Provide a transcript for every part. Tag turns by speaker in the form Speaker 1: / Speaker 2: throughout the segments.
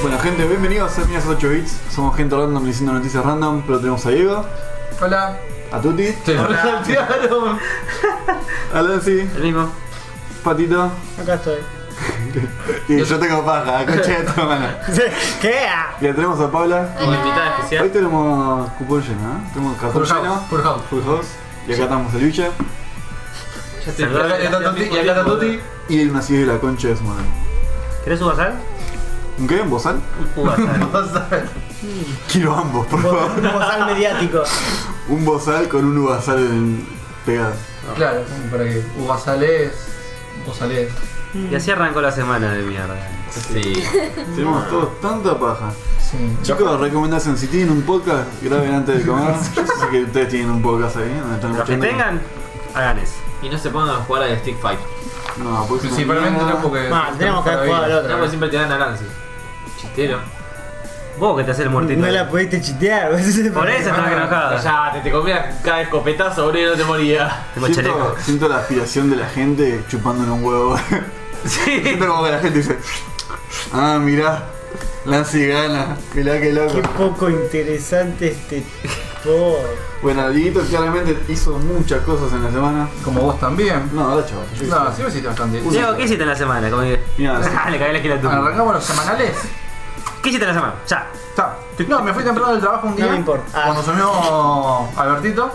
Speaker 1: Bueno, gente, bienvenidos a Minas 8 Bits. Somos gente random diciendo noticias random, pero tenemos a Diego,
Speaker 2: Hola.
Speaker 1: a Tuti,
Speaker 3: Sí,
Speaker 2: Hola.
Speaker 3: saltearon.
Speaker 1: a Lancy,
Speaker 3: El mismo.
Speaker 1: Patito
Speaker 4: Acá estoy.
Speaker 1: y yo tengo paja, coche de tu hermana.
Speaker 4: ¿Qué?
Speaker 1: Y la tenemos a Paula.
Speaker 3: Como invitada
Speaker 1: Hoy
Speaker 3: especial.
Speaker 1: tenemos cupón lleno, ¿eh? Tenemos cartón
Speaker 2: Full
Speaker 1: lleno,
Speaker 2: house. Full house.
Speaker 1: full house, y acá estamos el bicha,
Speaker 3: Ya
Speaker 2: Y acá
Speaker 3: te-
Speaker 2: está Tuti- y acá está Tuti.
Speaker 1: y él nacido de la concha de su madre.
Speaker 3: ¿Querés un basal?
Speaker 1: ¿Un qué? ¿Un bozal?
Speaker 3: Un basal.
Speaker 1: Quiero ambos, por favor.
Speaker 4: Un bozal mediático.
Speaker 1: Un bozal con un uvasal en... pegado.
Speaker 2: Claro, para que Ubasales. Ubasales.
Speaker 3: Y así arrancó la semana de mierda.
Speaker 5: Sí.
Speaker 1: Tenemos todos tanta paja.
Speaker 2: Sí.
Speaker 1: Chicos, recomendación, si tienen un podcast, graben antes de comer. Yo sé que ustedes tienen un podcast ahí, donde están
Speaker 3: Los que
Speaker 1: escuchando.
Speaker 3: tengan, hagan eso.
Speaker 5: Y no se pongan a jugar al Stick Fight.
Speaker 1: No, porque es una
Speaker 2: Principalmente
Speaker 1: mierda.
Speaker 2: no porque.
Speaker 4: Mal, Ah, tenemos que haber jugado al
Speaker 5: No,
Speaker 4: otro.
Speaker 5: porque siempre te dan a Lance. Chistero.
Speaker 3: Vos que te haces el muertito.
Speaker 4: No la pudiste chitear, güey.
Speaker 3: Por eso estaba enojada.
Speaker 5: Callate, te comías cada escopetazo, boludo, y no te morías.
Speaker 3: Tengo chaleco.
Speaker 1: Siento, siento la aspiración de la gente chupándole un huevo.
Speaker 3: Sí.
Speaker 1: siento como que la gente dice, ah, mirá, Lancy gana, mirá qué loco.
Speaker 4: Qué poco interesante este por.
Speaker 1: Bueno, Dieguito claramente hizo muchas cosas en la semana.
Speaker 2: Como vos también.
Speaker 1: No, ahora chaval. yo hice-
Speaker 2: No, sí me hiciste bastante.
Speaker 1: Uy.
Speaker 3: Diego, ¿qué hiciste en la semana? Como que.
Speaker 1: Mirá, sí.
Speaker 3: Ah, Le cagué la esquina a
Speaker 2: Bueno,
Speaker 3: tu.
Speaker 2: arrancamos los semanales.
Speaker 3: ¿Qué hiciste en la semana? Ya.
Speaker 2: Está. No, me fui temprano del trabajo un día.
Speaker 4: me importa. Ah.
Speaker 2: Cuando sonó Albertito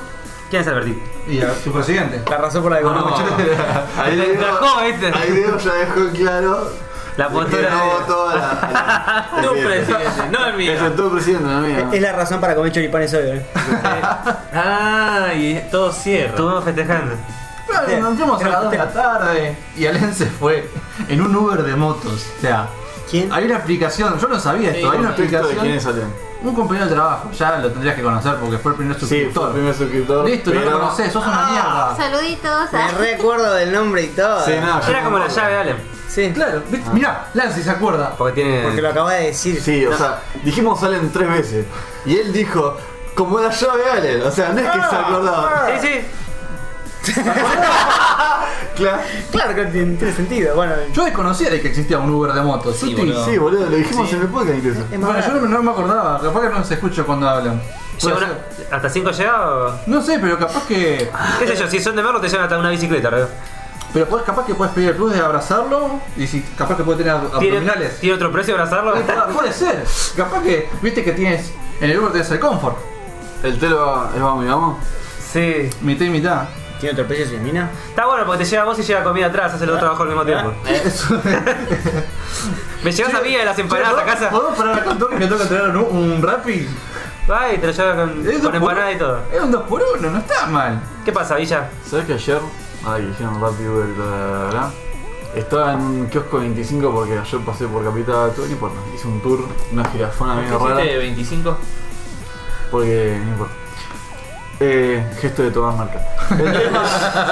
Speaker 3: ¿Quién es Albertito?
Speaker 2: y a su presidente.
Speaker 4: La razón por la que
Speaker 3: No.
Speaker 1: Ahí
Speaker 3: Le
Speaker 1: Diego-
Speaker 3: encajó, ¿viste?
Speaker 1: Ahí Diego ya dejó claro
Speaker 3: La
Speaker 1: que
Speaker 3: postura.
Speaker 1: no
Speaker 3: de-
Speaker 1: votó a la... a la-
Speaker 5: Tu
Speaker 1: al presidente.
Speaker 5: presidente, no el mío.
Speaker 1: Excepto el presidente, la mía.
Speaker 4: Es la razón para comer choripanes hoy, ¿eh?
Speaker 5: Ah, y todo cierra.
Speaker 3: Estuvimos festejando.
Speaker 2: Claro, nos fuimos a las 2 de la tarde y Alen se fue en un Uber de motos. O sea,
Speaker 4: ¿Quién?
Speaker 2: hay una explicación, yo no sabía esto,
Speaker 5: Sí,
Speaker 2: hay una
Speaker 1: Texto de quién
Speaker 2: explicación.
Speaker 1: es Alem.
Speaker 2: Un compañero de trabajo, ya lo tendrías que conocer porque fue el
Speaker 1: Sí,
Speaker 2: primer
Speaker 1: fue el
Speaker 2: suscriptor.
Speaker 1: primer suscriptor.
Speaker 2: Listo, no
Speaker 1: pero- Ah.
Speaker 2: lo conocés, sos una mierda.
Speaker 6: Saluditos.
Speaker 4: Me recuerdo del nombre y todo.
Speaker 1: Sí, nada, yo
Speaker 3: Era
Speaker 1: no
Speaker 3: como
Speaker 1: me
Speaker 3: la
Speaker 1: acuerdo.
Speaker 3: llave de Alem.
Speaker 4: Sí,
Speaker 2: Claro, ¿viste? mirá, Lance se acuerda.
Speaker 3: Porque tiene.
Speaker 4: Porque lo acabas de decir.
Speaker 1: Sí, o sea, dijimos Allen tres veces. Y él dijo, como la llave de Allen. O sea, no es que se acordaba.
Speaker 3: Sí, sí.
Speaker 1: Claro.
Speaker 4: Claro que tiene, tiene sentido. Bueno,
Speaker 2: Yo desconocía de que existía un Uber de motos.
Speaker 5: Sí,
Speaker 2: Tuti.
Speaker 5: boludo.
Speaker 1: Sí, boludo, lo dijimos en el podcast incluso.
Speaker 4: es más
Speaker 2: Bueno, yo
Speaker 4: barato.
Speaker 2: no, me- no me acordaba, capaz que no se escucha cuando hablan. Puede
Speaker 3: Llegó una-
Speaker 2: ser.
Speaker 3: ¿Hasta 5 llegaba? o-
Speaker 2: No sé, pero capaz que.
Speaker 4: Ah,
Speaker 3: ¿Qué sé
Speaker 4: eh.
Speaker 3: yo? Si son de Merlo te llevan hasta una bicicleta, re.
Speaker 2: Pero podés, capaz que puedes pedir el plus de abrazarlo y si capaz que puede tener ab-
Speaker 3: ¿Tiene,
Speaker 2: abdominales.
Speaker 3: ¿Tiene otro precio abrazarlo?
Speaker 2: Ah, Puede ser. Capaz que, viste que tienes. En el Uber tenés el confort.
Speaker 1: El telo va- es vamos y vamos.
Speaker 3: Sí.
Speaker 2: Mitad y mitad.
Speaker 4: ¿Tiene otro precio sin mina?
Speaker 3: Está bueno porque te lleva vos y lleva comida atrás, haces los dos trabajos al mismo tiempo.
Speaker 4: Ah, eh,
Speaker 3: Me llevas a mí de las empanadas a casa.
Speaker 2: ¿Podemos parar a contar que me toca traer un, un Rappi?
Speaker 3: Va y te lo lleva
Speaker 2: Es
Speaker 3: con,
Speaker 2: dos
Speaker 3: con
Speaker 2: por-
Speaker 3: empanada y todo.
Speaker 2: Es un 2x1, no está mal.
Speaker 3: ¿Qué pasa, Villa?
Speaker 1: ¿Sabes que ayer? Ay, dijeron rápido el verdad. Estaba en un kiosco 25 porque ayer pasé por Capital, todo no importa. Hice un tour, una girafona bien rara.
Speaker 5: ¿Hiciste 25?
Speaker 1: Porque no importa. Eh, gesto de tomar marca. El tema-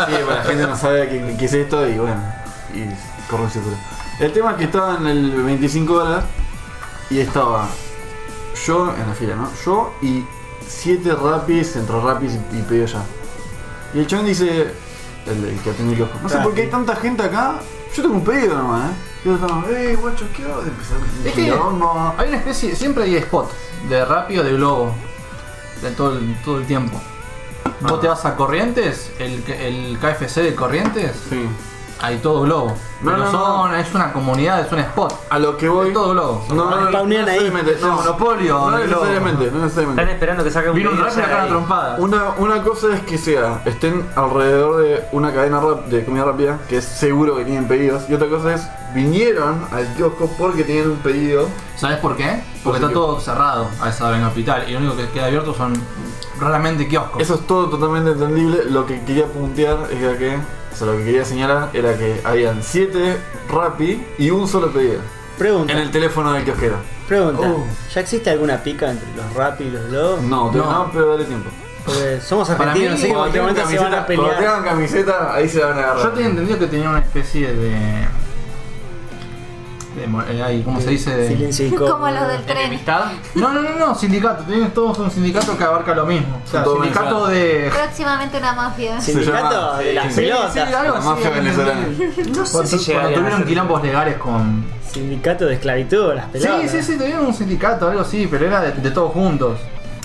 Speaker 1: sí, bueno, la gente no sabe qué, qué es esto y bueno, y corre un círculo. El tema es que estaba en el 25 horas y estaba yo en la fila, ¿no? Yo y 7 rapis, entre rapis y, y pedido ya. Y el chabón dice, el, el que atiende el kiosco, no sé por qué hay tanta gente acá, yo tengo un pedido nomás, ¿eh? Y yo estaba, eh, guacho, ¿qué vas a empezar?
Speaker 2: Es que-
Speaker 1: quilombo".
Speaker 2: Hay una especie, siempre hay spot de Rappi o de Globo, de todo el, todo el tiempo. Vos te vas a Corrientes, el, el KFC de Corrientes,
Speaker 1: Sí.
Speaker 2: hay todo Globo.
Speaker 1: No,
Speaker 2: Pero
Speaker 1: no,
Speaker 2: son, es una comunidad, es un spot.
Speaker 1: A lo que
Speaker 2: Hay
Speaker 1: voy.
Speaker 2: todo Globo.
Speaker 1: No, no, no,
Speaker 4: Paunean ahí.
Speaker 1: necesariamente,
Speaker 2: Es monopolio,
Speaker 1: No
Speaker 2: no
Speaker 1: necesariamente, no
Speaker 3: Están
Speaker 1: necesariamente.
Speaker 3: esperando que saque un
Speaker 2: Vino un
Speaker 3: video
Speaker 2: Rappi
Speaker 3: ya
Speaker 2: acá a
Speaker 3: ahí.
Speaker 2: trompada.
Speaker 1: Una, una cosa es que sea, estén alrededor de una cadena rap- de comida rápida, que es seguro que tienen pedidos, y otra cosa es, vinieron al kiosco porque tienen un pedido.
Speaker 2: ¿Sabes por qué? Porque está todo cerrado a esa hora en Capital y lo único que queda abierto son raramente kioscos.
Speaker 1: Eso es todo totalmente entendible. Lo que quería puntear era que, o sea, lo que quería señalar era que habían 7 rapi y un solo pedido
Speaker 4: Pregunta.
Speaker 1: en el teléfono del kiosquero.
Speaker 4: Pregunta.
Speaker 1: Oh.
Speaker 4: ¿Ya existe alguna pica entre los rap y los lobos?
Speaker 1: No, te-
Speaker 2: No.
Speaker 1: no, pero dale tiempo.
Speaker 4: Porque somos
Speaker 2: Para mí,
Speaker 4: argentinos, así que en
Speaker 1: Cuando
Speaker 4: cualquier
Speaker 1: tengan
Speaker 4: momento se van
Speaker 1: camiseta,
Speaker 4: a
Speaker 1: cuando
Speaker 4: pelear.
Speaker 1: tengan camiseta, ahí se van a agarrar.
Speaker 2: Yo tenía entendido que tenía una especie de. de mo- eh, ahí, ¿Cómo se dice? De-
Speaker 4: Silencio y
Speaker 6: Como
Speaker 4: cómodo.
Speaker 6: los del tren.
Speaker 5: ¿Enemistad?
Speaker 2: No, no, no, no, sindicato. Tienen todos un sindicato que abarca lo mismo. O sea,
Speaker 1: Todo
Speaker 2: sindicato de.
Speaker 6: Próximamente una mafia.
Speaker 4: Sindicato
Speaker 1: llama-
Speaker 4: de las
Speaker 1: sí,
Speaker 4: pelotas.
Speaker 2: algo
Speaker 1: La mafia
Speaker 2: que
Speaker 1: venezolana.
Speaker 2: entendí.
Speaker 3: No sé
Speaker 2: Cuando
Speaker 3: si llegaría a
Speaker 2: tuvieron
Speaker 3: hacer.
Speaker 2: quilombos legales con.
Speaker 4: sindicato de esclavitud, las peladas.
Speaker 2: Sí, sí, sí, tenían un sindicato, algo así, pero era de, de todos juntos.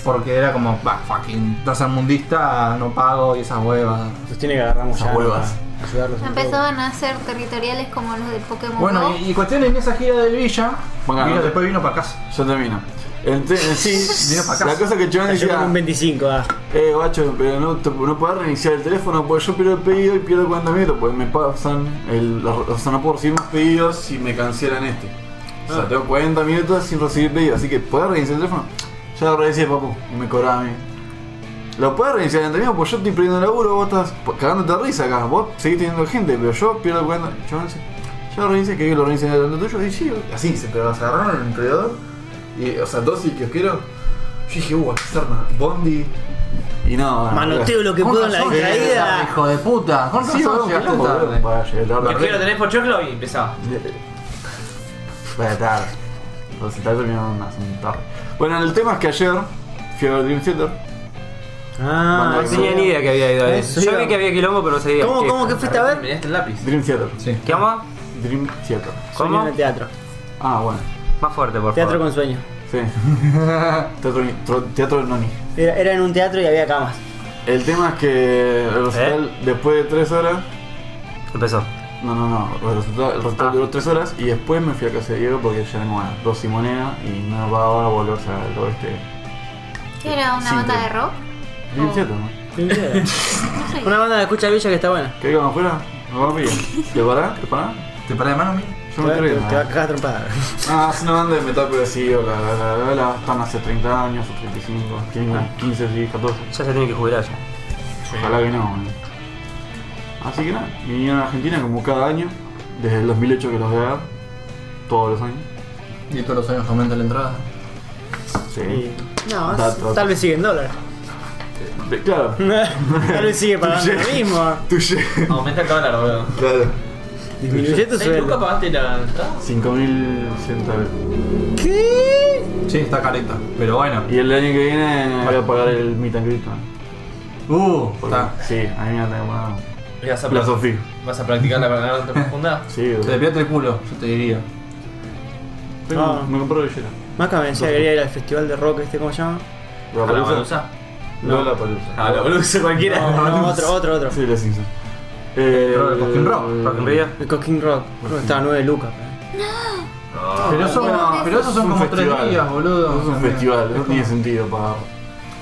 Speaker 2: Porque era como, bah, fucking, mundista, no pago y esas huevas.
Speaker 4: Los tiene que agarramos
Speaker 1: Esas
Speaker 4: ya.
Speaker 1: huevas.
Speaker 4: para Ayudarlos. un poco.
Speaker 6: Empezaban a ser territoriales como los de Pokémon
Speaker 2: Bueno,
Speaker 6: Go.
Speaker 2: y, y cuestión en esa gira de Villa,
Speaker 1: Bueno,
Speaker 2: vino-
Speaker 1: no te-
Speaker 2: después vino para casa.
Speaker 1: Yo termino. El te- en sí,
Speaker 2: Vino pa'
Speaker 1: la
Speaker 2: casa.
Speaker 1: cosa que yo
Speaker 4: Cayó con
Speaker 1: decía,
Speaker 4: un 25, ah.
Speaker 1: eh, guacho, pero no, te- no puedo reiniciar el teléfono, porque yo pierdo el pedido y pierdo 40 minutos, pues me pasan, el, la- o sea, no puedo recibir más pedidos si me cancelan este. O sea, tengo 40 minutos sin recibir pedidos, así que ¿puedes reiniciar el teléfono? Ya lo reinicié, papu, y me cobraba a mí. ¿Lo puedes reiniciar el teléfono? Pues yo estoy perdiendo laburo, vos estás cagándote de risa acá, vos seguís teniendo gente, pero yo pierdo 40 Yo no sé. Yo lo reinicié, que lo reinicié en el tuyo, y sí, así, se pero se agarraron el alrededor, y, o sea, dos y que os quiero. Yo dije, uh, aquí externa, Bondi. Y no, bueno,
Speaker 4: Manoteo lo que
Speaker 2: Con
Speaker 4: puedo en la
Speaker 2: razón llegaste tarde,
Speaker 4: distraída.
Speaker 2: Hijo de puta, con razón
Speaker 1: Sí, vamos,
Speaker 2: llegaste
Speaker 1: quilombo,
Speaker 2: tarde.
Speaker 1: boludo, para llegar
Speaker 5: Yo
Speaker 1: tarde.
Speaker 5: quiero tener pochoclo y empezaba.
Speaker 1: Eh, Vaya tarde. Los está terminando una una tarde. Bueno, el tema es que ayer fui a ver Dream Theater.
Speaker 4: Ah,
Speaker 1: Cuando
Speaker 3: No tenía ni idea que había ido ahí.
Speaker 4: Eso
Speaker 3: Yo
Speaker 4: iba.
Speaker 3: vi que había quilombo, pero no sabía.
Speaker 4: ¿Cómo, cómo que fuiste a ver?
Speaker 5: Miraste el este lápiz.
Speaker 1: Dream Theater.
Speaker 2: Sí.
Speaker 3: ¿Qué vamos?
Speaker 1: Dream Theater.
Speaker 4: Sueño
Speaker 3: ¿Cómo?
Speaker 4: en el teatro.
Speaker 1: Ah, bueno.
Speaker 3: Más fuerte, por
Speaker 4: Teatro
Speaker 3: favor.
Speaker 4: con sueño.
Speaker 1: Sí. teatro, tro- teatro de Noni.
Speaker 4: Era, era en un teatro y había camas.
Speaker 1: El tema es que el recital, después de tres horas.
Speaker 3: Empezó.
Speaker 1: No, no, no. El recital, el recital
Speaker 3: Ah.
Speaker 1: duró tres horas y después me fui a casa de Diego porque ya tengo bueno, dos y moneda y no va ahora a volverse al oeste.
Speaker 6: ¿Qué era una
Speaker 1: Sí,
Speaker 6: banda
Speaker 1: pero-
Speaker 6: de rock?
Speaker 1: este. Dream
Speaker 6: Oh.
Speaker 1: Theater, ¿no?
Speaker 6: No sé.
Speaker 4: Una banda de escucha villa que está buena.
Speaker 1: ¿Qué digo afuera? No va bien. ¿Te pará? ¿Te pará?
Speaker 2: ¿Te paré de mano, mira?
Speaker 1: Yo me ¿eh?
Speaker 4: te,
Speaker 1: enteré.
Speaker 4: te va a
Speaker 1: ¿no?
Speaker 4: cagar trompada.
Speaker 1: Ah, es una banda de metal progresivo, la la la la la. Están hace 30 años o 35, tienen 15, sí, 14.
Speaker 3: Ya se tiene que jubilar ya.
Speaker 1: Ojalá que no. ¿no? Así que nada, vinieron a Argentina como cada año, desde el 2008 que los veo, todos los años.
Speaker 2: Y todos los años aumenta la entrada.
Speaker 1: Sí.
Speaker 4: Y- No,
Speaker 1: Da-
Speaker 4: s- tal vez sigue en dólar.
Speaker 1: De- claro.
Speaker 4: tal vez sigue pagando lo mismo. ¿ah?
Speaker 1: Tuyo.
Speaker 5: Aumenta el dólar, boludo.
Speaker 1: Claro.
Speaker 4: Disminuye tu
Speaker 5: ¿Seis lucas
Speaker 4: sueldo.
Speaker 5: pagaste la entrada?
Speaker 1: 5100 tal vez.
Speaker 4: ¿Qué?
Speaker 2: Sí, está careta, pero bueno.
Speaker 1: Y el año que viene voy a pagar el meet and greet, ¿no?
Speaker 2: Uh,
Speaker 1: Porque-
Speaker 2: está.
Speaker 1: Sí, a mí me han dado
Speaker 5: Vas a,
Speaker 1: La Sofía.
Speaker 5: vas a practicar la garganta profunda.
Speaker 1: Sí,
Speaker 2: Se despierta el culo, yo te diría.
Speaker 1: Tengo-
Speaker 4: Ah.
Speaker 1: Me compré billera.
Speaker 4: Maca me decía que quería ir al festival de rock, este, ¿cómo se llama?
Speaker 5: ¿A la
Speaker 1: Lollapalooza.
Speaker 5: bolusa?
Speaker 1: Lollapalooza.
Speaker 5: A la bolusa cualquiera.
Speaker 4: No, no, otro, otro, otro.
Speaker 1: Sí, la cinza. Eh,
Speaker 2: Rock, Coquín Rock,
Speaker 3: ¿Rock en Río?
Speaker 4: El Cosquín Rock. Creo que estaba 9 lucas. ¿eh?
Speaker 2: Pero eso,
Speaker 6: Bueno,
Speaker 2: pero eso
Speaker 1: eh, Es
Speaker 2: son
Speaker 1: un
Speaker 2: como
Speaker 1: festival.
Speaker 2: tres días, boludo.
Speaker 1: Es un
Speaker 2: También.
Speaker 1: festival,
Speaker 2: Es
Speaker 1: no
Speaker 2: como-
Speaker 1: tiene sentido para.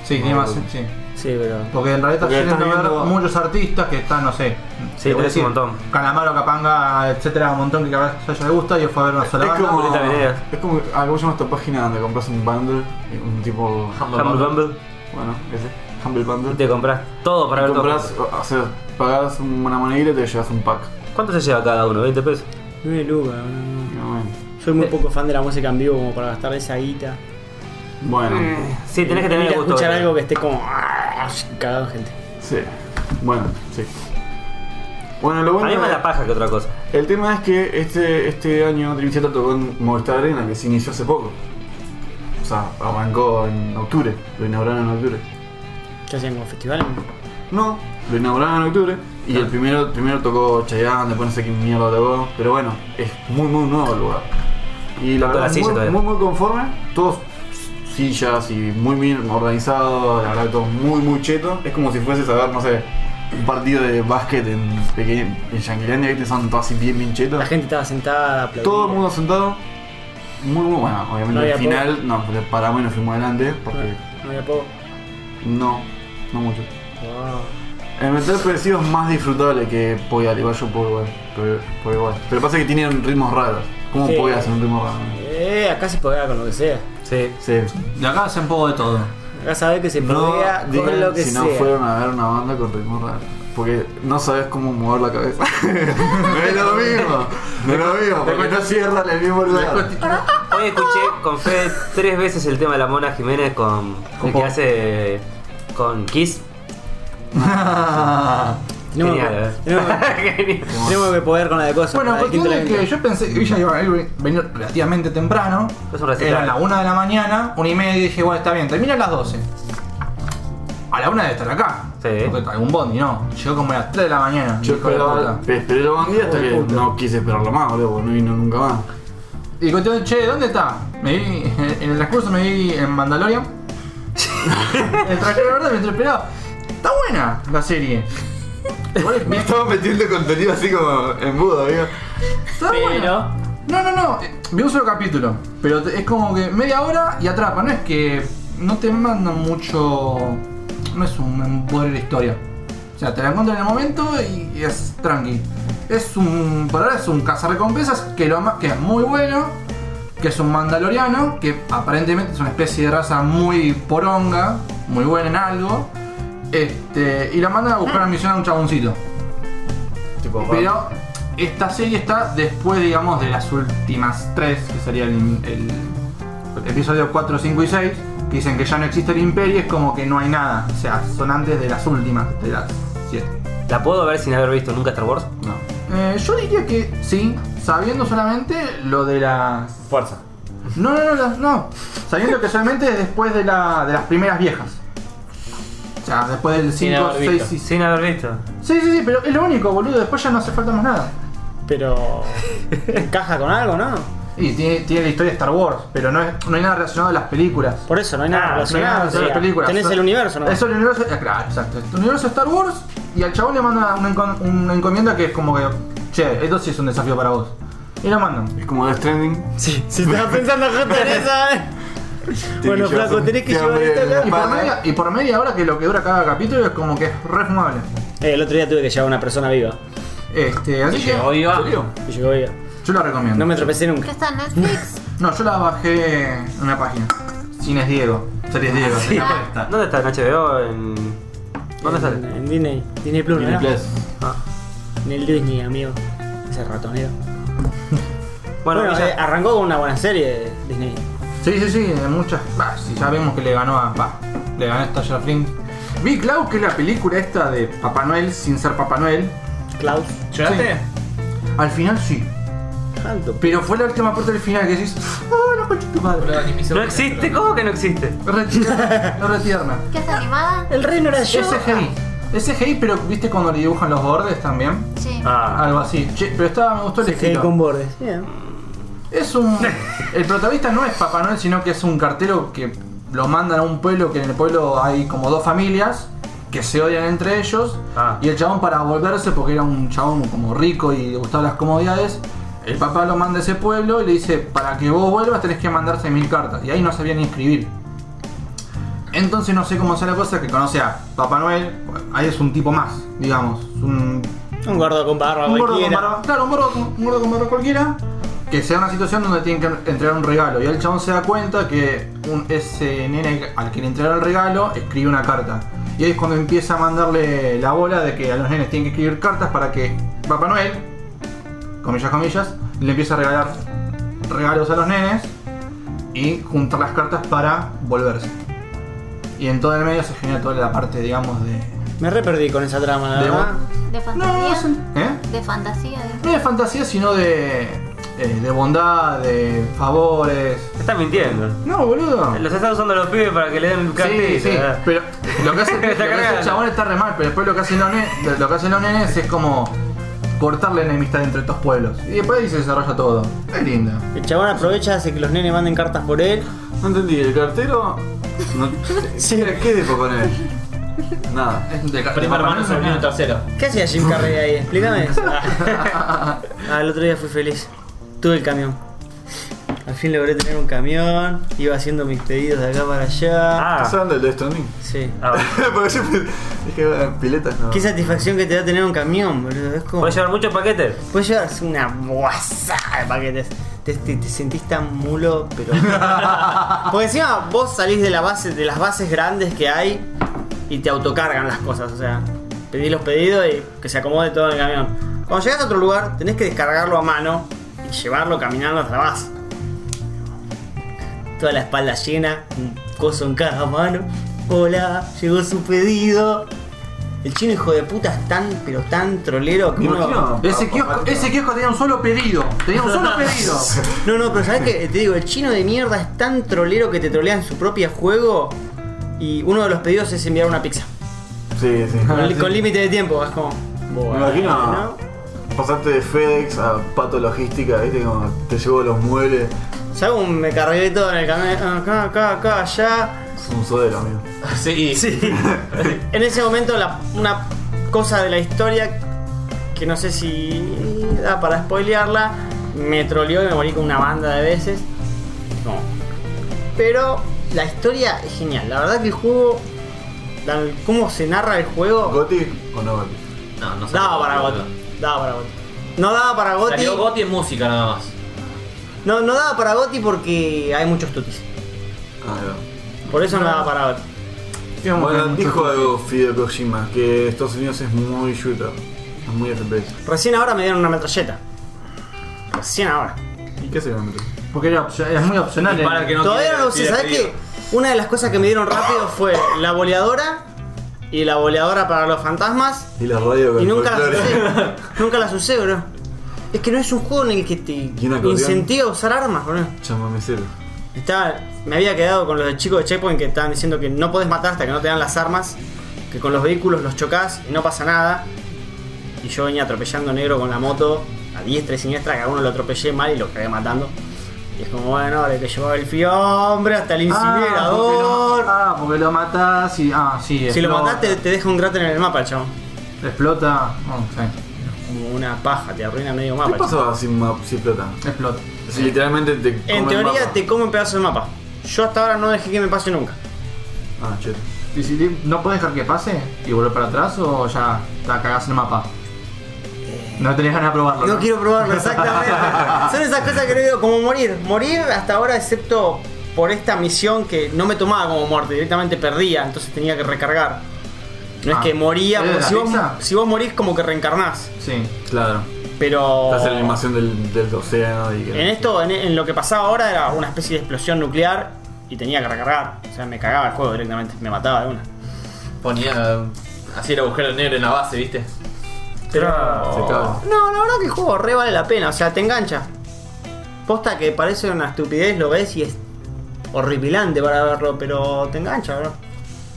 Speaker 2: Sí, tiene más, sí.
Speaker 4: Sí, pero.
Speaker 2: Porque en realidad
Speaker 1: Porque
Speaker 2: estás yendo
Speaker 1: estás
Speaker 2: a ver
Speaker 1: viendo-
Speaker 2: muchos artistas que están, no sé.
Speaker 3: Sí,
Speaker 2: te voy a
Speaker 3: tenés un
Speaker 2: decir,
Speaker 3: montón.
Speaker 2: Calamaro, Capanga, etcétera, un montón que a veces le gusta y yo fue a ver una sola
Speaker 1: Es
Speaker 2: banda.
Speaker 1: como.
Speaker 3: Julieta Venegas.
Speaker 1: Es como. Ah, ¿cómo se llama esta página donde compras un bundle? Eh, Un tipo.
Speaker 3: Humble Bumble.
Speaker 1: Bueno, ese. Humble
Speaker 3: Y
Speaker 1: Bundle.
Speaker 3: te compras todo para
Speaker 1: Y
Speaker 3: ver todo.
Speaker 1: compras. O sea, pagás una monedita y te llevas un pack.
Speaker 3: ¿Cuánto se lleva cada uno? ¿20 pesos?
Speaker 4: 9 lucas. no, no, no.
Speaker 1: Bueno.
Speaker 4: Soy muy poco fan de la música en vivo como para gastar esa guita.
Speaker 1: Bueno.
Speaker 2: Eh.
Speaker 3: Sí, tenés que tener
Speaker 4: Ir a
Speaker 3: el gusto.
Speaker 4: escuchar
Speaker 3: boludo.
Speaker 4: algo que esté como. ah, cagado en gente.
Speaker 1: Sí. Bueno, sí. Bueno, lo
Speaker 3: A
Speaker 1: bueno.
Speaker 3: mí más
Speaker 1: es-
Speaker 3: la paja que otra cosa.
Speaker 1: El tema es que este, este año Dream Theater tocó en Movistar Arena, que se inició hace poco. O sea, arrancó en octubre, lo inauguraron en octubre.
Speaker 4: ¿Qué hacían como festival?
Speaker 1: No, lo inauguraron en octubre y el primero, primero tocó Chayanne, después no sé qué mierda tocó, pero bueno, es muy muy nuevo el lugar. Y la
Speaker 3: Toda
Speaker 1: verdad,
Speaker 3: la silla
Speaker 1: muy,
Speaker 3: todavía.
Speaker 1: muy muy conforme, todos sillas y muy bien organizado, la verdad todo muy muy cheto. Es como si fueses a ver, no sé, un partido de básquet en pequeño, en Yanquilandia, viste, son todos así bien bien chetos.
Speaker 4: La gente estaba sentada, aplaudía.
Speaker 1: Todo el mundo sentado. Muy, muy bueno. Obviamente
Speaker 4: No Ah. había
Speaker 1: al final no, le paramos y nos fuimos adelante porque
Speaker 4: No, no había poco.
Speaker 1: no, no mucho.
Speaker 4: Wow.
Speaker 1: El metal progresivo es más disfrutable que Poyal, igual yo puedo igual, pero, pero igual. Pero pasa que tienen ritmos raros. ¿Cómo
Speaker 4: Sí.
Speaker 1: Poyal hacer un ritmo raro?
Speaker 4: Eh, acá se podía con lo que sea.
Speaker 3: Sí.
Speaker 1: Sí.
Speaker 2: De acá hacen poco de todo.
Speaker 4: Acá sabés que se
Speaker 1: No
Speaker 4: podía con
Speaker 1: digan
Speaker 4: lo que
Speaker 1: si
Speaker 4: sea.
Speaker 1: no fueron a ver una banda con ritmos raros. Porque no sabes cómo mover la cabeza. no es lo mismo. No es lo mismo. Porque no cierran el mismo lugar.
Speaker 3: Hoy escuché con Fede tres veces el tema de la Mona Jiménez con el que
Speaker 2: Juan.
Speaker 3: hace con Kiss.
Speaker 4: Tenemos,
Speaker 3: Genial,
Speaker 4: que,
Speaker 3: eh.
Speaker 4: tenemos,
Speaker 3: Genial.
Speaker 4: tenemos que poder con la de cosas.
Speaker 2: Bueno,
Speaker 4: la del
Speaker 2: cuestión es
Speaker 4: quinto
Speaker 2: que
Speaker 4: elemento.
Speaker 2: yo pensé que Villa iba a ir- venir relativamente temprano.
Speaker 3: Es un recital.
Speaker 2: Eran las 1 de la mañana, 1 y media, y dije, bueno, está bien, termina a las 12. A la 1 debe estar acá.
Speaker 3: Sí.
Speaker 2: Porque algún bondi, no. Llegó como a las 3 de la mañana.
Speaker 1: Yo
Speaker 2: hijo de
Speaker 1: esperaba,
Speaker 2: puta.
Speaker 1: esperé lo bandí hasta que no quise esperarlo más, boludo, porque no vino nunca más.
Speaker 2: Y cuestión, che, ¿dónde está? Me vi, en el transcurso me vi en Mandalorian. en el transcurso, la verdad, mientras esperaba. Está buena la serie. Igual es-
Speaker 1: Me estaba metiendo contenido así como embudo, amigo.
Speaker 2: Está buena. No, no, no. eh, Vi un solo capítulo. Pero te- es como que media hora y atrapa. No es que no te mandan mucho. No es un un poder de historia. O sea, te la encuentran en el momento y es tranqui. Es un. Por ahora es un cazarrecompensas que lo ama- que es muy bueno. Que es un mandaloriano. Que aparentemente es una especie de raza muy poronga. Muy buena en algo. Este. Y la mandan a buscar una misión a un chaboncito.
Speaker 1: Tipo,
Speaker 2: Pero esta serie está después, digamos, de las últimas tres, que serían el, el episodio 4, 5 y 6, que dicen que ya no existe el imperio, es como que no hay nada. O sea, son antes de las últimas, de las 7.
Speaker 3: ¿La puedo ver sin haber visto nunca Star Wars?
Speaker 2: No. Eh, yo diría que sí, sabiendo solamente lo de las...
Speaker 4: Fuerza.
Speaker 2: No, no, no, no, no. Sabiendo que solamente es después de, la, de las primeras viejas. O sea, después del
Speaker 5: Sin
Speaker 2: 5,
Speaker 5: haber
Speaker 2: 6
Speaker 5: visto.
Speaker 2: y 6.
Speaker 3: Sin haber visto.
Speaker 2: Sí, sí, sí, pero es lo único, boludo. Después ya no hace falta más nada.
Speaker 4: Pero. encaja con algo, ¿no?
Speaker 2: Y tiene, tiene la historia de Star Wars, pero no, es- no hay nada relacionado a las películas.
Speaker 4: Por eso, no hay nada
Speaker 2: No hay
Speaker 4: relacionado.
Speaker 2: nada relacionado a
Speaker 4: o
Speaker 2: Ah, las
Speaker 4: sea,
Speaker 2: películas.
Speaker 4: Tenés el universo, ¿no?
Speaker 2: Es el universo, eh, claro, exacto. El universo de Star Wars y al chabón le mandan una, encon- una encomienda que es como que, che, esto sí es un desafío para vos. Y lo mandan.
Speaker 1: Es como Death Stranding.
Speaker 4: Sí, si estaba pensando justo en esa, ¿eh? Bueno,
Speaker 1: llevar
Speaker 4: flaco,
Speaker 1: su-
Speaker 4: tenés que
Speaker 1: tiene
Speaker 4: llevar
Speaker 1: hambre
Speaker 4: esto
Speaker 1: en la
Speaker 4: acá.
Speaker 2: Y por,
Speaker 1: espalda.
Speaker 2: media, y por media hora que lo que dura cada capítulo es como que es refumable.
Speaker 4: Eh, El otro día tuve que llevar a una persona viva.
Speaker 2: Este, así que.
Speaker 5: llegó viva.
Speaker 2: ¿en serio?
Speaker 4: Y llegó viva.
Speaker 2: Yo la recomiendo.
Speaker 4: No me tropecé
Speaker 6: ¿Qué
Speaker 4: nunca.
Speaker 6: está en Netflix?
Speaker 2: No, yo la bajé en una página. Cines Diego. Series Diego.
Speaker 4: Ah,
Speaker 2: se llama esta.
Speaker 3: ¿Dónde está? ¿En HBO? ¿En... ¿Dónde
Speaker 4: En,
Speaker 3: sale?
Speaker 4: en Disney. Disney Plus,
Speaker 1: Disney
Speaker 4: ¿no?
Speaker 1: Plus.
Speaker 3: Ah.
Speaker 4: En el Disney, amigo. Ese ratonero.
Speaker 3: Bueno,
Speaker 4: Bueno,
Speaker 3: ya-
Speaker 4: eh, arrancó con una buena serie Disney.
Speaker 2: Sí, sí, sí, en muchas. Bah, si ya vimos que le ganó a. Bah, le ganó a Stranger Things. Vi Cloud, que es la película esta de Papá Noel sin ser Papá Noel.
Speaker 4: Klaus.
Speaker 5: ¿Lloraste?
Speaker 2: Al final sí.
Speaker 4: Alto.
Speaker 2: Pero fue la última parte del final que decís. ¡Ah, la concha de tu madre!
Speaker 3: ¿No existe? ¿Cómo que no existe?
Speaker 2: Re tierna, re retierna.
Speaker 6: ¿Qué está animada?
Speaker 4: El rey no era yo.
Speaker 2: Es CGI. Es CGI, pero viste cuando le dibujan los bordes también.
Speaker 6: Sí.
Speaker 3: Ah.
Speaker 2: Algo así. Che, pero estaba, me gustó el
Speaker 4: CGI
Speaker 2: estilo.
Speaker 4: con bordes. Bien.
Speaker 2: Es un. El protagonista no es Papá Noel, sino que es un cartero que lo mandan a un pueblo que en el pueblo hay como dos familias que se odian entre ellos.
Speaker 3: Ah.
Speaker 2: Y el chabón, para volverse, porque era un chabón como rico y le gustaban las comodidades, el papá lo manda a ese pueblo y le dice: Para que vos vuelvas, tenés que mandar 6.000 cartas. Y ahí no sabía ni escribir. Entonces no sé cómo sea la cosa que conoce a Papá Noel. Ahí es un tipo más, digamos. es un
Speaker 4: Un gordo con barba
Speaker 2: un gordo, con
Speaker 4: cualquiera.
Speaker 2: barba, claro, un gordo, con- un gordo con barba cualquiera que se da una situación donde tienen que entregar un regalo y el chabón se da cuenta que un- ese nene al que le entregaron el regalo escribe una carta y ahí es cuando empieza a mandarle la bola de que a los nenes tienen que escribir cartas para que Papá Noel comillas comillas le empiece a regalar regalos a los nenes y juntar las cartas para volverse y en todo el medio se genera toda la parte digamos de,
Speaker 4: Me re perdí con esa trama, la
Speaker 2: de-
Speaker 4: verdad.
Speaker 6: ¿De
Speaker 2: no,
Speaker 6: fantasía?
Speaker 2: es un- ¿eh?
Speaker 6: De fantasía, digo.
Speaker 2: No de fantasía, sino de, eh, de bondad, de favores.
Speaker 3: Estás mintiendo.
Speaker 2: No, boludo.
Speaker 3: Los están usando los pibes para que le den
Speaker 2: Sí,
Speaker 3: cartita.
Speaker 2: sí,
Speaker 3: ¿verdad?
Speaker 2: pero lo que hace, lo que hace el
Speaker 3: cargando.
Speaker 2: chabón está re mal, pero después lo que hacen los nenes, lo que hacen los nenes es como cortar la enemistad entre estos pueblos. Y después ahí se desarrolla todo. Es linda.
Speaker 4: El chabón aprovecha, hace que los nenes manden cartas por él.
Speaker 1: No entendí, el cartero. No, ¿Qué qué de Papá Noel? Nada.
Speaker 2: Es de- de
Speaker 5: Primo
Speaker 2: Papá
Speaker 5: hermano,
Speaker 2: Noel,
Speaker 5: sobrino tercero.
Speaker 4: ¿Qué hacía Jim Carrey ahí? Explícame. Ah, el otro día fui feliz. Tuve el camión. Al fin logré tener un camión. Iba haciendo mis pedidos de acá para allá.
Speaker 1: ¿Estás
Speaker 3: Ah.
Speaker 1: hablando del Death Stranding?
Speaker 4: Sí.
Speaker 3: ah.
Speaker 1: Porque yo pe- es que eh, piletas no.
Speaker 4: Qué satisfacción que te da tener un camión, boludo. Es como.
Speaker 3: ¿Puedes llevar muchos paquetes?
Speaker 4: Puedes llevar Pues una guasada de paquetes. Te, te- te sentís tan mulo, pero. Porque encima vos salís de la base, de las bases grandes que hay y te autocargan las cosas. O sea, pedís los pedidos y que se acomode todo en el camión. Cuando llegás a otro lugar, tenés que descargarlo a mano y llevarlo caminando hasta la base. Toda la espalda llena, un coso en cada mano. Hola, llegó su pedido. El chino hijo de puta es tan, pero tan trolero que
Speaker 1: Me
Speaker 4: uno-
Speaker 1: imagino.
Speaker 2: Ese kiosco, ese kiosco tenía un solo pedido. Tenía un solo pedido.
Speaker 4: No, no, pero ¿sabes qué? Te digo, el chino de mierda es tan trolero que te trolea en su propio juego. Y uno de los pedidos es enviar una pizza.
Speaker 1: Ah, Sí, sí.
Speaker 4: Ah. Con, li- con límite de tiempo, es como.
Speaker 1: Me imagino.
Speaker 4: ¿no?
Speaker 1: pasaste de FedEx a Pato Logística, ¿viste? Como te llevo los muebles.
Speaker 4: Ya un- me cargué todo en el camión, acá, acá, acá, allá.
Speaker 1: Es un sodero, amigo.
Speaker 5: Sí.
Speaker 4: En ese momento la- una cosa de la historia que no sé si da para spoilearla, me troleó y me morí con una banda de veces. No. Pero la historia es genial. La verdad que el juego, la- cómo se narra el juego,
Speaker 1: ¿Goti o no Goti?
Speaker 5: No, no salió
Speaker 4: daba para Gotti. Daba para Gotti. No daba para Gotti.
Speaker 5: Salió Gotti en música nada más.
Speaker 4: No, no daba para Gotti porque hay muchos tutis.
Speaker 1: Ah, no.
Speaker 4: Por eso no daba para Gotti.
Speaker 1: Bueno, dijo algo Fideo Kojima, que Estados Unidos es muy shooter, es muy FPS.
Speaker 4: Recién ahora me dieron una metralleta. Recién ahora.
Speaker 1: ¿Y qué se llama?
Speaker 2: Porque era opcio- es muy opcional.
Speaker 5: Para el que no
Speaker 4: Todavía
Speaker 5: quiere
Speaker 4: no lo sé,
Speaker 5: ir a
Speaker 4: ¿sabes
Speaker 5: pedir.
Speaker 4: qué? Una de las cosas que me dieron rápido fue la boleadora y la boleadora para los fantasmas.
Speaker 1: Y la radio con
Speaker 4: Y
Speaker 1: el
Speaker 4: nunca las
Speaker 1: folclore.
Speaker 4: usé. Nunca las usé, bro. Es que no es un juego en el que te
Speaker 1: ¿Y un acordeón?
Speaker 4: incentiva a usar armas, bro.
Speaker 1: Llámame cero.
Speaker 4: Estaba, me había quedado con los chicos de Checkpoint que estaban diciendo que no podés matar hasta que no te dan las armas, que con los vehículos los chocás y no pasa nada. Y yo venía atropellando a negro con la moto a diestra y siniestra, que a uno lo atropellé mal y lo cagué matando. Y es como, bueno, ahora te llevaba el fiambre hasta el
Speaker 2: Ah, porque
Speaker 4: incinerador.
Speaker 2: lo- ah, porque lo matás y. Ah, sí.
Speaker 4: si lo
Speaker 2: explota.
Speaker 4: mataste, te deja un cráter en el mapa, el chabón.
Speaker 2: Explota. No sí.
Speaker 4: Como una paja, te arruina medio mapa.
Speaker 1: ¿Qué
Speaker 4: el
Speaker 1: pasaba sin map, sin plata?
Speaker 2: Explota.
Speaker 1: Si literalmente te.
Speaker 4: chabón.
Speaker 1: come el
Speaker 4: En teoría,
Speaker 1: mapa.
Speaker 4: te come un pedazo de mapa. Yo hasta ahora no dejé que me pase nunca.
Speaker 1: Ah, cheto.
Speaker 2: Y si li- no puedes dejar que pase y volver para atrás o ya te cagás en el mapa. No tenés ganas de probarlo.
Speaker 4: No quiero probarlo, exactamente. Son esas cosas que no digo, como morir. Morir hasta ahora, excepto por esta misión que no me tomaba como muerte, directamente perdía, entonces tenía que recargar. No es
Speaker 2: Ah.
Speaker 4: que moría,
Speaker 2: ¿Era
Speaker 4: porque
Speaker 2: la
Speaker 4: si vos,
Speaker 2: pizza?
Speaker 4: si vos morís como que reencarnás.
Speaker 2: Sí.
Speaker 1: Claro.
Speaker 4: Pero.
Speaker 1: Estás en la animación del, del océano y.
Speaker 4: En esto, en, en lo que pasaba ahora era una especie de explosión nuclear y tenía que recargar. O sea, me cagaba el juego directamente, me mataba de una.
Speaker 5: Ponía. Así el agujero negro en la base, ¿viste?
Speaker 4: Pero.
Speaker 1: Se acaba.
Speaker 4: No, la verdad que el juego re vale la pena, o sea, te engancha. Posta que parece una estupidez, lo ves y es horripilante para verlo, pero te engancha, bro.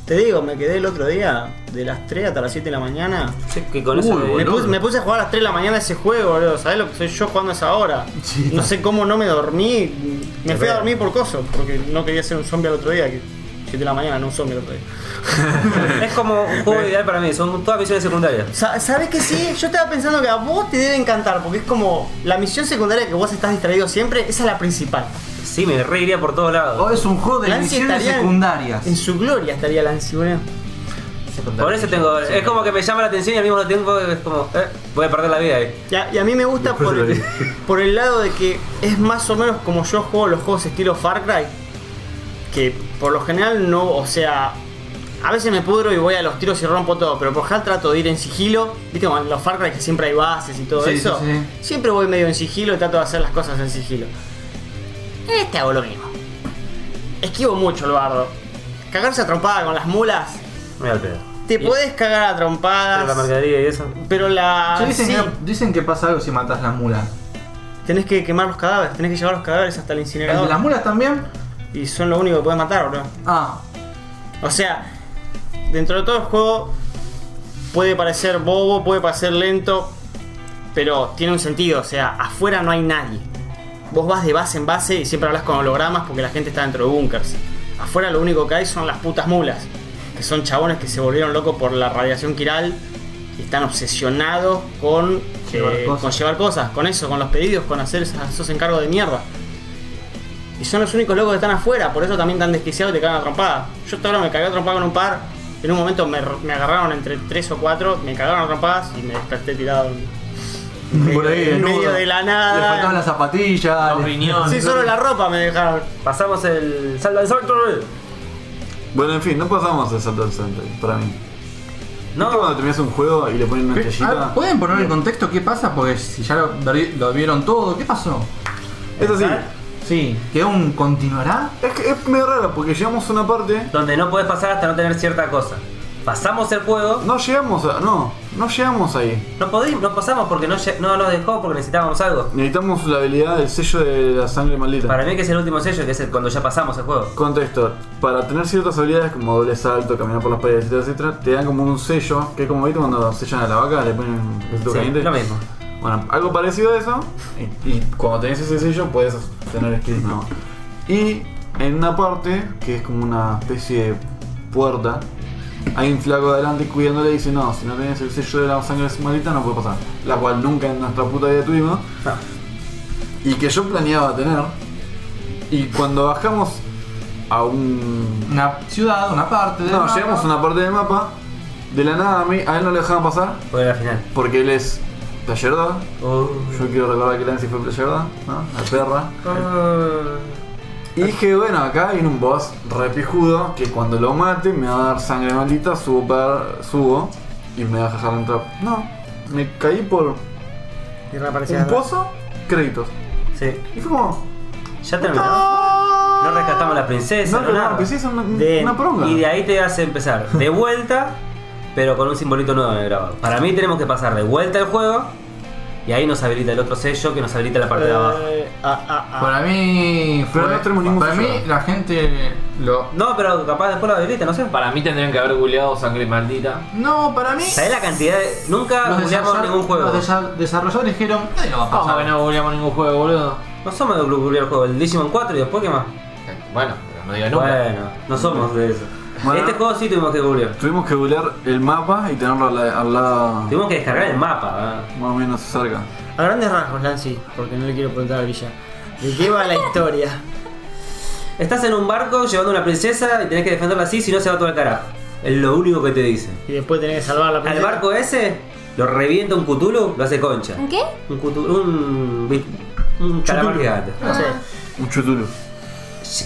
Speaker 4: Te digo, me quedé el otro día de las 3 hasta las 7 de la mañana.
Speaker 3: Sé que con eso
Speaker 2: Uy,
Speaker 3: me-
Speaker 4: Me
Speaker 2: boludo.
Speaker 4: puse, me puse a jugar a las 3 de la mañana ese juego, boludo. ¿Sabés lo que soy yo jugando a esa hora?
Speaker 2: Sí.
Speaker 4: No sé cómo no me dormí. Me fui a dormir por coso, porque no quería ser un zombie al otro día. Que 7 de la mañana, no un zombie al otro día.
Speaker 3: Es como un juego ideal para mí, son todas misiones secundarias.
Speaker 4: Sa- ¿Sabes que sí? Yo estaba pensando que a vos te debe encantar, porque es como la misión secundaria que vos estás distraído siempre, esa es la principal.
Speaker 3: Sí, me reiría por todos
Speaker 2: O
Speaker 3: lados.
Speaker 2: es un juego de
Speaker 4: Lancy
Speaker 2: misiones
Speaker 4: estaría en-
Speaker 2: secundarias.
Speaker 4: En su gloria estaría Lancy, boludo.
Speaker 3: Por eso tengo. Es como que me llama la atención y al mismo tiempo es como. eh, voy a perder la vida ahí.
Speaker 4: Y a, y a mí me gusta por el, por el lado de que es más o menos como yo juego los juegos estilo Far Cry, que por lo general no, o sea, a veces me pudro y voy a los tiros y rompo todo, pero por general trato de ir en sigilo, viste como en los Far Cry que siempre hay bases y todo
Speaker 2: Sí,
Speaker 4: eso,
Speaker 2: sí, sí.
Speaker 4: siempre voy medio en sigilo y trato de hacer las cosas en sigilo. Este hago lo mismo. Esquivo mucho el bardo. Cagarse a trompada con las mulas.
Speaker 3: Mira el pedo.
Speaker 4: Te puedes cagar a trompadas.
Speaker 3: Pero la mercadería y eso.
Speaker 4: Pero la.
Speaker 2: Che, dicen,
Speaker 4: sí,
Speaker 2: que, dicen que pasa algo si matas las mulas.
Speaker 4: tenés que quemar los cadáveres, tenés que llevar los cadáveres hasta el
Speaker 2: ¿El de
Speaker 4: incinerador.
Speaker 2: las mulas también?
Speaker 4: Y son lo único que puedes matar, bro.
Speaker 2: Ah,
Speaker 4: O sea, dentro de todo el juego puede parecer bobo, puede parecer lento, pero tiene un sentido. O sea, afuera no hay nadie. Vos vas de base en base y siempre hablas con hologramas porque la gente está dentro de bunkers. Afuera lo único que hay son las putas mulas, que son chabones que se volvieron locos por la radiación quiral y están obsesionados con
Speaker 2: Llevar
Speaker 4: eh,
Speaker 2: cosas.
Speaker 4: con llevar cosas, con eso, con los pedidos, con hacer esas- esos encargos de mierda. Y son los únicos locos que están afuera, por eso también tan desquiciados y te cagan a trompada. Yo hasta ahora me cagué a trompada con un par, en un momento me, me agarraron entre tres o cuatro, me cagaron a trompadas y me desperté tirado en,
Speaker 2: Mm, Por ahí,
Speaker 4: en
Speaker 2: desnudo.
Speaker 4: medio de la nada.
Speaker 2: le faltaban las zapatillas.
Speaker 5: Los
Speaker 2: le-
Speaker 5: riñones.
Speaker 4: Sí, solo la ropa me dejaron.
Speaker 3: Pasamos el. Salva el Salvatore.
Speaker 1: Bueno, en fin, no pasamos el salto al santo, para mí. No,
Speaker 3: No.
Speaker 1: cuando terminas un juego y le ponen una
Speaker 2: ¿Qué-
Speaker 1: estrellita.
Speaker 2: ah, ¿Pueden poner en contexto qué pasa? Porque si ya lo, verdi- lo vieron todo, ¿qué pasó?
Speaker 1: Eso sí,
Speaker 2: Sí. ¿Que aún continuará?
Speaker 1: es, que es medio raro porque llegamos a una parte
Speaker 3: Donde no puedes pasar hasta no tener cierta cosa. Pasamos el juego.
Speaker 1: No llegamos a. No, no llegamos ahí.
Speaker 3: No podíamos, no pasamos porque no, lle- no nos dejó porque necesitábamos algo.
Speaker 1: Necesitamos la habilidad del sello de la sangre maldita.
Speaker 3: Para mí que es el último sello, que es el cuando ya pasamos el juego.
Speaker 1: Contexto, para tener ciertas habilidades como doble salto, caminar por las paredes, etcétera, etcétera, te dan como un sello, que como viste cuando sellan a la vaca, le ponen el
Speaker 3: Sí,
Speaker 1: caliente.
Speaker 3: lo mismo.
Speaker 1: Bueno, algo parecido a eso. Y, y cuando tenés ese sello puedes tener skins nada más. Y en una parte, que es como una especie de puerta, hay un flaco de adelante cuidándole y dice, no, si no tenés el sello de la sangre maldita no puede pasar. La cual nunca en nuestra puta vida tuvimos. Y que yo planeaba tener. Y cuando bajamos a un
Speaker 2: Una ciudad, una parte de.
Speaker 1: no, llegamos a una parte del mapa, de la nada a mí, a él no le dejaban pasar,
Speaker 3: Voy a la final.
Speaker 1: porque él es Player 2.
Speaker 3: Uh,
Speaker 1: Yo quiero recordar que Nancy fue Player 2, ¿no? La perra. Y dije, bueno, acá viene un boss repijudo que cuando lo mate me va a dar sangre maldita, subo, para- subo y me va a dejar entrar. No, me caí por
Speaker 4: Y reaparecía
Speaker 1: un
Speaker 4: atrás.
Speaker 1: pozo, créditos.
Speaker 3: sí.
Speaker 1: Y fue como... ¡Ah!
Speaker 3: Ya terminó. No rescatamos a la princesa,
Speaker 1: No,
Speaker 3: no,
Speaker 1: pero
Speaker 3: nada.
Speaker 1: no, pues sí, es una,
Speaker 4: De-
Speaker 1: una poronga.
Speaker 3: Y de ahí te hace empezar de vuelta, pero con un simbolito nuevo en el grabado. Para mí tenemos que pasar de vuelta al juego y ahí nos habilita el otro sello que nos habilita la parte de abajo.
Speaker 4: Eh, ah, ah, ah.
Speaker 2: Para mí.
Speaker 1: Pero
Speaker 2: fue-
Speaker 1: no tenemos ningún
Speaker 2: Para mí,
Speaker 1: sello.
Speaker 2: la gente lo.
Speaker 3: No, pero capaz después lo habilita, no sé.
Speaker 5: Para mí tendrían que haber googleado sangre maldita.
Speaker 2: No, para mí.
Speaker 3: ¿Sabés la cantidad de.? Nunca googleamos
Speaker 2: desarrolladores-
Speaker 3: ningún juego.
Speaker 2: los desa- desarrolladores dijeron. "Nadie lo va a
Speaker 5: ¿Cómo que
Speaker 2: pasar".
Speaker 5: no googleamos ningún juego, boludo?
Speaker 3: No somos de googlear el juego, el Digimon 4 y después qué más.
Speaker 5: Eh, Bueno, pero no digas nunca.
Speaker 3: Bueno, no somos de eso.
Speaker 1: Bueno.
Speaker 3: Este juego sí tuvimos que googlear.
Speaker 1: Tuvimos que googlear el mapa y tenerlo al la- al lado
Speaker 3: Tuvimos que descargar el mapa. ¿eh?
Speaker 1: más o menos cerca.
Speaker 4: A grandes rasgos, Nancy, porque no le quiero preguntar a Villa. ¿De qué va la historia?
Speaker 3: Estás en un barco llevando una princesa y tenés que defenderla así, si no se va todo al carajo. Es lo único que te dicen.
Speaker 4: Y después tenés que salvar a la
Speaker 3: Al
Speaker 4: princesa.
Speaker 3: barco ese lo revienta un Cthulhu, lo hace concha.
Speaker 6: ¿Un qué?
Speaker 3: Un Cthulhu, un, vi- un calamar gigante.
Speaker 4: No sé.
Speaker 6: Ah,
Speaker 1: Un chutulo.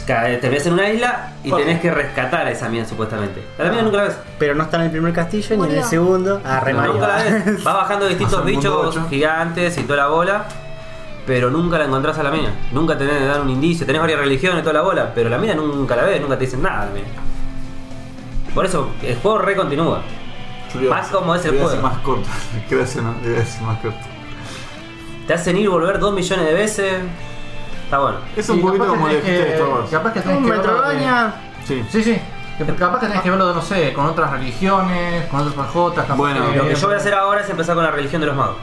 Speaker 3: Ca- Terminás en una isla y tenés que rescatar a esa mina supuestamente. A la mina nunca la ves.
Speaker 4: Pero no está en el primer castillo ni en el
Speaker 6: Murió.
Speaker 4: segundo. Ah, re Mario.
Speaker 3: Nunca la ves. Va bajando distintos
Speaker 1: Pasa el mundo
Speaker 3: bichos
Speaker 1: ocho.
Speaker 3: gigantes y toda la bola. Pero nunca la encontrás a la mina. Nunca te dan un indicio. Tenés varias religiones, toda la bola. Pero la mina nunca la ves, nunca te dicen nada de la mina. Por eso, el juego recontinúa. Más como es el
Speaker 1: Le voy a decir
Speaker 3: juego.
Speaker 1: más corto. Gracias, no. Le voy a decir más corto.
Speaker 3: Te hacen ir y volver dos millones de veces. Está bueno.
Speaker 1: Es un
Speaker 2: Y
Speaker 1: poquito
Speaker 2: capaz que
Speaker 1: como el
Speaker 2: tenés
Speaker 1: de Star
Speaker 2: que-
Speaker 1: Wars.
Speaker 2: Capaz que tenés
Speaker 4: Un
Speaker 2: que. verlo de-
Speaker 4: Metroidvania.
Speaker 1: Sí.
Speaker 2: Sí, sí. Capaz que tenés que verlo, no sé, con otras religiones, con otros pajotas. capaz
Speaker 1: Bueno,
Speaker 2: que-
Speaker 3: Lo que yo voy a hacer ahora es empezar con la religión de los magos.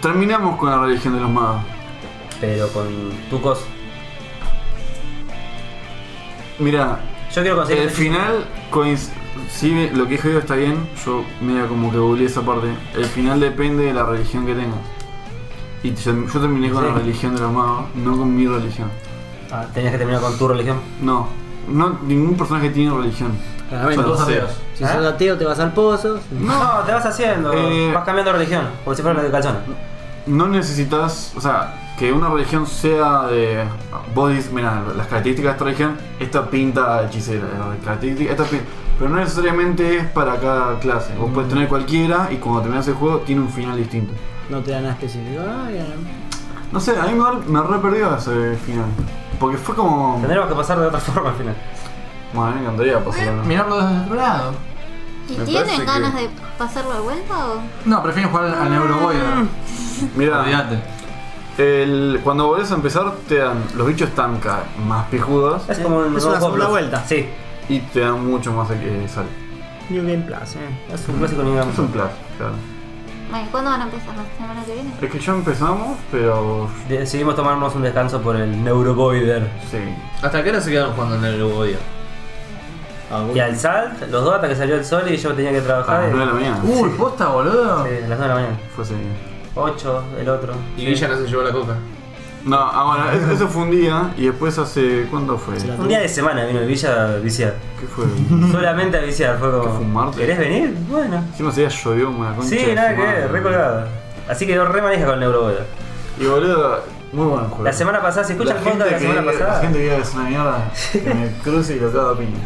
Speaker 1: Terminamos con la religión de los magos.
Speaker 3: Pero con tu cosa.
Speaker 1: Mira,
Speaker 3: Yo quiero conseguir.
Speaker 1: el final coinc- Sí, lo que he jodido está bien. Yo, mira, como que googleé esa parte. El final depende de la religión que tengas. Y yo yo terminé con
Speaker 3: Sí.
Speaker 1: la religión de los magos, no con mi religión.
Speaker 3: Ah, tenías que terminar con tu religión.
Speaker 1: No, no ningún personaje tiene religión.
Speaker 4: Claramente.
Speaker 1: Solo
Speaker 2: Dos
Speaker 1: sea.
Speaker 2: ateos.
Speaker 4: Si sos ateo, te vas al pozo.
Speaker 3: No, te vas haciendo.
Speaker 1: Eh,
Speaker 3: Vas cambiando de religión. Como si fuera la de calzón.
Speaker 1: no necesitas, o sea, que una religión sea de. Vos dices, mira, las características de esta religión, esta pinta a hechicera, las características- esta pinta. Pero no necesariamente es para cada clase. Vos puedes tener cualquiera y cuando terminas el juego tiene un final distinto.
Speaker 4: No te da nada específico. Ah, ya.
Speaker 1: No sé, a mí me, me re perdió ese final. Porque fue como.
Speaker 3: Tendremos que pasar de otra forma al final.
Speaker 1: Bueno, me encantaría pasarlo. ¿no?
Speaker 2: Mirarlo desde otro lado.
Speaker 6: ¿Y
Speaker 1: Me parece
Speaker 6: tienen ganas
Speaker 1: que-
Speaker 6: de pasarlo de vuelta o...?
Speaker 2: No, prefiero jugar al
Speaker 1: Mm.
Speaker 2: Neuroboider.
Speaker 1: Mira,
Speaker 2: Olvídate.
Speaker 1: el- cuando volvés a empezar, te dan. Los bichos están cada vez más pijudos
Speaker 3: Es como un
Speaker 4: Es una
Speaker 3: Robocop
Speaker 4: segunda
Speaker 3: Plus.
Speaker 4: vuelta.
Speaker 3: Sí.
Speaker 1: y te dan mucho más eh, sal.
Speaker 4: New Game Plus, eh.
Speaker 3: Es un clásico nivel.
Speaker 1: Es un plan, claro.
Speaker 6: Bueno, ¿cuándo van a empezar? ¿La semana que viene?
Speaker 1: Es que ya empezamos, pero
Speaker 3: Decidimos tomarnos un descanso por el Neuroboider.
Speaker 1: sí.
Speaker 5: ¿Hasta qué hora se quedaron jugando en el Ubodia?
Speaker 1: Ah,
Speaker 3: Y al Salt, los dos hasta que salió el sol y yo tenía que
Speaker 1: A
Speaker 3: trabajar.
Speaker 1: las
Speaker 3: y-
Speaker 1: 9 de Ah, la mañana.
Speaker 3: Uh.
Speaker 2: Uy, posta, boludo.
Speaker 3: Sí, a las 9 de la mañana.
Speaker 1: Fue ese día.
Speaker 3: 8, el otro.
Speaker 5: Y Villa no se llevó la coca.
Speaker 1: No, ah, bueno, es- eso fue un día y después hace. ¿Cuándo fue?
Speaker 4: la-
Speaker 3: Un día de semana vino el Villa a viciar.
Speaker 1: ¿Qué fue?
Speaker 3: Solamente a viciar, fue
Speaker 1: ¿Qué
Speaker 3: como.
Speaker 1: fue, un martes?
Speaker 3: ¿Querés venir? Bueno.
Speaker 1: Encima se había llovido como una concha.
Speaker 3: Sí,
Speaker 1: de
Speaker 3: nada
Speaker 1: su
Speaker 3: que
Speaker 1: madre.
Speaker 3: ver, re colgado. Así quedó re manija con el Neuroboider.
Speaker 1: Y boludo, muy buen juego.
Speaker 3: La semana pasada, si escuchan el
Speaker 1: gente
Speaker 3: podcast de la
Speaker 1: que-
Speaker 3: semana pasada.
Speaker 1: La gente que es una mierda, que me cruce y lo cago a piña.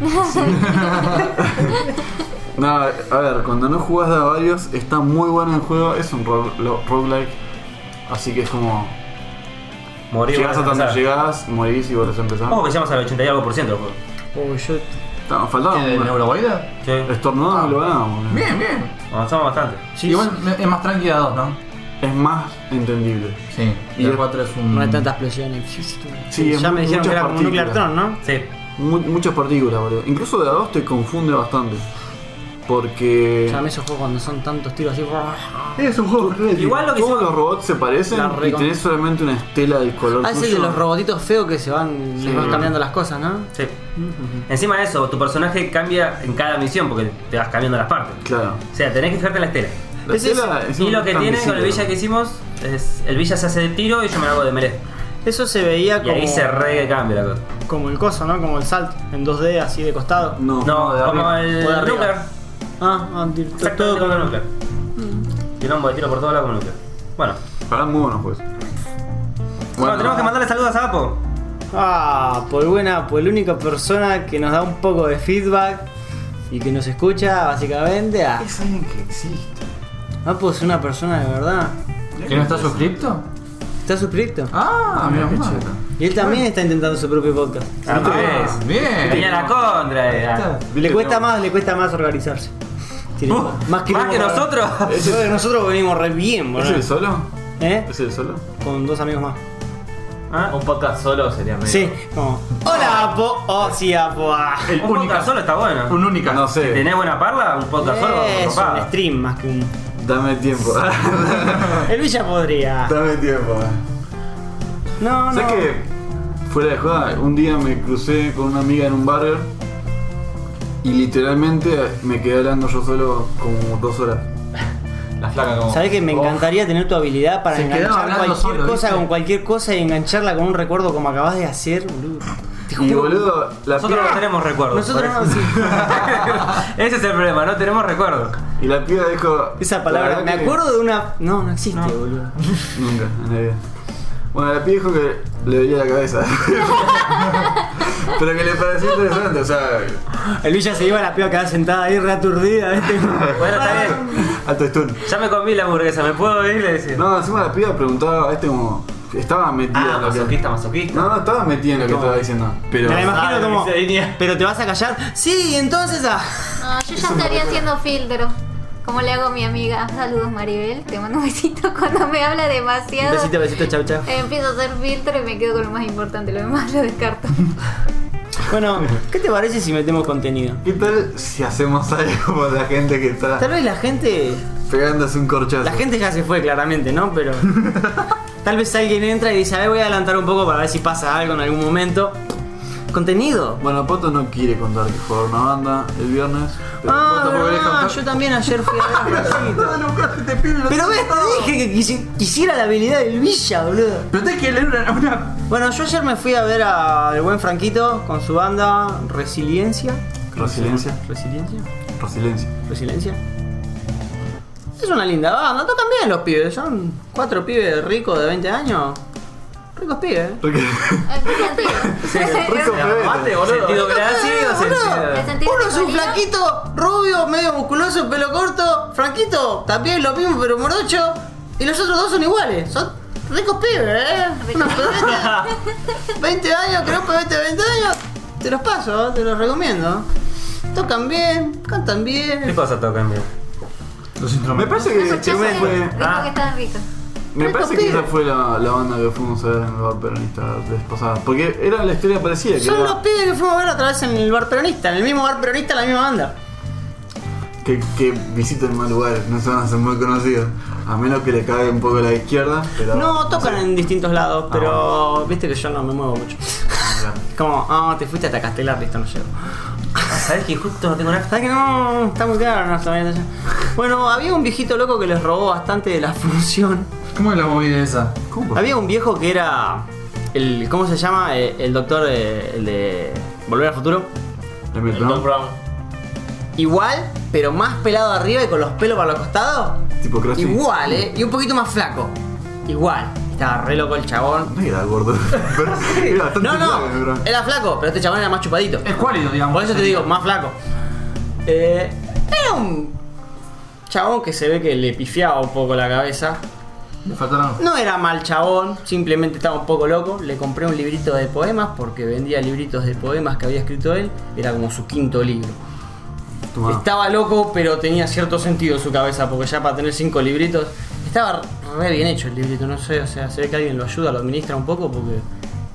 Speaker 1: no, a ver, cuando no jugás de a varios, está muy bueno el juego, es un ro- lo- roguelike. Así que es como.
Speaker 3: Morir.
Speaker 1: llegás a
Speaker 3: volvés
Speaker 1: donde
Speaker 3: empezar.
Speaker 1: llegás, morís y volvés a empezar.
Speaker 3: Ojo que llegamos al 80 y algo por ciento del juego.
Speaker 4: Oh, yo.
Speaker 1: Está- Faltaba
Speaker 2: ¿El del
Speaker 1: un-
Speaker 2: Neuroboider?
Speaker 3: Sí.
Speaker 1: Estornudado lo ganamos. boludo.
Speaker 2: Bien, bien.
Speaker 3: Avanzamos bastante.
Speaker 2: Igual me- es más tranquila dos, ¿no?
Speaker 1: Es más entendible.
Speaker 2: Sí.
Speaker 1: Y
Speaker 2: Y el
Speaker 1: el-
Speaker 2: 4 es un.
Speaker 4: No hay tantas explosiones.
Speaker 1: Sí,
Speaker 4: ya
Speaker 1: es
Speaker 4: me dijeron
Speaker 1: muchas
Speaker 4: que era como un
Speaker 1: partículas.
Speaker 4: Nuclear Tron, ¿no?
Speaker 3: Sí.
Speaker 1: Mu- muchas partículas, boludo. Incluso de a dos te confunde bastante. Porque.
Speaker 4: Ya me esos juegos cuando son tantos tiros así.
Speaker 1: Es un juego frenético.
Speaker 3: Igual lo que
Speaker 1: Todos
Speaker 3: sea-
Speaker 1: los robots se parecen
Speaker 4: La
Speaker 1: y
Speaker 4: recon-
Speaker 1: tenés solamente una estela del color.
Speaker 4: Ah, es el de
Speaker 1: tuyo.
Speaker 4: los robotitos feos que se van,
Speaker 1: Sí.
Speaker 4: les van cambiando las cosas, ¿no?
Speaker 3: Sí. Encima de eso, tu personaje cambia en cada misión porque te vas cambiando las partes.
Speaker 1: Claro.
Speaker 3: O sea, tenés que fijarte en la estela.
Speaker 1: La
Speaker 4: Ese es-
Speaker 1: estela es
Speaker 3: Y
Speaker 1: un
Speaker 3: lo que tiene con el
Speaker 1: cambicito.
Speaker 3: Villa que hicimos es el Villa se hace de tiro y yo me hago de melee.
Speaker 4: Eso se veía
Speaker 3: Y
Speaker 4: como,
Speaker 3: ahí se re cambia la cosa.
Speaker 4: como el coso, ¿no? Como el salto en 2D así de costado.
Speaker 1: No,
Speaker 3: No,
Speaker 1: de
Speaker 3: como
Speaker 1: arriba.
Speaker 3: el
Speaker 4: O de arriba.
Speaker 3: Nuclear.
Speaker 4: Ah, ah, di- todo como-
Speaker 3: Exactamente como el Nuclear. Quilombo de tiro por todos lados como el Nuclear. Bueno.
Speaker 1: Para muy buenos pues.
Speaker 3: Bueno, tenemos que mandarle saludos a Apo.
Speaker 4: Ah, por buena, por la única persona que nos da un poco de feedback y que nos escucha, básicamente. Ah,
Speaker 1: Es alguien que existe.
Speaker 4: ah, pues es una persona de verdad.
Speaker 2: ¿Que no está suscripto?
Speaker 4: Está suscripto.
Speaker 2: Ah, mira,
Speaker 1: qué
Speaker 2: mal.
Speaker 1: cheto.
Speaker 4: Y él también está intentando su propio podcast.
Speaker 3: Ah,
Speaker 2: Ah,
Speaker 3: ves. Tenía
Speaker 2: bien.
Speaker 3: la contra, era.
Speaker 4: Le
Speaker 1: Viste,
Speaker 4: cuesta
Speaker 1: no. Oh,
Speaker 4: más, le cuesta más organizarse. Tiene- más
Speaker 3: Más que nosotros.
Speaker 4: Nosotros- nosotros venimos re bien,
Speaker 1: ¿Es
Speaker 4: boludo.
Speaker 1: el solo?
Speaker 4: ¿Eh?
Speaker 1: ¿Es el solo?
Speaker 4: Con dos amigos más.
Speaker 3: Ah,
Speaker 5: Un podcast solo sería medio.
Speaker 4: Sí, como. ¡Hola, Apo! ¡Oh, sí, Apo! ah".
Speaker 2: El
Speaker 3: Un podcast
Speaker 2: única.
Speaker 3: solo está bueno.
Speaker 2: Un única.
Speaker 1: No sé.
Speaker 3: ¿Tenés buena parla? Un podcast solo.
Speaker 4: Es
Speaker 3: copado.
Speaker 4: un stream más que un.
Speaker 1: Dame tiempo.
Speaker 4: El Villa podría.
Speaker 1: Dame tiempo.
Speaker 4: No, no.
Speaker 1: ¿Sabes que fuera de joda, un día me crucé con una amiga en un barrio y literalmente me quedé hablando yo solo como dos horas.
Speaker 5: La flaca como.
Speaker 4: ¿Sabés que me encantaría tener tu habilidad para
Speaker 2: Se quedaba
Speaker 4: enganchar
Speaker 2: hablando
Speaker 4: cualquier
Speaker 2: solo,
Speaker 4: cosa
Speaker 2: ¿viste?
Speaker 4: con cualquier cosa y engancharla con un recuerdo como acabas de hacer, boludo? Te
Speaker 1: Y
Speaker 4: juro.
Speaker 1: boludo, la
Speaker 3: Nosotros no
Speaker 1: piba,
Speaker 3: tenemos recuerdos.
Speaker 4: Nosotros no, sí.
Speaker 3: Ese es el problema, no tenemos recuerdos.
Speaker 1: y la piba dijo.
Speaker 4: Esa
Speaker 1: "La
Speaker 4: palabra.
Speaker 1: verdad
Speaker 4: Me
Speaker 1: que
Speaker 4: acuerdo de una. No, no existe, boludo.
Speaker 1: Nunca, en la vida. Bueno, la piba dijo que le veía la cabeza. Pero que le pareció interesante, o sea.
Speaker 4: El Villa se iba a la piba quedaba sentada ahí reaturdida, ¿viste?
Speaker 3: Bueno, está bien.
Speaker 1: Alto stun.
Speaker 3: Ya me comí la hamburguesa, ¿me puedo ir? Le decía.
Speaker 1: No, encima la piba preguntaba, este como. Estaba metida
Speaker 3: Ah,
Speaker 1: en lo que.
Speaker 3: masoquista, masoquista.
Speaker 1: No, no, estaba metida en lo que estaba diciendo. Pero.
Speaker 4: Me la imagino
Speaker 5: Ah,
Speaker 4: como.
Speaker 5: esa línea.
Speaker 4: Pero te vas a callar. Sí, entonces. Ah.
Speaker 6: No, yo ya estaría haciendo filtro. Como le hago a mi amiga. Saludos, Maribel. Te mando un besito cuando me habla demasiado.
Speaker 4: Besito, besito, chau, chau.
Speaker 6: Eh, empiezo a hacer filtro y me quedo con lo más importante. Lo demás lo descarto.
Speaker 4: Bueno, ¿qué te parece si metemos contenido?
Speaker 1: ¿Qué tal si hacemos algo con la gente que está
Speaker 4: Tal vez la gente.
Speaker 1: pegándose un corchazo?
Speaker 4: La gente ya se fue, claramente, ¿no? Pero. Tal vez alguien entra y dice, a ver, voy a adelantar un poco para ver si pasa algo en algún momento. Contenido.
Speaker 1: Bueno, Pato no quiere contar que fue a una banda el viernes. pero
Speaker 4: Ah,
Speaker 1: Pato, ¿por qué querés
Speaker 4: verdad,
Speaker 1: contar?
Speaker 4: yo también ayer fui a ver un Pero ves, te dije que quisi- quisiera la habilidad del Villa, boludo.
Speaker 2: Pero tenés que leer una. una-
Speaker 4: Bueno, yo ayer me fui a ver al buen Franquito con su banda Resiliencia.
Speaker 1: Resiliencia.
Speaker 4: Resiliencia.
Speaker 1: Resiliencia.
Speaker 4: Resiliencia. Es una linda banda, tocan bien los pibes, son cuatro pibes ricos de 20 años. Ricos pibes. ¿eh?
Speaker 1: Porque-
Speaker 6: ¿En qué sentido?
Speaker 1: rico
Speaker 6: ¿En
Speaker 1: pebete.
Speaker 5: Mate, boludo.
Speaker 3: ¿Sentido gracia o sentido.?
Speaker 6: sentido
Speaker 4: Uno es un
Speaker 6: femenino?
Speaker 4: flaquito, rubio, medio musculoso, pelo corto. Franquito, también lo mismo, pero morocho. Y los otros dos son iguales, son ricos pibes, ¿eh?
Speaker 6: Ricos
Speaker 4: Unos pebetes, 20 años, creo que 20, 20 años. Te los paso, ¿eh? te los recomiendo. Tocan bien, cantan
Speaker 3: ¿Qué
Speaker 4: bien.
Speaker 3: cosa tocan, amigo?
Speaker 2: Los
Speaker 1: Me
Speaker 2: instrumentos.
Speaker 1: parece que
Speaker 6: Yo sé,
Speaker 1: esa fue, Ah.
Speaker 6: dijo que estaban ricos.
Speaker 1: me
Speaker 4: Rico
Speaker 1: parece que esa
Speaker 4: pibe.
Speaker 1: fue la, la banda que fuimos a ver en el bar peronista la vez pasada. Porque era la historia parecida. Que,
Speaker 4: Son los
Speaker 1: era,
Speaker 4: pibes que fuimos a ver otra vez en el bar peronista, en el mismo bar peronista, la misma banda.
Speaker 1: que, que visitan más lugares, no se van a hacer muy conocidos. A menos que le caiga un poco a la izquierda. Pero,
Speaker 4: No, tocan en distintos lados, pero
Speaker 1: Ah,
Speaker 4: viste que yo no me muevo mucho.
Speaker 1: Mira.
Speaker 4: Como, ah, te fuiste hasta Castelar, listo, no llego.
Speaker 3: Ah, ¿Sabés que justo no tengo nada?
Speaker 4: ¿Sabes que no? Está muy caro, no está bien allá. Bueno, había un viejito loco que les robó bastante de la función.
Speaker 2: ¿Cómo es la movida esa?
Speaker 1: ¿Cómo?
Speaker 4: Había un viejo que era. El, ¿Cómo se llama? Eh, El, doctor eh, el de Volver al Futuro.
Speaker 5: El Doc Brown.
Speaker 4: Igual, pero más pelado arriba y con los pelos para los costados.
Speaker 1: Tipo Krusty.
Speaker 4: Igual, ¿eh? Y un poquito más flaco. Igual. Estaba re loco el chabón.
Speaker 1: No era gordo. pero era bastante
Speaker 4: No,
Speaker 1: grave, bro.
Speaker 4: no, era flaco, pero este chabón era más chupadito.
Speaker 2: Es cuálido, digamos.
Speaker 4: Por eso te digo, más flaco. Eh, era un chabón que se ve que le pifiaba un poco la cabeza.
Speaker 2: Le faltaron.
Speaker 4: No era mal chabón, simplemente estaba un poco loco. Le compré un librito de poemas porque vendía libritos de poemas que había escrito él. Era como su quinto libro.
Speaker 1: Tomá.
Speaker 4: Estaba loco, pero tenía cierto sentido su cabeza porque ya para tener cinco libritos. Estaba re bien hecho el librito, no sé, o sea, se ve que alguien lo ayuda, lo administra un poco porque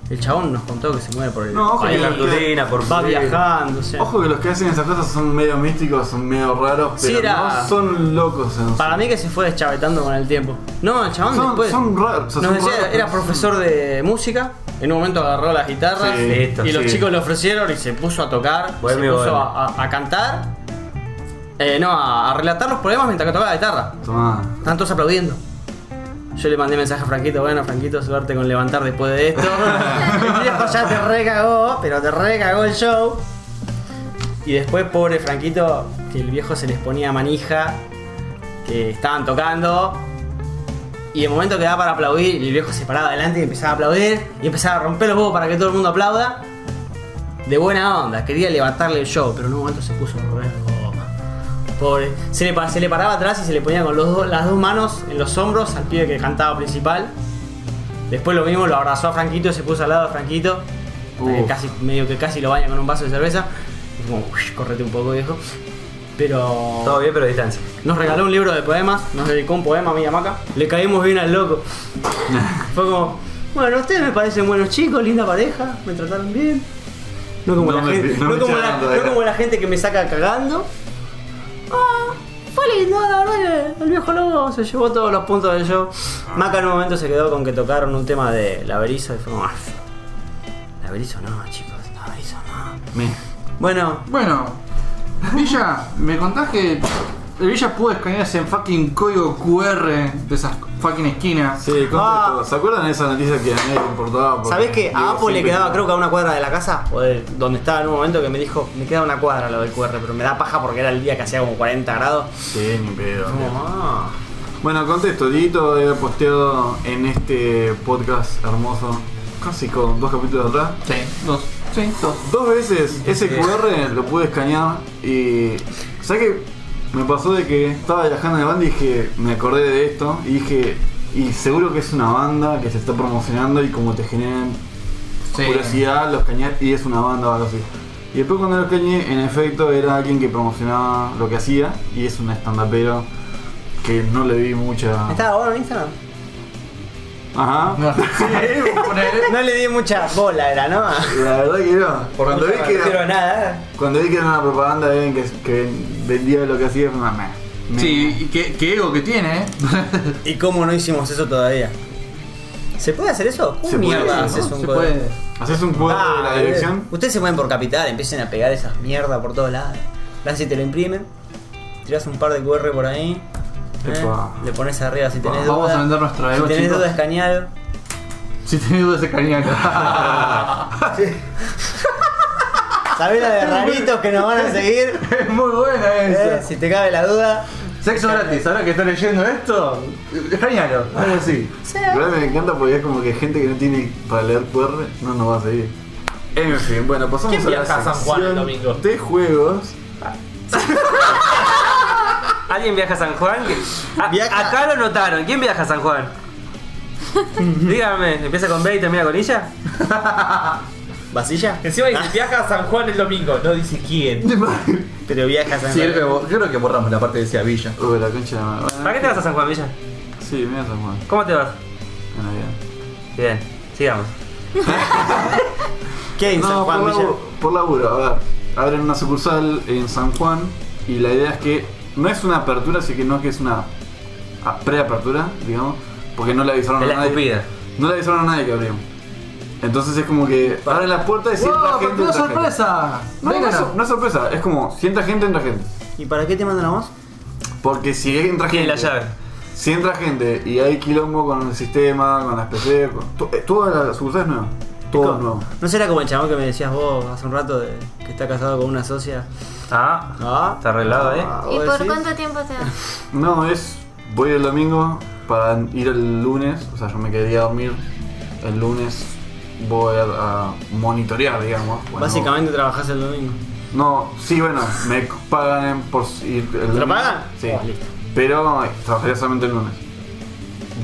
Speaker 4: El chabón nos contó que se mueve por el.
Speaker 1: No, ojo
Speaker 3: Hay
Speaker 1: que,
Speaker 3: cartulina, por
Speaker 4: va
Speaker 3: sí.
Speaker 4: viajando, o sea.
Speaker 1: ojo que los que hacen esas cosas son medio místicos, son medio raros, pero
Speaker 4: Sí, era-
Speaker 1: no son locos. en
Speaker 4: Para
Speaker 1: sí.
Speaker 4: mí que se fue deschavetando con el tiempo. No, el chabón
Speaker 1: Son-
Speaker 4: después.
Speaker 1: son raros, o sea,
Speaker 4: nos
Speaker 1: son
Speaker 4: decía,
Speaker 1: raros,
Speaker 4: era
Speaker 1: pero
Speaker 4: profesor de música. En un momento agarró las guitarras
Speaker 1: Sí,
Speaker 4: y los
Speaker 1: sí.
Speaker 4: chicos le ofrecieron y se puso a tocar,
Speaker 3: Bohemio,
Speaker 4: se puso
Speaker 3: bohemio.
Speaker 4: a, a- a cantar, eh, no, a, a relatar los problemas mientras que tocaba la guitarra.
Speaker 1: Tomá.
Speaker 4: Estaban todos aplaudiendo. Yo le mandé mensaje a Franquito, bueno Franquito, suerte con levantar después de esto. el viejo ya te recagó, pero te recagó el show. Y después, pobre Franquito, que el viejo se les ponía manija, que estaban tocando. Y de momento quedaba para aplaudir, y el viejo se paraba adelante y empezaba a aplaudir, y empezaba a romper los huevos para que todo el mundo aplauda. De buena onda, quería levantarle el show, pero en un momento se puso re goma. Pobre. Se le, pa- se le paraba atrás y se le ponía con los dos- las dos manos en los hombros al pibe que cantaba principal. Después lo mismo, lo abrazó a Franquito, se puso al lado de Franquito. Eh,
Speaker 1: Uf.
Speaker 4: casi, medio que casi lo baña con un vaso de cerveza. Y como, "Uy, correte un poco, viejo. Pero.
Speaker 3: Todo bien, pero a distancia.
Speaker 4: Nos regaló un libro de poemas, nos dedicó un poema a mi hamaca. Le caímos bien al loco. Fue como, bueno, ustedes me parecen buenos chicos, linda pareja, me trataron bien. No como,
Speaker 1: No
Speaker 4: la,
Speaker 1: me-
Speaker 4: gente,
Speaker 1: no
Speaker 4: no
Speaker 1: me
Speaker 4: como la-
Speaker 1: echaron,
Speaker 4: no como la gente que me saca cagando. Ah, fue lindo, la verdad que el viejo lobo se llevó todos los puntos del show. Maca en un momento se quedó con que tocaron un tema de la Berizo y fue como, ah, la Berizo no, chicos, la Berizo no.
Speaker 1: Me-
Speaker 4: Bueno,
Speaker 2: Bueno, Villa, me contás que el Villa pudo escanear ese fucking código QR de esas fucking esquinas.
Speaker 1: Sí, conté
Speaker 4: Ah.
Speaker 1: todo. ¿Se acuerdan de esa noticia que a nadie le importaba?
Speaker 4: ¿Sabés que a Apple le quedaba creo
Speaker 1: creo
Speaker 4: que a una cuadra de la casa? O de donde estaba en un momento que me dijo, me queda una cuadra lo del QR, pero me da paja porque era el día que hacía como 40 grados.
Speaker 1: Sí, ni pedo.
Speaker 4: Ah.
Speaker 1: Bueno, contesto, Dieguito había posteado en este podcast hermoso, casi con dos capítulos atrás.
Speaker 2: Sí, dos. Sí, dos.
Speaker 1: Dos veces ese QR lo pude escanear y. ¿Sabes qué? Me pasó de que estaba viajando en el banda y dije, me acordé de esto y dije, y seguro que es una banda que se está promocionando y como te generan
Speaker 2: Sí.
Speaker 1: curiosidad, lo escaneé y es una banda o algo así. Y después cuando lo escaneé, en efecto era alguien que promocionaba lo que hacía y es un stand-upero que no le vi mucha.
Speaker 4: ¿Estaba bueno en Instagram?
Speaker 1: Ajá.
Speaker 2: No. Sí, ponele.
Speaker 4: No le di mucha bola, era, ¿no?
Speaker 1: La verdad que no. Cuando vi que,
Speaker 4: Pero
Speaker 1: era,
Speaker 4: nada.
Speaker 1: cuando vi que era una propaganda de alguien que, que vendía lo que hacía, fue una meh. Meh.
Speaker 2: Sí, y qué, qué ego que tiene, eh.
Speaker 4: ¿Y cómo no hicimos eso todavía? ¿Se puede hacer eso? ¿Cómo
Speaker 1: Se puede,
Speaker 4: mierda
Speaker 1: ¿no?
Speaker 4: haces un
Speaker 2: Se
Speaker 4: QR?
Speaker 2: puede.
Speaker 1: Haces un cuadro de la
Speaker 4: Dale.
Speaker 1: dirección.
Speaker 4: Ah, Ustedes se mueven por capital, empiecen a pegar esas mierdas por todos lados. Vas y te lo imprimen, tirás un par de QR por ahí, ¿eh?
Speaker 1: Epa.
Speaker 4: le pones arriba si tenés
Speaker 2: Vamos
Speaker 4: duda.
Speaker 2: a vender nuestro ego,
Speaker 4: Si tenés
Speaker 2: chicos.
Speaker 4: duda, escanealo.
Speaker 2: Si tenés dudas de cariño acá.
Speaker 4: Sabés la de raritos que nos van a seguir.
Speaker 2: es muy buena
Speaker 4: ¿eh?
Speaker 2: esa.
Speaker 4: Si te cabe la duda.
Speaker 2: Sexo gratis, ahora que estás leyendo esto, escanealo. Ahora sí.
Speaker 1: Igual me encanta porque es como que gente que no tiene para leer QR no nos va a seguir. En fin, bueno, pasamos
Speaker 5: ¿Quién
Speaker 1: a la
Speaker 5: viaja a San Juan el
Speaker 1: sección
Speaker 5: domingo?
Speaker 1: de juegos.
Speaker 3: ¿Alguien viaja a San Juan? A-
Speaker 4: Viaja-
Speaker 3: Acá lo notaron. ¿Quién viaja a San Juan? Dígame, ¿empieza con B y termina con ella?
Speaker 4: ¿Vasilla?
Speaker 5: Encima dice, viaja a San Juan el domingo. No dice quién.
Speaker 4: Pero viajas a
Speaker 2: Sí, creo que bo- yo creo que borramos la parte que decía Villa.
Speaker 1: Uy, la concha de la madre.
Speaker 3: ¿Para qué te vas a San Juan, Villa?
Speaker 1: Sí, mira San Juan.
Speaker 3: ¿Cómo te vas?
Speaker 1: En Navidad.
Speaker 3: Bien, sigamos.
Speaker 4: ¿Qué hay en San
Speaker 1: No,
Speaker 4: Juan,
Speaker 1: por,
Speaker 4: Villa?
Speaker 1: labu- por laburo, a ver. Abren una sucursal en San Juan y la idea es que no es una apertura, así que no es que es una a- preapertura, digamos, porque no le avisaron
Speaker 3: Es
Speaker 1: a
Speaker 3: la
Speaker 1: nadie.
Speaker 3: escupida.
Speaker 1: No le avisaron a nadie que abrían. Entonces es como que abren las puertas y sienta
Speaker 2: ¡Wow!
Speaker 1: gente.
Speaker 2: ¡Pero
Speaker 1: entra gente.
Speaker 2: sorpresa!
Speaker 1: No, no,
Speaker 2: Vengan.
Speaker 1: es sor- no es sorpresa, es como sienta gente, entra gente.
Speaker 4: ¿Y para qué te mandan a vos?
Speaker 1: Porque si entra
Speaker 3: ¿Quién
Speaker 1: gente.
Speaker 3: la llave?
Speaker 1: Si entra gente y hay quilombo con el sistema, con las PC, con, to- eh, todas las sucursales nuevas. Todo nuevo.
Speaker 4: ¿No será como el chabón que me decías vos hace un rato de que está casado con una socia?
Speaker 3: Ah,
Speaker 4: Ah,
Speaker 3: está arreglado, eh.
Speaker 1: Ah,
Speaker 6: ¿Y
Speaker 4: ¿Vos
Speaker 6: por
Speaker 4: decís?
Speaker 6: cuánto tiempo te da?
Speaker 1: No, es. Voy el domingo para ir el lunes, o sea, yo me quedaría a dormir. El lunes voy a, a monitorear, digamos. Bueno,
Speaker 4: Básicamente trabajás el domingo.
Speaker 1: No, sí, bueno, me pagan por ir el
Speaker 4: ¿Te lo
Speaker 1: lunes.
Speaker 4: pagan?
Speaker 1: Sí.
Speaker 4: Oh, listo.
Speaker 1: Pero eh, trabajaría solamente el lunes.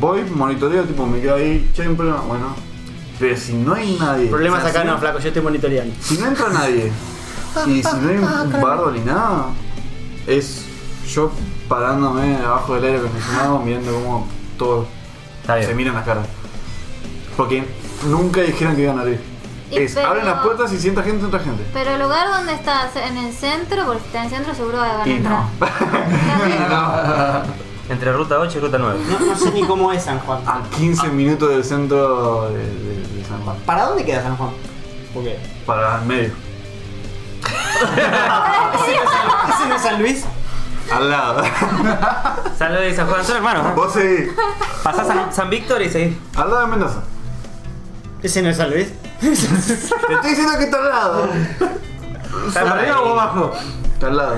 Speaker 1: Voy, monitoreo, tipo, me quedo ahí, siempre, bueno. Pero si no hay nadie.
Speaker 4: Problemas
Speaker 1: o sea,
Speaker 4: acá
Speaker 1: si
Speaker 4: no, flaco, yo estoy monitoreando.
Speaker 1: Si no entra nadie y si no hay
Speaker 6: Ah,
Speaker 1: un bardo ni nada, es yo parándome abajo del aire acondicionado mirando cómo todos
Speaker 3: Está
Speaker 1: se
Speaker 3: bien.
Speaker 1: miran las caras. Porque nunca dijeron que iban a abrir.
Speaker 6: Y
Speaker 1: Es,
Speaker 6: pero-
Speaker 1: abren las puertas y si entra gente, entra gente.
Speaker 6: Pero el lugar donde estás, en el centro, porque si está en el centro seguro van a
Speaker 1: Y
Speaker 6: entrar.
Speaker 1: no.
Speaker 3: Entre ruta 8 y ruta 9.
Speaker 4: No, no sé ni cómo es San Juan.
Speaker 1: A 15 minutos del centro de, de- de San Juan.
Speaker 4: ¿Para dónde queda San Juan? Porque.
Speaker 1: Para el medio.
Speaker 4: ¿Ese no es San- ese no es San Luis?
Speaker 1: Al lado.
Speaker 3: San Luis, San Juan, son hermanos. ¿no?
Speaker 1: Vos seguís.
Speaker 3: Pasás San, San Víctor y seguís.
Speaker 1: Al lado de Mendoza.
Speaker 4: ¿Ese no es San Luis?
Speaker 1: Te estoy diciendo que está al lado.
Speaker 3: Está por
Speaker 2: ¿Arriba
Speaker 3: ahí.
Speaker 2: o abajo?
Speaker 1: Está al lado.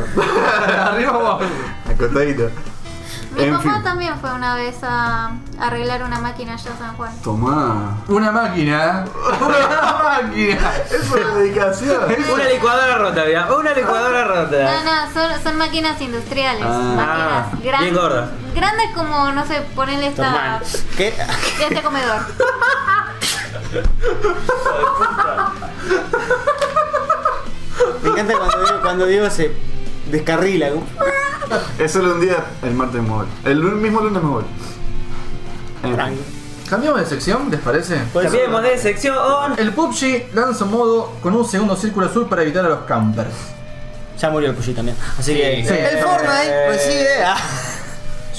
Speaker 2: ¿Arriba o abajo?
Speaker 1: Acostadito.
Speaker 6: Mi
Speaker 1: En
Speaker 6: papá
Speaker 1: fin.
Speaker 6: también fue una vez a a arreglar una máquina allá a San Juan.
Speaker 1: Tomá.
Speaker 2: Una máquina. Una máquina.
Speaker 1: Eso es dedicación.
Speaker 3: Una licuadora rota, había. Una licuadora
Speaker 6: No,
Speaker 3: rota.
Speaker 6: no, son, son máquinas industriales.
Speaker 1: Ah.
Speaker 6: máquinas
Speaker 3: Ah, bien gordas.
Speaker 6: Grandes como, no sé, ponerle esta,
Speaker 4: ¿Qué?
Speaker 6: este comedor.
Speaker 4: Me encanta cuando Diego, cuando Diego se descarrila. como-
Speaker 1: Es solo un día, el martes me voy. El lun- mismo lunes me voy. En fin.
Speaker 4: Tranqui.
Speaker 2: ¿Cambiamos de sección? ¿Les parece?
Speaker 4: Puede ser.
Speaker 3: Cambiemos de sección.
Speaker 2: El PUBG lanza un modo con un segundo círculo azul para evitar a los campers.
Speaker 4: Ya murió el Puyi también. Así que.
Speaker 2: Sí.
Speaker 4: El
Speaker 2: Eh,
Speaker 4: Fortnite, pues sí, eh. ah.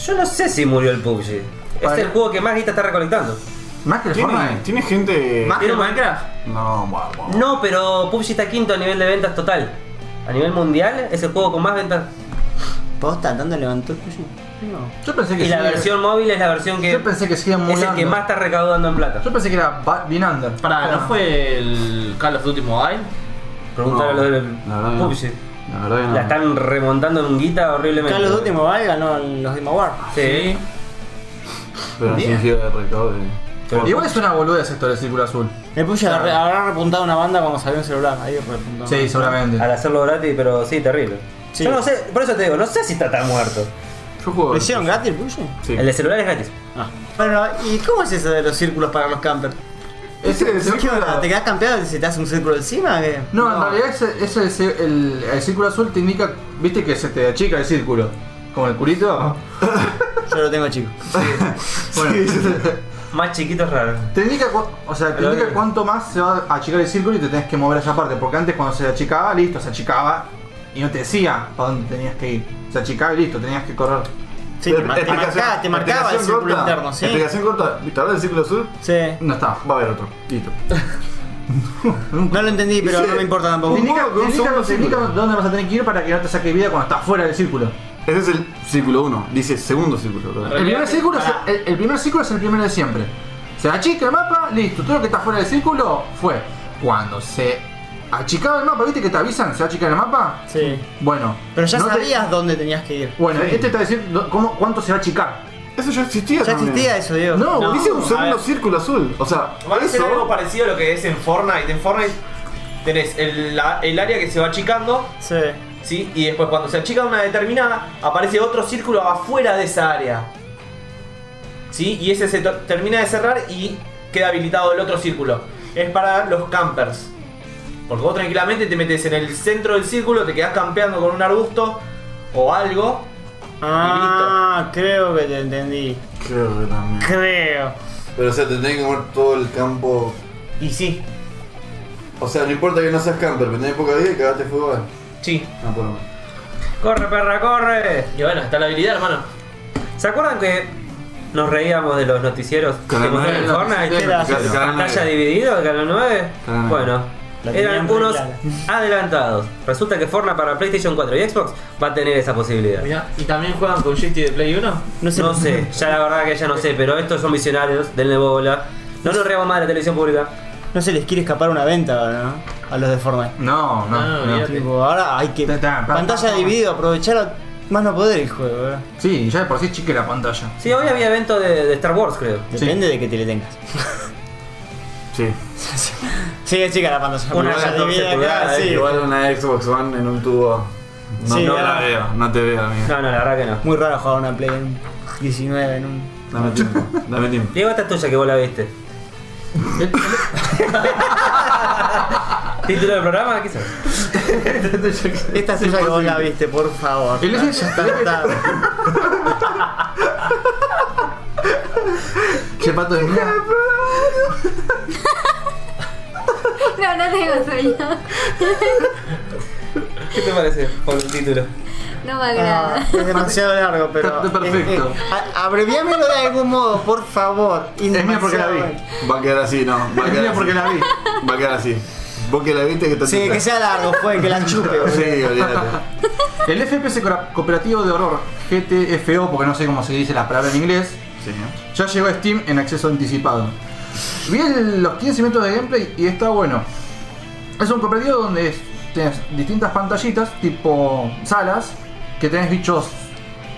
Speaker 3: Yo no sé si murió el PUBG.
Speaker 2: Para-
Speaker 3: Es el juego que más guita está recolectando.
Speaker 2: Más que el
Speaker 1: ¿Tiene,
Speaker 2: Fortnite.
Speaker 1: tiene gente.
Speaker 4: ¿Más que
Speaker 3: ¿Vieron
Speaker 4: Minecraft?
Speaker 1: No, guau, guau.
Speaker 3: No, pero PUBG está quinto a nivel de ventas total. A nivel mundial es el juego con más ventas.
Speaker 4: ¿Posta? ¿Dónde levantó el Puyi? No.
Speaker 2: Yo pensé que
Speaker 3: Y la
Speaker 2: sí.
Speaker 3: versión móvil es la versión que
Speaker 2: Yo pensé que sí era muy
Speaker 3: es el que
Speaker 2: under.
Speaker 3: más está recaudando en plata.
Speaker 2: Yo pensé que era Ba- Bien Under.
Speaker 5: Pará, ¿no fue el Call of Duty Mobile?
Speaker 3: Preguntar a los del
Speaker 1: la verdad que no.
Speaker 3: PUBG.
Speaker 1: La verdad que no.
Speaker 3: La están remontando en un guita horriblemente.
Speaker 4: Carlos Duty Mobile ganó los Game Awards.
Speaker 3: Sí.
Speaker 1: Pero no significa de recaudo. de-
Speaker 2: Igual es una boludez esto del círculo azul.
Speaker 4: El Puyi habrá, habrá repuntado una banda cuando salió un celular. Ahí repuntado.
Speaker 2: Sí, seguramente.
Speaker 3: Al hacerlo gratis, pero sí, terrible.
Speaker 4: Sí.
Speaker 3: Yo no sé, por eso te digo, no sé si está tan muerto.
Speaker 1: Yo juego.
Speaker 4: ¿Lo hicieron gratis el Puyi?
Speaker 1: Sí.
Speaker 3: El de celular es gratis.
Speaker 4: Ah. Bueno, ¿y cómo es eso de los círculos para los campers?
Speaker 1: Ese es el
Speaker 4: ¿Qué onda? ¿Te
Speaker 1: círculo.
Speaker 4: quedas campeado y se te hace un círculo encima? ¿Qué?
Speaker 2: No, en realidad ese- ese- ese- el, el círculo azul te indica, viste que se te achica el círculo. Como el
Speaker 4: Ah.
Speaker 2: culito.
Speaker 4: Yo lo tengo chico.
Speaker 1: Sí, sí.
Speaker 3: Más chiquito es raro.
Speaker 2: Te indica, cu- o sea, te
Speaker 3: Lo-
Speaker 4: eh.
Speaker 2: indica cuánto más se va a achicar el círculo y te tenés que mover a esa parte. Porque antes cuando se achicaba, listo, se achicaba y no te decía para dónde tenías que ir. Se achicaba y listo, tenías que correr.
Speaker 4: Sí, te, ma- te
Speaker 1: Explicación-
Speaker 4: marcaba, te marcaba el
Speaker 1: explicación
Speaker 4: círculo
Speaker 1: corta.
Speaker 4: interno, sí.
Speaker 1: Explicación corta. ¿Te hablas del círculo azul?
Speaker 4: Sí.
Speaker 2: No estaba.
Speaker 1: Va a haber otro. Listo.
Speaker 4: No lo entendí, pero
Speaker 1: Dice-
Speaker 4: no me importa tampoco.
Speaker 2: Te indica,
Speaker 1: con un
Speaker 2: te indica-
Speaker 1: segundo
Speaker 2: te indica
Speaker 1: círculo.
Speaker 2: dónde vas a tener que ir para que no te saque vida cuando estás fuera del círculo.
Speaker 1: Ese es el círculo 1. Dice segundo círculo. ¿verdad?
Speaker 2: El primer, círculo es,
Speaker 4: Pará.
Speaker 2: el, el primer círculo es el primero de siempre. Se achica el mapa, listo. Todo lo que está fuera del círculo fue. Cuando se achicaba el mapa, ¿viste que te avisan? ¿Se achica el mapa?
Speaker 4: Sí.
Speaker 2: Bueno.
Speaker 4: Pero ya
Speaker 2: no te-
Speaker 4: sabías dónde tenías que ir.
Speaker 2: Bueno,
Speaker 1: Sí.
Speaker 2: este te va a decir do- cómo- cuánto se va a achicar.
Speaker 1: Eso ya existía.
Speaker 4: Ya
Speaker 1: también.
Speaker 4: existía eso, Diego.
Speaker 2: No,
Speaker 1: No, dice un
Speaker 7: a
Speaker 1: segundo
Speaker 7: ver.
Speaker 1: círculo azul. O sea,
Speaker 7: Va a ser algo
Speaker 1: eso.
Speaker 7: parecido a lo que es en Fortnite. En Fortnite tenés el, la- el área que se va achicando,
Speaker 4: Sí.
Speaker 7: ¿sí? Y después cuando se achica una determinada, aparece otro círculo afuera de esa área. ¿Sí? Y ese se to- termina de cerrar y queda habilitado el otro círculo. Es para los campers. Porque vos tranquilamente te metes en el centro del círculo, te quedás campeando con un arbusto o algo.
Speaker 4: Ah, creo que te entendí.
Speaker 1: Creo que también.
Speaker 4: Creo.
Speaker 1: Pero o sea, te tenés que comer todo el campo.
Speaker 7: Y sí,
Speaker 1: O sea, no importa que no seas camper, pero tenés poca vida y cagaste fútbol. Ah,
Speaker 7: sí.
Speaker 1: No, por lo menos.
Speaker 3: ¡Corre, perra, corre!
Speaker 7: Y bueno, está la habilidad, hermano.
Speaker 3: ¿Se acuerdan que nos reíamos de los noticieros que
Speaker 1: Canal
Speaker 3: mostraban en
Speaker 1: nueve,
Speaker 3: Fortnite?
Speaker 4: noticiero.
Speaker 3: Era
Speaker 1: Canal nueve.
Speaker 3: pantalla dividido, Canal 9?
Speaker 1: Canal nueve.
Speaker 3: Bueno,
Speaker 4: La
Speaker 3: eran
Speaker 4: tenían
Speaker 3: unos
Speaker 4: reclara.
Speaker 3: adelantados. Resulta que Fortnite para PlayStation 4 y Xbox va a tener esa posibilidad.
Speaker 5: Mirá, ¿y también juegan con Shifty de Play 1?
Speaker 4: No sé.
Speaker 3: No sé, ya la verdad que ya no sé, pero estos son visionarios, denle bola. No nos reamos más de la televisión pública.
Speaker 4: No se les quiere escapar una venta, ¿no? A los de Fortnite.
Speaker 2: No, no.
Speaker 5: Ah,
Speaker 2: no.
Speaker 5: bien.
Speaker 4: Tipo, ahora hay que.
Speaker 2: Ta, ta, pa, pa,
Speaker 4: Pantalla
Speaker 2: pa.
Speaker 4: dividida, aprovechar a más no poder el juego, ¿eh?
Speaker 2: Sí, ya de por sí es chique la pantalla.
Speaker 3: Sí, hoy había evento de, de Star Wars, creo.
Speaker 4: Depende de que te le tengas.
Speaker 1: Sí.
Speaker 4: Sigue chica la pantalla.
Speaker 3: Una
Speaker 4: Pantalla
Speaker 3: de 14
Speaker 4: dividida,
Speaker 3: pulgadas,
Speaker 4: claro,
Speaker 3: eh,
Speaker 4: sí.
Speaker 1: Igual una Xbox One en un tubo. No,
Speaker 4: Sí,
Speaker 1: no
Speaker 4: ya.
Speaker 1: la veo, no te veo, amigo.
Speaker 3: No, no, la verdad que no.
Speaker 4: Muy raro jugar una Play en un 19 en un.
Speaker 1: Dame tiempo, dame tiempo.
Speaker 3: Diego, esta es tuya que vos la viste. ¿Título del programa? ¿Qué sabes?
Speaker 4: Esta es ella que vos la viste, por favor.
Speaker 2: El ese-
Speaker 4: Ya está tarde.
Speaker 2: Che, pato de mierda.
Speaker 6: No, no tengo sueño.
Speaker 7: ¿Qué te parece por el título?
Speaker 6: No me
Speaker 4: Ah,
Speaker 6: agrada.
Speaker 4: es demasiado largo, pero.
Speaker 2: Está- está perfecto.
Speaker 4: eh, eh, a- abreviámelo de algún modo, por favor. Es
Speaker 2: mía porque la vi.
Speaker 1: Va a quedar así, no. Va a
Speaker 2: Mira,
Speaker 1: quedar
Speaker 2: porque
Speaker 1: así.
Speaker 2: la vi.
Speaker 1: Va a quedar así. Vos que la viste que te
Speaker 4: Sí, que sea largo, fue que la chupe. boludo.
Speaker 1: Sí, olvídate.
Speaker 2: El FPS co- cooperativo de horror, GTFO, porque no sé cómo se dice la palabra en inglés,
Speaker 1: Sí.
Speaker 2: ya llegó a Steam en acceso anticipado. Vi el- los 15 minutos de gameplay y está bueno. Es un cooperativo donde es- tenés distintas pantallitas, tipo salas, que tenés bichos,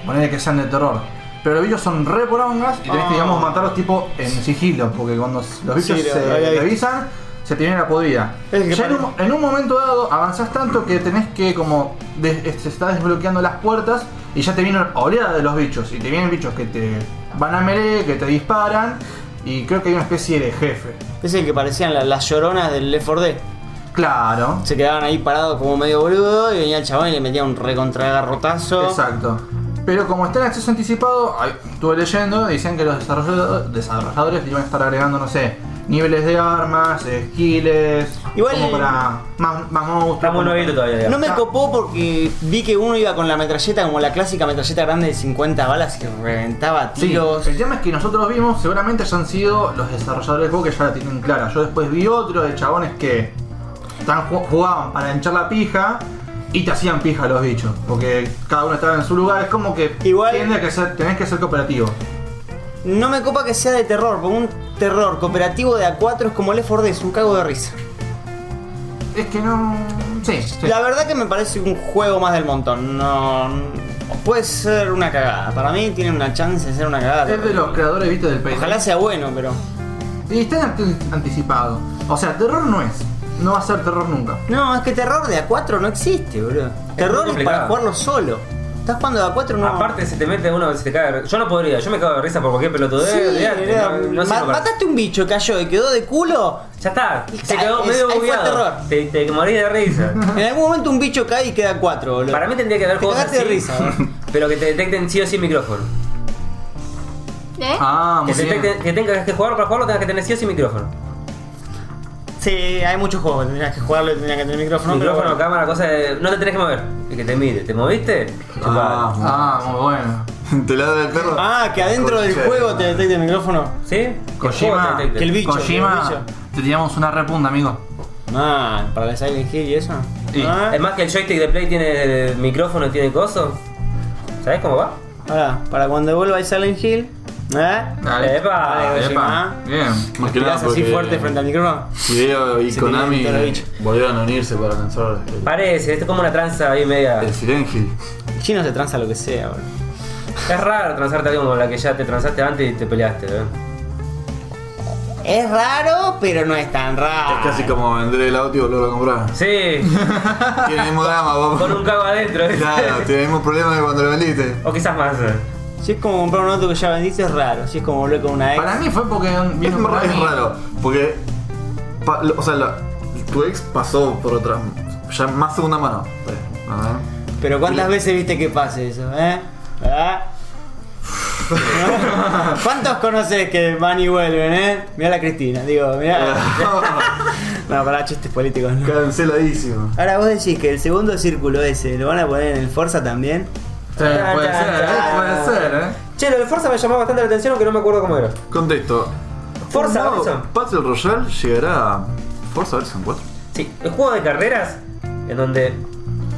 Speaker 2: ponele que sean de terror. Pero los bichos son re porongas y tenés que,
Speaker 4: Ah.
Speaker 2: digamos, matarlos tipo en sigilo, porque cuando los bichos
Speaker 4: Sí, lo- lo había
Speaker 2: se
Speaker 4: visto.
Speaker 2: revisan, se te viene la podrida.
Speaker 4: Es que
Speaker 2: Ya en
Speaker 4: parece-
Speaker 2: un, en un momento dado avanzás tanto que tenés que como des- es- se está desbloqueando las puertas y ya te viene oleada de los bichos. Y te vienen bichos que te van a melee, que te disparan y creo que hay una especie de jefe.
Speaker 4: Es el que parecían la- las lloronas del Left 4 Dead.
Speaker 2: Claro.
Speaker 4: Se quedaban ahí parados como medio boludo y venía el chabón y le metía un recontragarrotazo.
Speaker 2: Exacto. Pero como está en acceso anticipado, ay, estuve leyendo, dicen que los desarrolladores, desarrolladores le iban a estar agregando, no sé, niveles de armas, eh, skills,
Speaker 4: Igual-
Speaker 2: como para más, más monstruos.
Speaker 3: Está muy
Speaker 2: como-
Speaker 3: nuevito todavía. digamos.
Speaker 4: No me copó porque vi que uno iba con la metralleta, como la clásica metralleta grande de 50 balas que reventaba a
Speaker 2: Sí,
Speaker 4: tiros.
Speaker 2: el tema es que nosotros vimos, seguramente hayan sido los desarrolladores de juego que ya la tienen clara. Yo después vi otro de chabones que tan- jugaban para hinchar la pija y te hacían pija los bichos, porque cada uno estaba en su lugar. Es como que
Speaker 4: Igual-
Speaker 2: tiene que ser- tenés que ser cooperativo.
Speaker 4: No me copa que sea de terror, porque un terror cooperativo de A4 es como Left 4 Dead, es un cago de risa.
Speaker 2: Es que no. Sí, sí.
Speaker 4: La verdad que me parece un juego más del montón. No. Puede ser una cagada. Para mí tiene una chance de ser una cagada.
Speaker 2: Es de los creadores, viste, del país.
Speaker 4: Ojalá sea bueno, pero.
Speaker 2: Y está ant- anticipado. O sea, terror no es. No va a ser terror nunca.
Speaker 4: No, es que terror de A4 no existe, bro. Terror es,
Speaker 3: complicado.
Speaker 4: para jugarlo solo. Estás jugando de A4 no.
Speaker 3: Aparte se te mete uno que se te caga. de risa. Yo no podría, yo me cago de risa por cualquier pelotudez.
Speaker 4: Sí,
Speaker 3: olvidate,
Speaker 4: bro.
Speaker 3: no, no sé
Speaker 4: Ma-
Speaker 3: cómo-
Speaker 4: mataste un bicho, cayó y quedó de culo.
Speaker 3: Ya está, se
Speaker 4: Ahí-
Speaker 3: quedó medio
Speaker 4: ahí fue
Speaker 3: bugueado.
Speaker 4: terror.
Speaker 3: Te, te morís de risa.
Speaker 4: En algún momento un bicho cae y queda 4, boludo.
Speaker 3: Para mí tendría que haber
Speaker 4: Te
Speaker 3: juegos así,
Speaker 4: cagaste de risa, ¿no?
Speaker 3: pero que te detecten sí o sí el micrófono.
Speaker 6: ¿Eh?
Speaker 2: Ah,
Speaker 3: Que,
Speaker 2: muy bien.
Speaker 3: detecten- que tengas que jugar para jugarlo, tengas que tener sí o sí micrófono.
Speaker 4: Sí, hay muchos juegos que tendrías que jugarlo y tendrías que tener micrófono. pero
Speaker 3: micrófono,
Speaker 4: bueno.
Speaker 3: cámara, cosas. de- No te tenés que mover. Y que te mide. ¿Te moviste? Chupala.
Speaker 1: Ah,
Speaker 2: Ah, muy bueno.
Speaker 1: te ladra el perro.
Speaker 4: Ah, que adentro del
Speaker 1: Concha de
Speaker 4: juego
Speaker 1: madre.
Speaker 4: te detecte el micrófono.
Speaker 3: ¿Sí?
Speaker 2: Kojima,
Speaker 3: Que el juego te
Speaker 4: que el
Speaker 3: detecte.
Speaker 4: bicho.
Speaker 2: Kojima,
Speaker 4: que el bicho.
Speaker 2: te tiramos una repunda, amigo.
Speaker 4: Ah, para el Silent Hill y eso.
Speaker 2: Sí.
Speaker 4: Ah.
Speaker 3: Es más que el joystick de Play tiene micrófono, tiene coso. ¿Sabés cómo va?
Speaker 4: Ahora, para cuando vuelva a Silent Hill, ¿eh?
Speaker 2: Dale.
Speaker 3: Epa,
Speaker 4: Dale,
Speaker 2: Epa,
Speaker 4: Kojima.
Speaker 2: bien.
Speaker 1: Más que nada
Speaker 4: Tirás así
Speaker 1: porque
Speaker 4: fuerte frente al micrófono.
Speaker 1: Hideo y
Speaker 4: Se
Speaker 1: Konami
Speaker 4: tiene el bicho.
Speaker 1: volvieron a unirse para lanzar el,
Speaker 3: Parece, esto es como una tranza ahí media.
Speaker 1: el
Speaker 3: Es
Speaker 1: Silent Hill.
Speaker 4: El chino se tranza lo que sea, bro.
Speaker 3: raro transarte algo como la que ya te transaste antes y te peleaste, ¿eh?
Speaker 4: Es raro, pero no es tan raro.
Speaker 3: Ah.
Speaker 1: Es casi como vender el auto y volverlo a comprar.
Speaker 3: Sí,
Speaker 1: Tiene el mismo drama,
Speaker 3: con un
Speaker 1: vos.
Speaker 3: cago adentro. ¿eh?
Speaker 1: Claro, tiene el mismo problema que cuando lo vendiste.
Speaker 3: O quizás más. ¿eh?
Speaker 4: Si es como comprar un auto que ya vendiste, es raro. Si es como volver con una ex.
Speaker 2: Para mí fue porque
Speaker 1: Es,
Speaker 2: vino por
Speaker 1: ra- es
Speaker 2: mí.
Speaker 1: raro, porque. pa- lo- o sea, la- tu ex pasó por otra. Ya más segunda mano. Pues, Ajá.
Speaker 4: Pero ¿cuántas veces viste que pase eso, eh? ¿Verdad? ¿Cuántos conoces que van y vuelven, eh? Mirá la Cristina, digo, mirá. No, pará, chistes políticos, no.
Speaker 1: Canceladísimo.
Speaker 4: Ahora vos decís que el segundo círculo ese, ¿lo van a poner en el Forza también?
Speaker 2: Sí, puede ser, eh, puede ser, eh.
Speaker 3: Che, lo de Forza me llamó bastante la atención, aunque no me acuerdo cómo era.
Speaker 1: Contexto.
Speaker 3: Forza
Speaker 1: Un nuevo
Speaker 3: Horizon.
Speaker 1: Battle Royale llegará a Forza Horizon 4.
Speaker 3: Sí, el juego de carreras en donde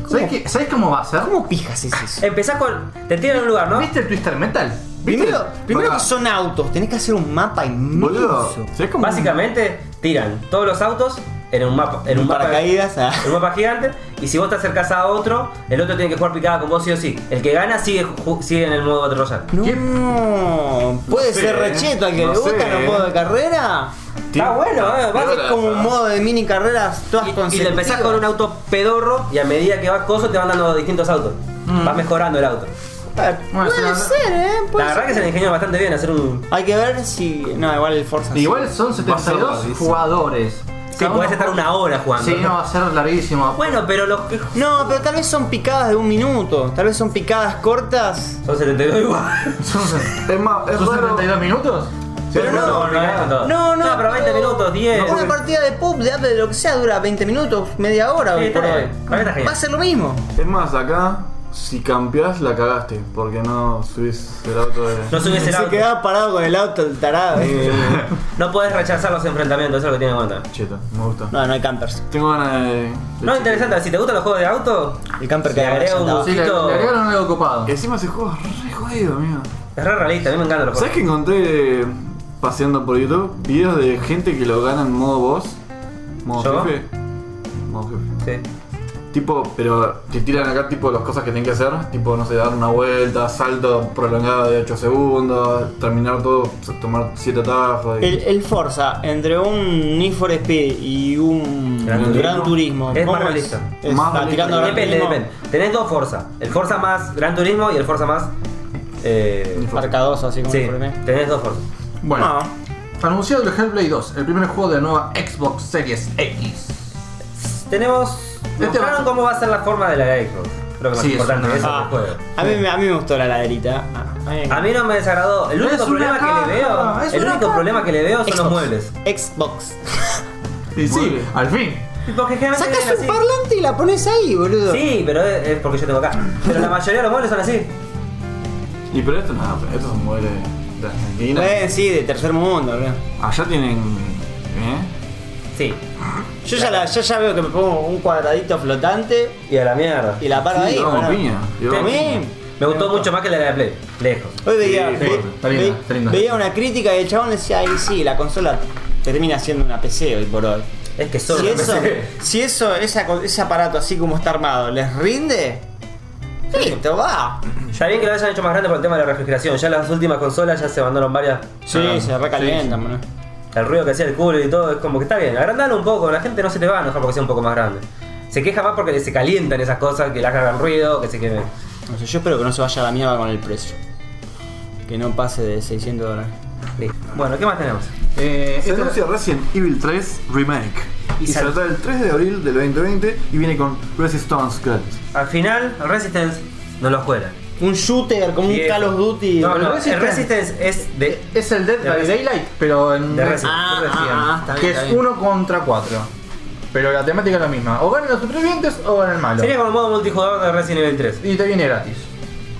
Speaker 2: ¿Sabés, qué- sabés cómo va a ser?
Speaker 4: ¿Cómo pijas es eso?
Speaker 3: empezás con. Te tiran en un lugar, ¿no?
Speaker 2: ¿Viste el Twister Metal? ¿Viste?
Speaker 4: Primero, primero
Speaker 1: Pará.
Speaker 4: que son autos, tenés que hacer un mapa
Speaker 1: Boludo.
Speaker 4: inmenso.
Speaker 1: ¿sabés cómo-
Speaker 3: Básicamente tiran todos los autos en un mapa. En un, mapa-
Speaker 4: Paracaídas, ah.
Speaker 3: en un mapa gigante. Y si vos te acercás a otro, el otro tiene que jugar picada con vos sí o sí. El que gana sigue, ju- sigue en el modo Battle Royale.
Speaker 4: No, puede
Speaker 1: No sé,
Speaker 4: ser recheto al que
Speaker 1: no
Speaker 4: le gusta
Speaker 1: sé.
Speaker 4: los modos de carrera.
Speaker 3: Está bueno, eh. va-
Speaker 1: Pero-
Speaker 4: Es como un modo de mini carreras todas
Speaker 3: Y, y
Speaker 4: consecutivas.
Speaker 3: lo empezás con un auto pedorro y a medida que vas coso te van dando distintos autos.
Speaker 2: Mm.
Speaker 3: Vas mejorando el auto.
Speaker 2: Bueno, se
Speaker 4: Puede
Speaker 2: la-
Speaker 4: ser, eh.
Speaker 3: La
Speaker 4: Puede
Speaker 3: verdad que
Speaker 4: ser.
Speaker 3: se le ingenió bastante bien hacer un.
Speaker 4: Hay que ver si. No, igual el Forza. sí.
Speaker 2: Igual
Speaker 1: Va
Speaker 2: son
Speaker 1: a ser
Speaker 2: 72
Speaker 1: larguísimo.
Speaker 2: jugadores.
Speaker 3: Sí,
Speaker 2: Cada
Speaker 3: podés
Speaker 2: uno-
Speaker 3: estar una hora jugando.
Speaker 2: Sí, no, va a ser larguísimo.
Speaker 3: Bueno, pero los que
Speaker 4: No, pero tal vez son picadas de un minuto. Tal vez son picadas cortas.
Speaker 3: Son 72 igual.
Speaker 2: ¿Son,
Speaker 1: Es más, es
Speaker 2: son
Speaker 1: raro.
Speaker 2: 72 minutos?
Speaker 1: Pero no,
Speaker 3: no, no,
Speaker 4: No, no,
Speaker 3: pero 20
Speaker 4: pero-
Speaker 3: minutos, 10.
Speaker 4: Una partida de pub, de, de lo que sea, dura 20 minutos, media hora
Speaker 3: Sí,
Speaker 4: hoy
Speaker 3: está
Speaker 4: por hoy.
Speaker 3: bien. Para mí está genial.
Speaker 4: Va a ser lo mismo.
Speaker 1: Es más, acá, si campeás, la cagaste, porque no subís el auto de.
Speaker 3: No subes el auto.
Speaker 4: parado con el auto el tarado.
Speaker 3: No podés rechazar los enfrentamientos, eso es lo que tiene en cuenta.
Speaker 1: Eh, Cheto, me gusta.
Speaker 4: no, no hay campers.
Speaker 1: Tengo ganas de. de
Speaker 3: No,
Speaker 1: chequear.
Speaker 3: interesante, si te gustan los juegos de auto,
Speaker 4: El camper
Speaker 3: Le
Speaker 4: que
Speaker 3: agrego
Speaker 4: sentado.
Speaker 3: un-
Speaker 2: Sí, le,
Speaker 3: Poquito-
Speaker 2: le agregaron algo copado.
Speaker 1: Que encima ese juego es re jodido, amigo.
Speaker 3: es re realista, a mí me encantan los
Speaker 1: ¿Sabes
Speaker 3: juegos.
Speaker 1: que encontré eh, paseando por YouTube videos de gente que lo gana en modo boss? Modo
Speaker 3: ¿Yo?
Speaker 1: jefe. Modo jefe.
Speaker 3: Sí.
Speaker 1: Tipo, pero te tiran acá tipo las cosas que tienen que hacer, tipo, no sé, dar una vuelta, salto prolongado de 8 segundos, terminar todo, o sea, tomar 7 atajos. y-
Speaker 4: El, el Forza, entre un Need for Speed y un
Speaker 3: Gran
Speaker 4: Gran,
Speaker 3: Turismo.
Speaker 4: Turismo.
Speaker 3: Es
Speaker 4: ¿cómo
Speaker 3: más realista.
Speaker 4: Es-
Speaker 1: Más
Speaker 4: está
Speaker 1: realista.
Speaker 4: tirando a Gran
Speaker 3: Depende,
Speaker 4: Turismo.
Speaker 3: depende. Tenés dos Forza. El Forza más Gran Turismo y el Forza más... Eh,
Speaker 4: Arcadoso, así como
Speaker 3: sí,
Speaker 4: por mí.
Speaker 3: tenés dos Forza.
Speaker 2: Bueno,
Speaker 4: No,
Speaker 2: anunciado el Hellblade 2, el primer juego de la nueva Xbox Series X.
Speaker 3: Tenemos...
Speaker 2: Este
Speaker 3: Mostraron
Speaker 2: va-
Speaker 3: cómo va a ser la forma de la Xbox. Creo que más
Speaker 2: Sí, es
Speaker 3: importante,
Speaker 2: una-
Speaker 3: eso es
Speaker 4: Ah,
Speaker 3: el juego.
Speaker 4: a, mí, me- a mí me gustó la laderita. Ah, a mí me
Speaker 3: A mí no me desagradó. El
Speaker 2: Es
Speaker 3: único
Speaker 2: una
Speaker 3: problema que le
Speaker 2: caja,
Speaker 3: veo,
Speaker 2: es
Speaker 3: el
Speaker 2: una
Speaker 3: único
Speaker 2: caja.
Speaker 3: problema que le veo son los
Speaker 4: Xbox.
Speaker 3: muebles.
Speaker 4: Xbox.
Speaker 2: Y
Speaker 1: Muy
Speaker 2: sí,
Speaker 1: bien.
Speaker 2: al fin.
Speaker 3: Porque generalmente
Speaker 4: Sacas un
Speaker 3: vienen así.
Speaker 4: parlante y la pones ahí, boludo.
Speaker 3: Sí, pero es, es porque yo tengo acá. Pero la mayoría de los muebles son así.
Speaker 1: Y pero esto no, pero esto se muere de Argentina.
Speaker 4: Eh, sí, de tercer mundo, boludo.
Speaker 1: Allá tienen. ¿Eh?
Speaker 3: Sí.
Speaker 4: Yo ya, la, yo ya veo que me pongo un cuadradito flotante
Speaker 3: Y a la mierda.
Speaker 4: y la paro
Speaker 1: Sí,
Speaker 4: ahí.
Speaker 1: vamos,
Speaker 4: boludo.
Speaker 1: piña. Yo-
Speaker 4: A mí
Speaker 3: Me gustó mucho más que la de la Play. Lejos.
Speaker 4: Hoy veía,
Speaker 1: Sí,
Speaker 4: ve-
Speaker 1: bueno,
Speaker 2: está linda,
Speaker 4: ve-
Speaker 2: está linda.
Speaker 4: veía una crítica y el chabón decía, ay sí, la consola termina siendo una PC hoy por hoy.
Speaker 3: Es que solo
Speaker 4: Si
Speaker 3: la
Speaker 4: eso,
Speaker 3: PC.
Speaker 4: si eso esa co- ese aparato así como está armado, ¿les rinde? Listo, va.
Speaker 3: Ya bien que lo hayan hecho más grande por el tema de la refrigeración. Ya las últimas consolas ya se mandaron varias.
Speaker 4: Sí, se recalientan, boludo.
Speaker 3: El ruido que hacía el culo y todo es como que está bien. Agrandalo un poco. La gente no se te va a enojar porque sea un poco más grande. Se queja más porque se calientan esas cosas, que le hagan ruido, que se quemen.
Speaker 4: No sé, yo espero que no se vaya a la mierda con el precio. Que no pase de 600 dólares.
Speaker 3: Listo. Bueno, ¿qué más tenemos?
Speaker 2: Eh,
Speaker 1: Se
Speaker 2: este-
Speaker 1: anuncia Resident Evil 3 Remake.
Speaker 3: Y
Speaker 1: Y se
Speaker 3: sal-
Speaker 1: trata el 3 de abril del 2020 y viene con Resistance gratis.
Speaker 3: Al final, Resistance no lo juegan.
Speaker 4: Un shooter, como
Speaker 3: Bien.
Speaker 4: un Call of Duty.
Speaker 3: No, no, el
Speaker 2: Resistance-
Speaker 3: Resistance es de.
Speaker 2: es el Dead
Speaker 3: De
Speaker 2: by
Speaker 3: Resident-
Speaker 2: Daylight, pero en
Speaker 3: de
Speaker 2: Re-
Speaker 3: Resident.
Speaker 4: Ah, ah, ah, está bien,
Speaker 2: que
Speaker 4: está
Speaker 2: es
Speaker 4: bien.
Speaker 2: uno contra cuatro. Pero la temática es la misma. O ganan los supervivientes o ganan el malo.
Speaker 3: Sería como el modo multijugador de Resident Evil 3.
Speaker 2: Y te viene gratis.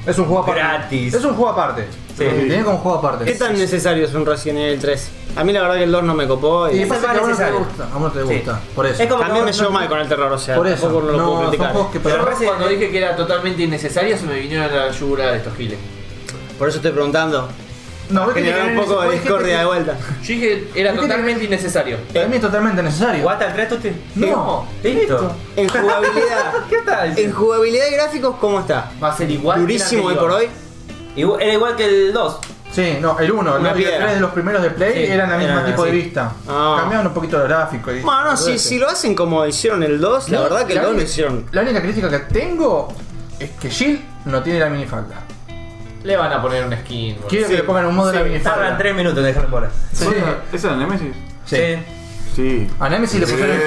Speaker 2: Es un juego aparte.
Speaker 3: Gratis.
Speaker 2: Es un juego aparte.
Speaker 3: Sí.
Speaker 2: Tiene como un juego aparte.
Speaker 4: ¿Qué tan necesario es un Resident Evil 3? A mí la verdad que el 2 no me copó.
Speaker 2: Y
Speaker 4: Y...
Speaker 3: Sí.
Speaker 2: pasa que a uno te
Speaker 3: necesario.
Speaker 2: gusta. A uno te
Speaker 3: Sí.
Speaker 2: gusta. Por eso.
Speaker 3: Es como
Speaker 4: También me
Speaker 3: no-
Speaker 4: llevo mal con el terror, o sea,
Speaker 2: Por eso.
Speaker 4: tampoco no lo
Speaker 2: no,
Speaker 4: puedo
Speaker 2: son
Speaker 4: criticar.
Speaker 2: juegos que
Speaker 5: Pero
Speaker 2: para-
Speaker 3: Resident-
Speaker 5: cuando dije que era totalmente innecesario se me vino a la yugular de estos giles.
Speaker 4: Por eso estoy preguntando.
Speaker 2: No, ves que
Speaker 4: Generar
Speaker 2: tiene
Speaker 4: un
Speaker 2: que
Speaker 4: poco
Speaker 2: tener-
Speaker 4: de discordia de vuelta.
Speaker 5: Yo dije era
Speaker 2: ¿Por qué
Speaker 5: totalmente innecesario.
Speaker 2: Para mí es totalmente necesario.
Speaker 3: ¿Jugaste al 3, Tuti?
Speaker 2: No.
Speaker 3: Listo.
Speaker 4: En jugabilidad.
Speaker 3: ¿Qué tal?
Speaker 4: en jugabilidad y gráficos, ¿cómo está?
Speaker 5: Va a ser igual.
Speaker 4: Durísimo hoy
Speaker 5: y
Speaker 4: por hoy.
Speaker 3: Igual- Era igual que el 2.
Speaker 2: Sí, no, el 1, el
Speaker 4: Una
Speaker 2: 2 y el
Speaker 4: piedra.
Speaker 2: 3 de los primeros de Play
Speaker 3: Sí,
Speaker 2: eran el mismo
Speaker 3: eran
Speaker 2: tipo de
Speaker 3: así.
Speaker 2: vista.
Speaker 4: Ah.
Speaker 2: Cambiaban un poquito los gráficos. y-
Speaker 4: Bueno, si, si lo hacen como hicieron el 2, la verdad que el 2 lo
Speaker 2: única-
Speaker 4: hicieron.
Speaker 2: La única crítica que tengo es que Jill no tiene la minifalda.
Speaker 5: Le van a poner un skin. boludo.
Speaker 2: Quiero que le pongan un modo de la
Speaker 3: Tardan
Speaker 2: minifalda.
Speaker 3: 3 minutos en dejar en bola.
Speaker 2: Sí.
Speaker 1: ¿Esa- ¿Esa era Nemesis?
Speaker 2: Sí.
Speaker 1: Sí.
Speaker 2: A Nemesis le pusieron.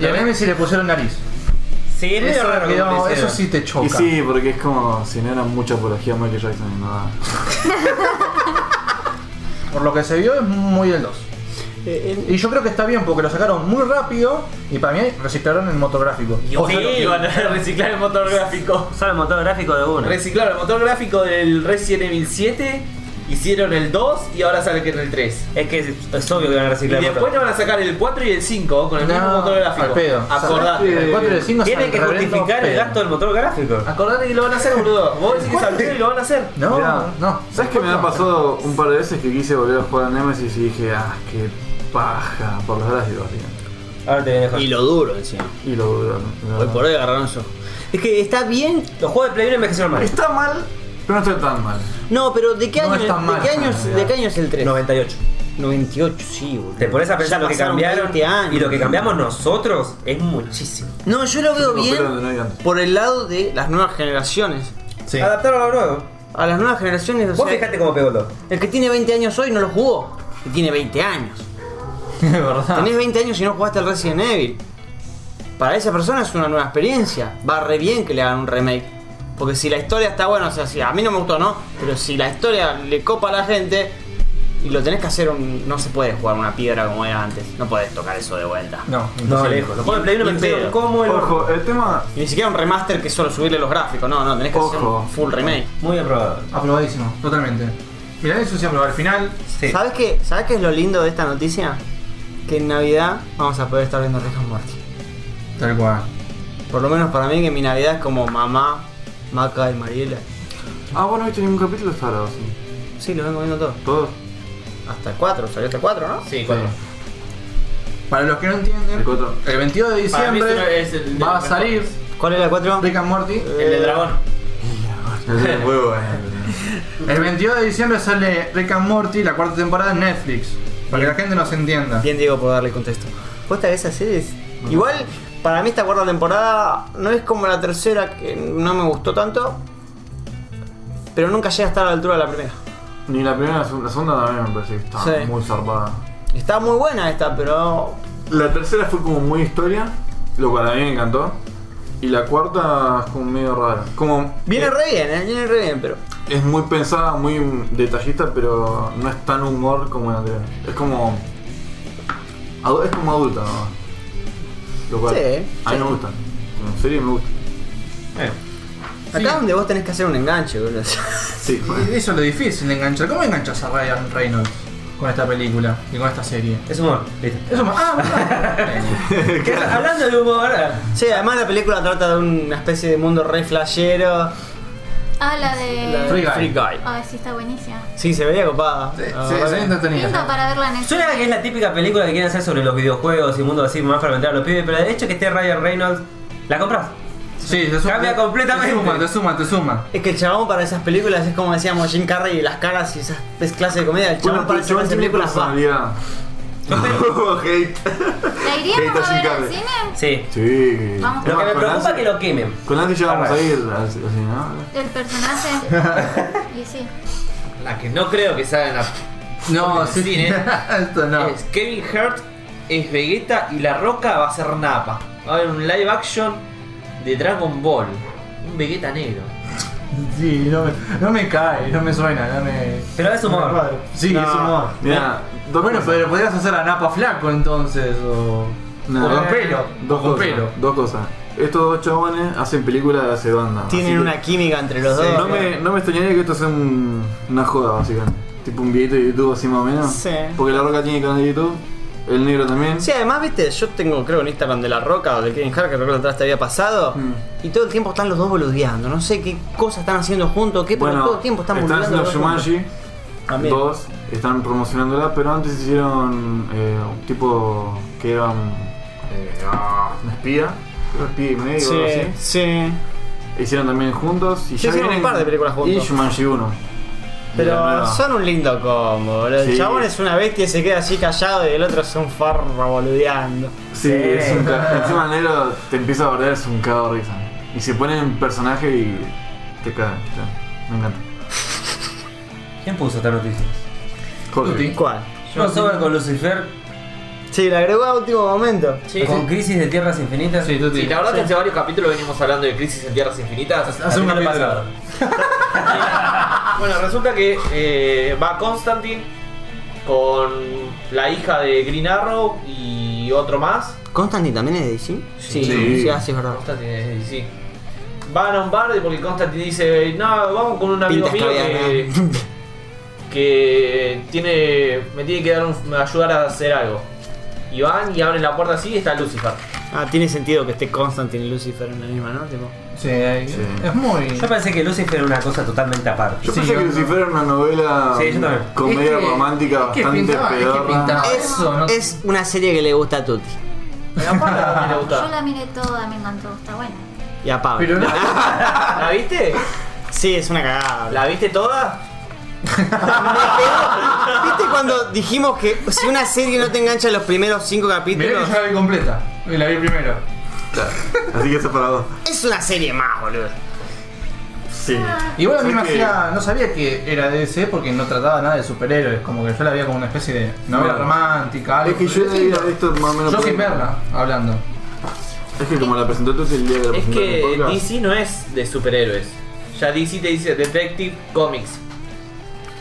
Speaker 2: Y a Nemesis le pusieron nariz.
Speaker 3: Sí, es medio
Speaker 2: Eso,
Speaker 3: raro.
Speaker 2: quedó-
Speaker 3: como lo
Speaker 2: eso
Speaker 3: hicieron.
Speaker 2: sí te choca.
Speaker 1: Y sí, porque es como si no era mucha apología a Michael Jackson y nada.
Speaker 2: Por lo que se vio es muy el 2.
Speaker 4: Eh, eh,
Speaker 2: Y yo creo que está bien porque lo sacaron muy rápido y para mí reciclaron el motor gráfico.
Speaker 5: Y
Speaker 3: Sí.
Speaker 5: ojalá que van a reciclar el motor gráfico.
Speaker 3: Sale el motor gráfico de uno.
Speaker 5: Reciclaron el motor gráfico del Resident Evil 7, hicieron el 2 y ahora sale que en el 3.
Speaker 3: Es que es, es obvio que van a
Speaker 5: Y
Speaker 3: reciclar el
Speaker 5: después
Speaker 3: motor.
Speaker 5: no van a sacar el 4 y el 5 con el mismo
Speaker 2: No,
Speaker 5: motor gráfico.
Speaker 2: al pedo.
Speaker 5: Acordate.
Speaker 2: El 4 y el 5
Speaker 3: Tienen que justificar el gasto del motor gráfico.
Speaker 5: Acordate que lo van a hacer, boludo. Vos decís que es al pedo y lo van a hacer.
Speaker 2: No,
Speaker 1: Mirá,
Speaker 2: no.
Speaker 1: ¿Sabes que me ha pasado un par de veces que quise volver a jugar a Nemesis y dije, ah, qué paja, por los gráficos, tío?
Speaker 3: Ahora te viene mejor.
Speaker 4: y lo duro encima.
Speaker 1: Y lo dudo.
Speaker 4: Hoy por hoy agarraron eso. Es que está bien.
Speaker 3: Los juegos de Play 1 envejecieron mal.
Speaker 1: Está mal, pero no está tan mal.
Speaker 4: No, pero ¿de qué
Speaker 2: No
Speaker 4: año,
Speaker 2: es tan
Speaker 4: de
Speaker 2: mal,
Speaker 4: qué año, es-
Speaker 1: en
Speaker 4: de qué año es el 3?
Speaker 3: 98.
Speaker 4: 98, sí, boludo.
Speaker 3: Te pones a pensar
Speaker 4: Ya
Speaker 3: lo que
Speaker 4: pasaron
Speaker 3: cambiaron
Speaker 4: 20 años.
Speaker 3: y lo que cambiamos nosotros es muchísimo.
Speaker 4: No, yo lo veo
Speaker 1: Pero no hay
Speaker 4: bien
Speaker 1: antes.
Speaker 4: por el lado de las nuevas generaciones.
Speaker 2: Sí.
Speaker 3: Adaptaron a lo nuevo.
Speaker 4: A las nuevas generaciones, o
Speaker 3: Vos
Speaker 4: sea,
Speaker 3: fijate cómo pegó el 2.
Speaker 4: el que tiene 20 años hoy no lo jugó. Y tiene 20 años.
Speaker 2: Es verdad.
Speaker 4: Tenés 20 años y no jugaste al Resident Evil. Para esa persona es una nueva experiencia. Va re bien que le hagan un remake. Porque si la historia está buena, o sea, si a mí no me gustó, ¿no? Pero si la historia le copa a la gente, Y lo tenés que hacer un. No se puede jugar una piedra como era antes. No podés tocar eso de vuelta.
Speaker 2: No,
Speaker 4: No,
Speaker 2: imposible.
Speaker 4: lejos. Lo ponen
Speaker 7: Play uno me
Speaker 4: en
Speaker 7: pusieron como el
Speaker 1: Ojo, el tema.
Speaker 4: Ni siquiera un remaster que solo subirle los gráficos. No, no, tenés que hacer
Speaker 1: Ojo.
Speaker 4: un full remake.
Speaker 3: Muy aprobado.
Speaker 2: Aprobadísimo, totalmente. Mirá, eso sí aprobado. Al final,
Speaker 3: Sí.
Speaker 4: ¿Sabes qué? ¿Sabes qué es lo lindo de esta noticia? Que en Navidad vamos a poder estar viendo Rick and Morty.
Speaker 2: tal cual.
Speaker 4: Por lo menos para mí que mi Navidad es como mamá, Maca y Mariela.
Speaker 1: Ah, bueno, no he visto ningún capítulo hasta ahora, ¿o sí?
Speaker 4: Sí, los vengo viendo todos.
Speaker 1: Todos.
Speaker 4: Hasta el 4, salió hasta el 4, ¿no?
Speaker 5: Sí, cuatro.
Speaker 2: Para los que no entienden,
Speaker 1: El cuatro.
Speaker 2: el 22 de
Speaker 5: Para mí
Speaker 2: diciembre
Speaker 5: ese es el de
Speaker 2: va a
Speaker 5: los
Speaker 2: salir
Speaker 4: ¿Cuál era el 4?
Speaker 2: Rick and Morty.
Speaker 3: Eh,
Speaker 4: Eh,
Speaker 5: El de dragón.
Speaker 1: El del juego, eh.
Speaker 2: El 22 de diciembre sale Rick and Morty, la cuarta temporada en Netflix. Para que la gente nos entienda.
Speaker 4: Bien Diego por darle contexto. Posta que esa serie es... Igual, para mí esta cuarta temporada no es como la tercera que no me gustó tanto. Pero nunca llega a estar a la altura de la primera.
Speaker 1: Ni la primera, la segunda- la segunda también me parece que está
Speaker 4: Sí.
Speaker 1: muy zarpada.
Speaker 4: Está muy buena esta, pero...
Speaker 1: La tercera fue como muy historia, lo cual a mí me encantó. Y la cuarta es como medio rara. Como
Speaker 4: Viene
Speaker 1: eh,
Speaker 4: re bien, eh, viene re bien, pero...
Speaker 1: es muy pensada, muy detallista, pero no es tan humor como la anterior. Es como. adu- Es como adulta, ¿no? Lo cual
Speaker 4: Sí,
Speaker 1: a mí
Speaker 4: sí.
Speaker 1: me gusta. En serio me gusta.
Speaker 3: eh,
Speaker 4: Acá donde vos tenés que hacer un enganche, boludo.
Speaker 1: Sí,
Speaker 2: Y Eso es lo difícil, enganchar. ¿Cómo enganchas a Ryan Reynolds con esta película y con esta serie?
Speaker 3: Es humor. Listo.
Speaker 2: Eso más. Ah, bueno.
Speaker 3: Hablando de humor.
Speaker 4: Sí, además la película trata de una especie de mundo re flashero.
Speaker 6: Ah,
Speaker 4: La
Speaker 6: la
Speaker 4: de
Speaker 6: de.
Speaker 2: Free Guy.
Speaker 6: Ah, sí, está buenísima.
Speaker 4: Sí, se veía copada.
Speaker 2: Sí,
Speaker 4: Ah,
Speaker 2: sí,
Speaker 4: vale.
Speaker 2: sí, entretenida.
Speaker 6: Linda para verla en el
Speaker 3: Suena que es la típica película que quieren hacer sobre los videojuegos y mundo así más para meter a los pibes, pero el hecho que esté Ryan Reynolds, ¿la compras?
Speaker 2: Sí, te suma.
Speaker 3: Cambia
Speaker 2: te-
Speaker 3: completamente.
Speaker 2: Te suma, te suma, te suma.
Speaker 4: Es que el chabón para esas películas es como decíamos Jim Carrey y las caras y esas es clase de comedia. El chabón
Speaker 1: Bueno,
Speaker 4: para
Speaker 1: el chabón
Speaker 4: esas
Speaker 1: tiene
Speaker 4: películas va.
Speaker 1: personalidad. Hate.
Speaker 6: ¿La iríamos
Speaker 1: Está
Speaker 6: a ver
Speaker 1: sin
Speaker 6: al cine?
Speaker 3: Sí.
Speaker 1: Sí.
Speaker 6: Vamos.
Speaker 3: Lo
Speaker 1: Es
Speaker 3: que
Speaker 1: más,
Speaker 3: me
Speaker 1: con
Speaker 3: preocupa es
Speaker 1: Nancy-
Speaker 3: que lo quemen.
Speaker 1: Con Nancy ya vamos
Speaker 3: Arranca.
Speaker 1: a ir, así, así, ¿no?
Speaker 6: El personaje. y sí.
Speaker 5: La que no creo que salga en la
Speaker 2: No,
Speaker 5: en el
Speaker 2: sí.
Speaker 5: cine.
Speaker 2: Esto no.
Speaker 5: Es Kevin Hart es Vegeta y La Roca va a ser Napa. Va a haber un live action de Dragon Ball. Un Vegeta negro.
Speaker 2: Sí, no me, no me cae, no me suena, no me.
Speaker 3: Pero es humor.
Speaker 2: no me cuadra. Sí,
Speaker 4: No.
Speaker 2: es humor.
Speaker 1: Mira, dos
Speaker 2: Bueno,
Speaker 1: cosas.
Speaker 2: pero podrías hacer a Napa flaco entonces, o.
Speaker 1: No,
Speaker 2: o con
Speaker 1: eh,
Speaker 2: pelo.
Speaker 1: Dos
Speaker 2: o con
Speaker 1: cosas.
Speaker 2: pelo.
Speaker 1: Dos cosas. Estos dos chabones hacen películas de banda.
Speaker 4: Tienen
Speaker 1: así
Speaker 4: una química entre los
Speaker 2: Sí.
Speaker 4: dos.
Speaker 1: No me, no me extrañaría que esto sea un- una joda, básicamente. Tipo un videito de YouTube así más o menos.
Speaker 4: Sí.
Speaker 1: Porque la roca tiene canal de YouTube, el negro también.
Speaker 4: Sí, además, viste, yo tengo creo un Instagram de La Roca o de Kevin Hart, que creo que atrás te había pasado.
Speaker 1: Mm.
Speaker 4: Y todo el tiempo están los dos boludeando. No sé qué cosas están haciendo juntos, qué, pero
Speaker 1: bueno,
Speaker 4: todo el tiempo están
Speaker 1: están
Speaker 4: boludeando.
Speaker 1: haciendo
Speaker 4: los dos juntos.
Speaker 1: Shumanji,
Speaker 4: También.
Speaker 1: dos, están promocionándola, pero antes hicieron eh, un tipo que era un, eh, ah, un espía, creo espía y medio o algo
Speaker 4: Sí,
Speaker 1: así.
Speaker 4: sí.
Speaker 1: Hicieron también juntos y
Speaker 4: Sí,
Speaker 1: ya
Speaker 4: hicieron un
Speaker 1: vienen-
Speaker 4: par de películas juntos.
Speaker 1: Y Shumanji 1.
Speaker 4: Pero son un lindo combo, boludo. El
Speaker 1: Sí.
Speaker 4: chabón es una bestia y se queda así callado y el otro es un farro boludeando.
Speaker 1: Sí, es un ca- encima el negro te empieza a bordear, es un cagado de risa. Y se pone en personaje y te caga. ya. Me encanta.
Speaker 3: ¿Quién puso esta noticia?
Speaker 1: Jorge.
Speaker 2: Tuti.
Speaker 4: ¿Cuál?
Speaker 3: Crossover con Lucifer
Speaker 4: Sí, la agregó a último momento.
Speaker 5: Sí,
Speaker 3: con Crisis de Tierras Infinitas.
Speaker 2: Sí, Tuti.
Speaker 5: la verdad que hace varios capítulos venimos hablando de Crisis en Tierras Infinitas.
Speaker 2: Hace un capítulo.
Speaker 5: pasado. bueno, resulta que eh, va Constantine con la hija de Green Arrow y otro más.
Speaker 4: ¿Constantine también es de DC?
Speaker 5: Sí.
Speaker 4: sí, ah, sí, es verdad.
Speaker 5: Constantine, eh, sí. Van a un bar porque Constantine dice, no, vamos con un amigo
Speaker 4: Pinta
Speaker 5: mío que,
Speaker 4: escabiana.
Speaker 5: que tiene, me tiene que dar un- me ayudar a hacer algo. Y van y abren la puerta así y está Lucifer.
Speaker 4: Ah, tiene sentido que esté Constantine y Lucifer en la misma, ¿no? Tipo,
Speaker 2: Sí, es muy.
Speaker 3: Yo pensé que Lucifer era una cosa totalmente aparte.
Speaker 1: Yo
Speaker 2: Sí,
Speaker 1: pensé
Speaker 2: yo
Speaker 1: que
Speaker 2: no.
Speaker 1: Lucifer era una novela
Speaker 3: Sí, yo también.
Speaker 1: comedia
Speaker 2: Es que-
Speaker 1: romántica
Speaker 2: es que
Speaker 1: bastante
Speaker 2: pintaba- es que
Speaker 1: peor.
Speaker 2: pintaba-
Speaker 4: es,
Speaker 2: Ah, eso no-
Speaker 4: es una serie que le gusta a Tutti
Speaker 5: A la parte también le
Speaker 6: Yo
Speaker 5: gusta.
Speaker 6: la miré toda, me encantó. Está buena.
Speaker 4: y a Pablo.
Speaker 2: Pero no.
Speaker 5: ¿La viste?
Speaker 4: Sí, es una cagada.
Speaker 5: ¿La viste toda?
Speaker 4: ¿Viste cuando dijimos que si una serie no te engancha en los primeros cinco
Speaker 2: Mirá que
Speaker 4: capítulos,
Speaker 2: yo la vi completa. Y la vi primero.
Speaker 1: Así que separado.
Speaker 4: es una serie más, boludo?
Speaker 1: Sí.
Speaker 2: Igual a mí me
Speaker 1: Pensé que-
Speaker 2: hacía. No sabía que era de DC porque no trataba nada de superhéroes. Como que yo la veía como una especie de novela
Speaker 1: Claro.
Speaker 2: romántica, algo.
Speaker 1: Es que yo había visto más o menos.
Speaker 2: Yo
Speaker 1: por-
Speaker 2: sin verla, hablando.
Speaker 1: Es que como la presentó tú el día que la
Speaker 5: Es
Speaker 1: presentó en el
Speaker 5: que
Speaker 1: podcast,
Speaker 5: DC Eh, no es de superhéroes. Ya DC te dice Detective Comics.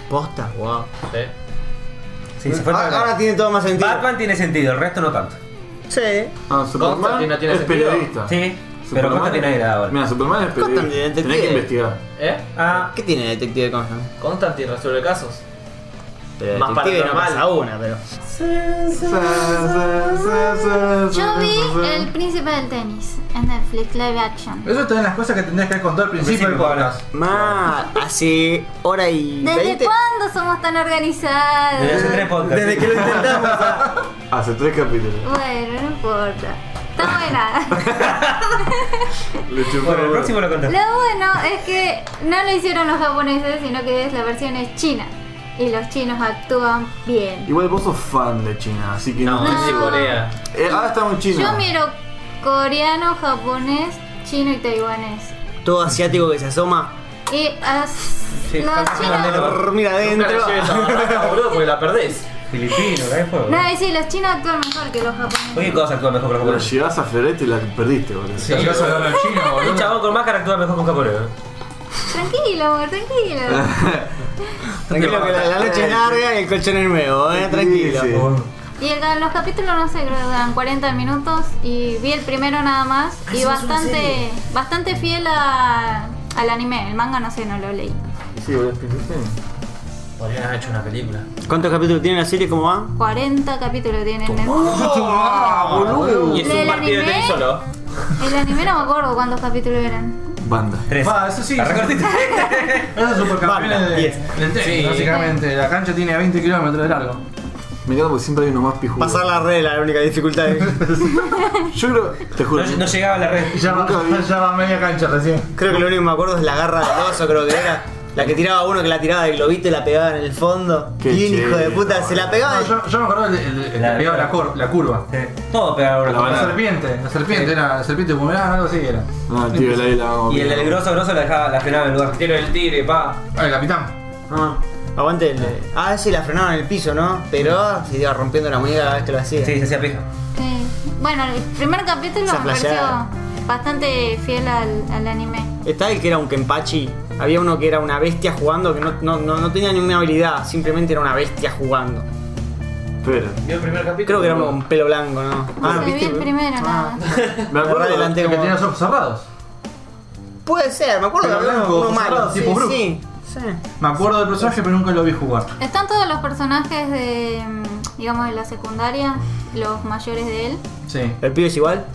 Speaker 4: Posta, wow.
Speaker 5: ¿eh?
Speaker 4: Sí, se fue ahora, Ah, ahora tiene todo más sentido.
Speaker 3: Batman tiene sentido, el resto no tanto.
Speaker 4: Sí.
Speaker 1: Ah, Superman
Speaker 5: Constantine no tiene
Speaker 1: es
Speaker 5: sentido.
Speaker 1: periodista.
Speaker 3: Sí, pero
Speaker 1: Superman
Speaker 3: Constantine
Speaker 1: es-
Speaker 3: tiene nada ahora.
Speaker 1: Mira, Superman es periodista.
Speaker 4: Constantine,
Speaker 1: Tenés que
Speaker 4: detective.
Speaker 1: investigar.
Speaker 5: ¿Eh?
Speaker 3: Ah,
Speaker 4: ¿Qué tiene Detective Conan?
Speaker 5: Constantine resuelve casos.
Speaker 3: pero
Speaker 4: Más para no
Speaker 5: paranormal.
Speaker 4: pasa una, pero.
Speaker 6: Yo vi El Príncipe del Tenis en Netflix Live Action.
Speaker 2: Eso está en las cosas que tendrías que haber contado al principio del podcast.
Speaker 4: Ma, hace hora y.
Speaker 6: ¿Desde
Speaker 4: 20
Speaker 6: cuándo somos tan organizados?
Speaker 3: desde hace tres podcasts.
Speaker 4: Desde que lo intentamos.
Speaker 1: Hace tres capítulos.
Speaker 6: Bueno, no importa. Está buena.
Speaker 1: Le chupó
Speaker 3: Bueno, el
Speaker 1: huevo.
Speaker 3: próximo lo contamos.
Speaker 6: Lo bueno es que no lo hicieron los japoneses, sino que es la versión es china. Y los chinos actúan bien.
Speaker 1: Igual vos sos fan de China, así que no.
Speaker 6: No.
Speaker 5: Es de Corea.
Speaker 1: Eh, ahora está muy chino.
Speaker 6: Yo miro coreano, japonés, chino y taiwanés.
Speaker 4: Todo asiático que se asoma.
Speaker 6: Y as- los chinos.
Speaker 4: Brr, Mira
Speaker 5: Nunca
Speaker 4: adentro.
Speaker 5: la lleves a Barraca, boludo, porque la perdés.
Speaker 3: Filipino, ¿qué fue?
Speaker 6: No, y sí, los chinos actúan mejor que los japoneses.
Speaker 3: Cualquier cosa actúa mejor que los
Speaker 1: La
Speaker 3: japoneses.
Speaker 1: llegás a Florete y la perdiste, boludo.
Speaker 2: Si vas a hablar al chino,
Speaker 3: El
Speaker 2: boludo.
Speaker 3: chabón con máscara actúa mejor que un japonés.
Speaker 5: ¿eh?
Speaker 6: Tranquilo, amor, tranquilo.
Speaker 1: Ah.
Speaker 4: Tranquilo que la, la noche es larga y el colchón es nuevo, eh, tranquilo.
Speaker 1: Sí,
Speaker 6: Y el- los capítulos, no sé, creo que duran 40 minutos y vi el primero nada más y bastante bastante fiel a- al anime, el manga no sé, no lo leí.
Speaker 1: Sí, boludo, es que-
Speaker 5: Podrían haber hecho una película.
Speaker 4: ¿Cuántos capítulos tiene la serie? ¿Cómo va?
Speaker 6: 40 capítulos tienen el
Speaker 2: Tomá, Oh, ah, boludo.
Speaker 5: Y es un
Speaker 6: ¿Del
Speaker 5: partido de
Speaker 6: anime?
Speaker 5: tenis solo.
Speaker 6: El anime no me acuerdo cuántos capítulos eran.
Speaker 1: Banda.
Speaker 3: Tres.
Speaker 2: Va, eso sí.
Speaker 3: Arrancarte.
Speaker 2: Esos supercampeones
Speaker 4: Banda,
Speaker 2: de-
Speaker 4: diez.
Speaker 2: del tenis,
Speaker 5: Sí.
Speaker 2: básicamente. La cancha tiene 20 kilómetros de largo.
Speaker 1: Me encanta porque siempre hay uno más pijudo.
Speaker 4: Pasar la regla, la única dificultad.
Speaker 1: Yo creo, te juro.
Speaker 3: No, no llegaba a la red.
Speaker 2: Ya va,
Speaker 1: Nunca vi.
Speaker 2: ya va media cancha recién.
Speaker 4: Creo que lo único que me acuerdo es la garra del oso, creo que era. La que tiraba uno que la tiraba del globito y la pegaba en el fondo.
Speaker 1: Qué
Speaker 4: Bien, hijo de
Speaker 1: chido.
Speaker 4: puta, se la pegaba.
Speaker 2: No, yo, yo me acuerdo el, el, el que
Speaker 3: La-
Speaker 2: pegaba la, cor- la curva.
Speaker 3: Todo pegaba una
Speaker 1: La
Speaker 2: La
Speaker 1: banana.
Speaker 3: cosa.
Speaker 2: serpiente, la serpiente, era la serpiente bumerán, algo así era.
Speaker 1: No, tío, la la vamos a
Speaker 3: Y el, el
Speaker 1: pegar.
Speaker 3: grosso grosso la dejaba, la frenaba en el lugar.
Speaker 5: Tiro del tigre, pa.
Speaker 2: Ah, el capitán.
Speaker 4: Ah, aguante el. Ah, sí, la frenaban en el piso, ¿no? Pero se iba rompiendo la muñeca cada vez que lo hacía.
Speaker 3: Sí, se hacía pija.
Speaker 6: Sí. Bueno, el primer capítulo
Speaker 4: Esa
Speaker 6: me pareció
Speaker 4: flasheada.
Speaker 6: bastante fiel al, al anime.
Speaker 4: Está el que era un Kenpachi. Había uno que era una bestia jugando que no, no, no, no tenía ninguna habilidad, simplemente era una bestia jugando.
Speaker 1: Espera.
Speaker 5: Vio el primer capítulo.
Speaker 4: Creo que era uno con pelo blanco, ¿no?
Speaker 2: Ah,
Speaker 6: No sé, vi el primero
Speaker 4: Ah.
Speaker 6: nada más.
Speaker 1: Me
Speaker 4: Agarrá
Speaker 1: acuerdo.
Speaker 4: adelante
Speaker 2: El que
Speaker 4: como-
Speaker 2: tenía los ojos cerrados.
Speaker 4: Puede ser, me acuerdo de
Speaker 2: Pelo
Speaker 4: uno-
Speaker 2: blanco,
Speaker 4: uno malo.
Speaker 2: cerrado,
Speaker 4: Sí,
Speaker 2: tipo Brook.
Speaker 4: sí, sí.
Speaker 2: Me acuerdo del personaje, pero nunca lo vi jugar.
Speaker 6: Están todos los personajes de, mm, digamos, de la secundaria, los mayores de él.
Speaker 2: Sí,
Speaker 4: ¿El pibe es igual?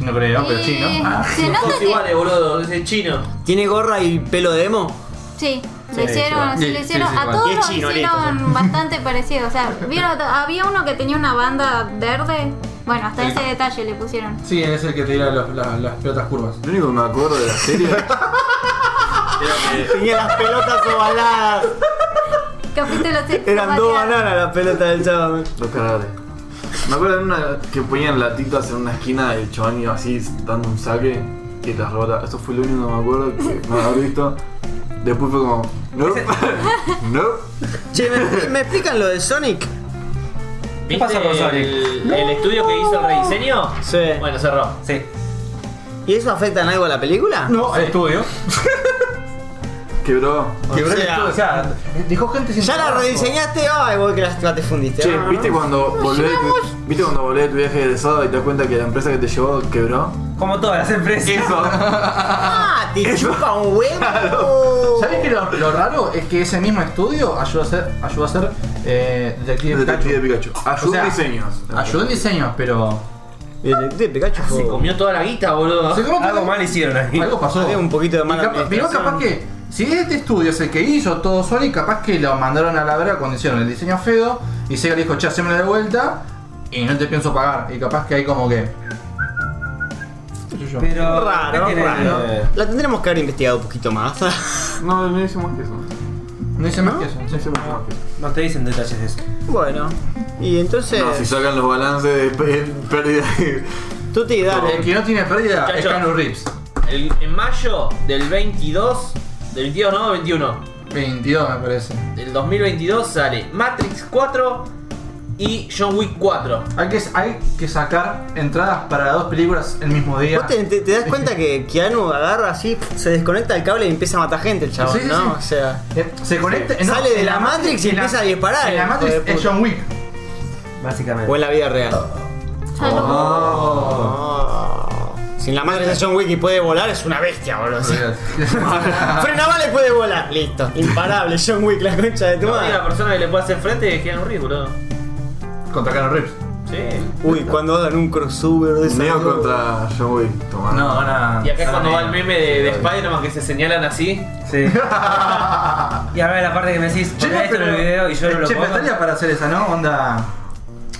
Speaker 2: no creo, pero
Speaker 6: Y
Speaker 2: sí,
Speaker 4: Eh.
Speaker 2: ¿no? Ah.
Speaker 6: Se nota
Speaker 5: Todos
Speaker 6: que
Speaker 5: iguales, boludo. Ese chino.
Speaker 4: ¿Tiene gorra y pelo de emo?
Speaker 6: Sí, lo hicieron,
Speaker 2: sí,
Speaker 6: sí, lo
Speaker 2: sí,
Speaker 6: hicieron,
Speaker 2: sí,
Speaker 6: a
Speaker 2: igual.
Speaker 6: todos
Speaker 4: Y es
Speaker 6: lo
Speaker 4: chino,
Speaker 6: hicieron
Speaker 4: listo,
Speaker 6: bastante parecido, o sea, vieron, había uno que tenía una banda verde, bueno, hasta ese detalle le pusieron.
Speaker 2: Sí, es el que te tira los- la- las pelotas curvas.
Speaker 1: Lo único que me acuerdo de la serie
Speaker 4: Tenía las pelotas ovaladas.
Speaker 6: Capítulo 6.
Speaker 4: Eran dos bananas las pelotas del chaval.
Speaker 1: Los cagadores. Me acuerdo de una que ponían latitas en una esquina y el chabón iba así dando un saque y las rebota. Eso fue lo único que me acuerdo que me habré visto. Después fue como, no, no.
Speaker 4: Che, ¿me, me explican lo de Sonic?
Speaker 5: ¿Viste
Speaker 3: pasa con Sonic?
Speaker 5: El, el estudio que hizo el rediseño?
Speaker 4: Sí.
Speaker 5: Bueno, cerró.
Speaker 3: Sí.
Speaker 4: ¿Y eso afecta en algo a la película?
Speaker 2: No, el estudio.
Speaker 1: Quebró.
Speaker 4: Quebró
Speaker 2: Quebró
Speaker 4: el
Speaker 2: el
Speaker 4: estudio.
Speaker 5: Ah,
Speaker 2: estudio. O sea, dejó gente sin
Speaker 4: ¿Ya la
Speaker 2: trabajo.
Speaker 4: rediseñaste? Ay, vos que la te fundiste.
Speaker 1: Che,
Speaker 4: Ah,
Speaker 1: ¿viste cuando volvés, de tu- ¿viste cuando volvés de tu viaje egresado y te das cuenta que la empresa que te llevó quebró?
Speaker 3: Como todas las empresas.
Speaker 4: Ah, te chupa un huevo.
Speaker 2: ¿Sabés que lo, lo raro es que ese mismo estudio ayudó a ser, ayudó a ser eh, Detective
Speaker 1: Detective
Speaker 2: Pikachu?
Speaker 1: Pikachu. Ayudó
Speaker 2: sea,
Speaker 1: en diseños.
Speaker 2: Ayudó en diseños, pero...
Speaker 4: Detective Pikachu
Speaker 5: Se comió toda la guita, boludo.
Speaker 2: Se comió
Speaker 3: Algo
Speaker 2: todo-
Speaker 3: mal hicieron ahí.
Speaker 2: Algo pasó.
Speaker 4: Había un poquito de mala
Speaker 2: Y capa- Pero
Speaker 4: administración.
Speaker 2: capaz que, si este estudio es el que hizo todo Sonic, capaz que lo mandaron a la verga cuando hicieron el diseño feo y Sega le dijo, che, hacémela de vuelta y no te pienso pagar. Y capaz que hay como que... qué sé yo.
Speaker 3: Pero.
Speaker 4: Raro,
Speaker 3: ¿qué tiene?
Speaker 4: raro.
Speaker 3: Eh,
Speaker 4: La tendremos que haber investigado un poquito más.
Speaker 1: No, no hice más que eso. No
Speaker 2: No hice más que eso. sí.
Speaker 1: hice más que eso.
Speaker 3: No te dicen detalles de eso.
Speaker 4: bueno, y entonces.
Speaker 1: No, si sacan los balances de pe- pérdida.
Speaker 4: Tú te
Speaker 2: El
Speaker 4: dale.
Speaker 2: que no tiene pérdida es
Speaker 5: Chacho.
Speaker 2: Keanu Reeves.
Speaker 5: El- en mayo del 22, del 22 no, 21,
Speaker 2: 22 me parece.
Speaker 5: del 2022 sale Matrix 4 y John Wick 4.
Speaker 2: Hay que, hay que sacar entradas para las dos películas el mismo día.
Speaker 4: Vos te, te- te das cuenta que Keanu agarra así, se desconecta el cable y empieza a matar gente el chabón,
Speaker 2: Sí, sí,
Speaker 4: ¿no?
Speaker 2: sí.
Speaker 4: O sea.
Speaker 2: Eh, Se conecta. no,
Speaker 4: Sale de
Speaker 2: en
Speaker 4: la Matrix y
Speaker 2: en la-
Speaker 4: empieza a disparar,
Speaker 2: En la
Speaker 4: hijo
Speaker 2: Matrix
Speaker 4: de
Speaker 2: es
Speaker 4: puta.
Speaker 2: John Wick.
Speaker 3: Básicamente.
Speaker 4: O en la vida real.
Speaker 6: Salud.
Speaker 2: Ah,
Speaker 4: Oh. Sin la madre de John Wick y puede volar, es una bestia, boludo. O sea, Frena vale puede volar. Listo. Imparable, John Wick, la concha de tu
Speaker 5: La única
Speaker 4: madre.
Speaker 5: persona que le puede hacer frente es Keanu Reeves, boludo.
Speaker 2: Contra Keanu Reeves.
Speaker 5: Sí.
Speaker 4: Uy, cuando hagan un crossover de esa.
Speaker 1: Neo contra John Wick. Toma.
Speaker 2: No, ahora.
Speaker 5: Y acá es
Speaker 2: ahora
Speaker 5: cuando
Speaker 2: no.
Speaker 5: va el meme de, de Spider-Man que se señalan así.
Speaker 3: Sí. y ahora la parte que me decís,
Speaker 2: Che,
Speaker 3: poné esto en el video y yo no lo
Speaker 2: che, pero
Speaker 3: pongo.
Speaker 2: estaría para hacer esa, ¿no? Onda.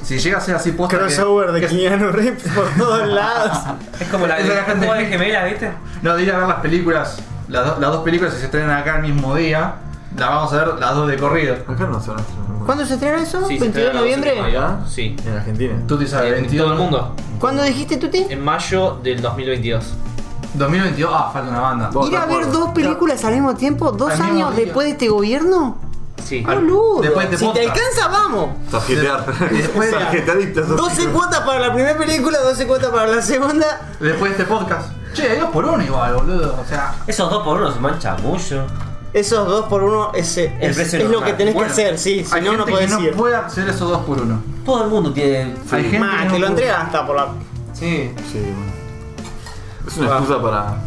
Speaker 2: Si llega a ser así posta. que-
Speaker 4: Crossover de Keanu Reeves por todos lados.
Speaker 3: Es como la
Speaker 2: Es de la gente-
Speaker 3: como de gemelas, ¿viste?
Speaker 2: No, de ir a ver las películas. Las, do- las dos películas que se estrenan acá el mismo día. Las vamos a ver las dos de corrido.
Speaker 1: Acá no son nuestros.
Speaker 4: ¿Cuándo se estrena eso?
Speaker 5: Sí, se
Speaker 4: ¿22 de
Speaker 5: estrenó en
Speaker 4: noviembre?
Speaker 5: mayo. Sí.
Speaker 1: En Argentina.
Speaker 2: Tú te sabes,
Speaker 5: Eh, En
Speaker 2: 22.
Speaker 5: todo el mundo.
Speaker 4: ¿Cuándo dijiste, Tuti?
Speaker 5: En mayo del 2022.
Speaker 2: 2022. Ah, falta una banda.
Speaker 1: Vos,
Speaker 4: ¿Ir a
Speaker 1: de
Speaker 4: ver
Speaker 1: acuerdo.
Speaker 4: dos películas al mismo tiempo? ¿Dos
Speaker 2: Al mismo
Speaker 4: años
Speaker 2: día.
Speaker 4: después de este gobierno?
Speaker 5: Sí.
Speaker 4: ¡Boludo!
Speaker 2: Después de este
Speaker 4: si te
Speaker 2: podcast.
Speaker 4: alcanza, vamos.
Speaker 1: Tarjetear.
Speaker 2: Después de-
Speaker 1: Tarjetadictos.
Speaker 4: 12 cuotas para la primera película, 12 cuotas para la segunda.
Speaker 2: Después de este podcast. Che, hay dos por uno igual, boludo. O sea.
Speaker 3: Esos dos por uno se manchan mucho.
Speaker 4: Esos dos por uno ese,
Speaker 3: El
Speaker 4: es,
Speaker 3: precio
Speaker 4: es lo
Speaker 3: normal.
Speaker 4: que tenés
Speaker 2: bueno,
Speaker 4: que hacer, sí. Si
Speaker 2: hay
Speaker 4: no, no
Speaker 2: gente que
Speaker 4: podés ir.
Speaker 2: no puede hacer esos dos por uno.
Speaker 3: Todo el mundo tiene.
Speaker 2: Hay gente que no
Speaker 4: Ma, te lo
Speaker 2: puede-
Speaker 4: entrega hasta por la.
Speaker 3: Sí.
Speaker 1: Sí, bueno. Es una excusa para.
Speaker 3: Para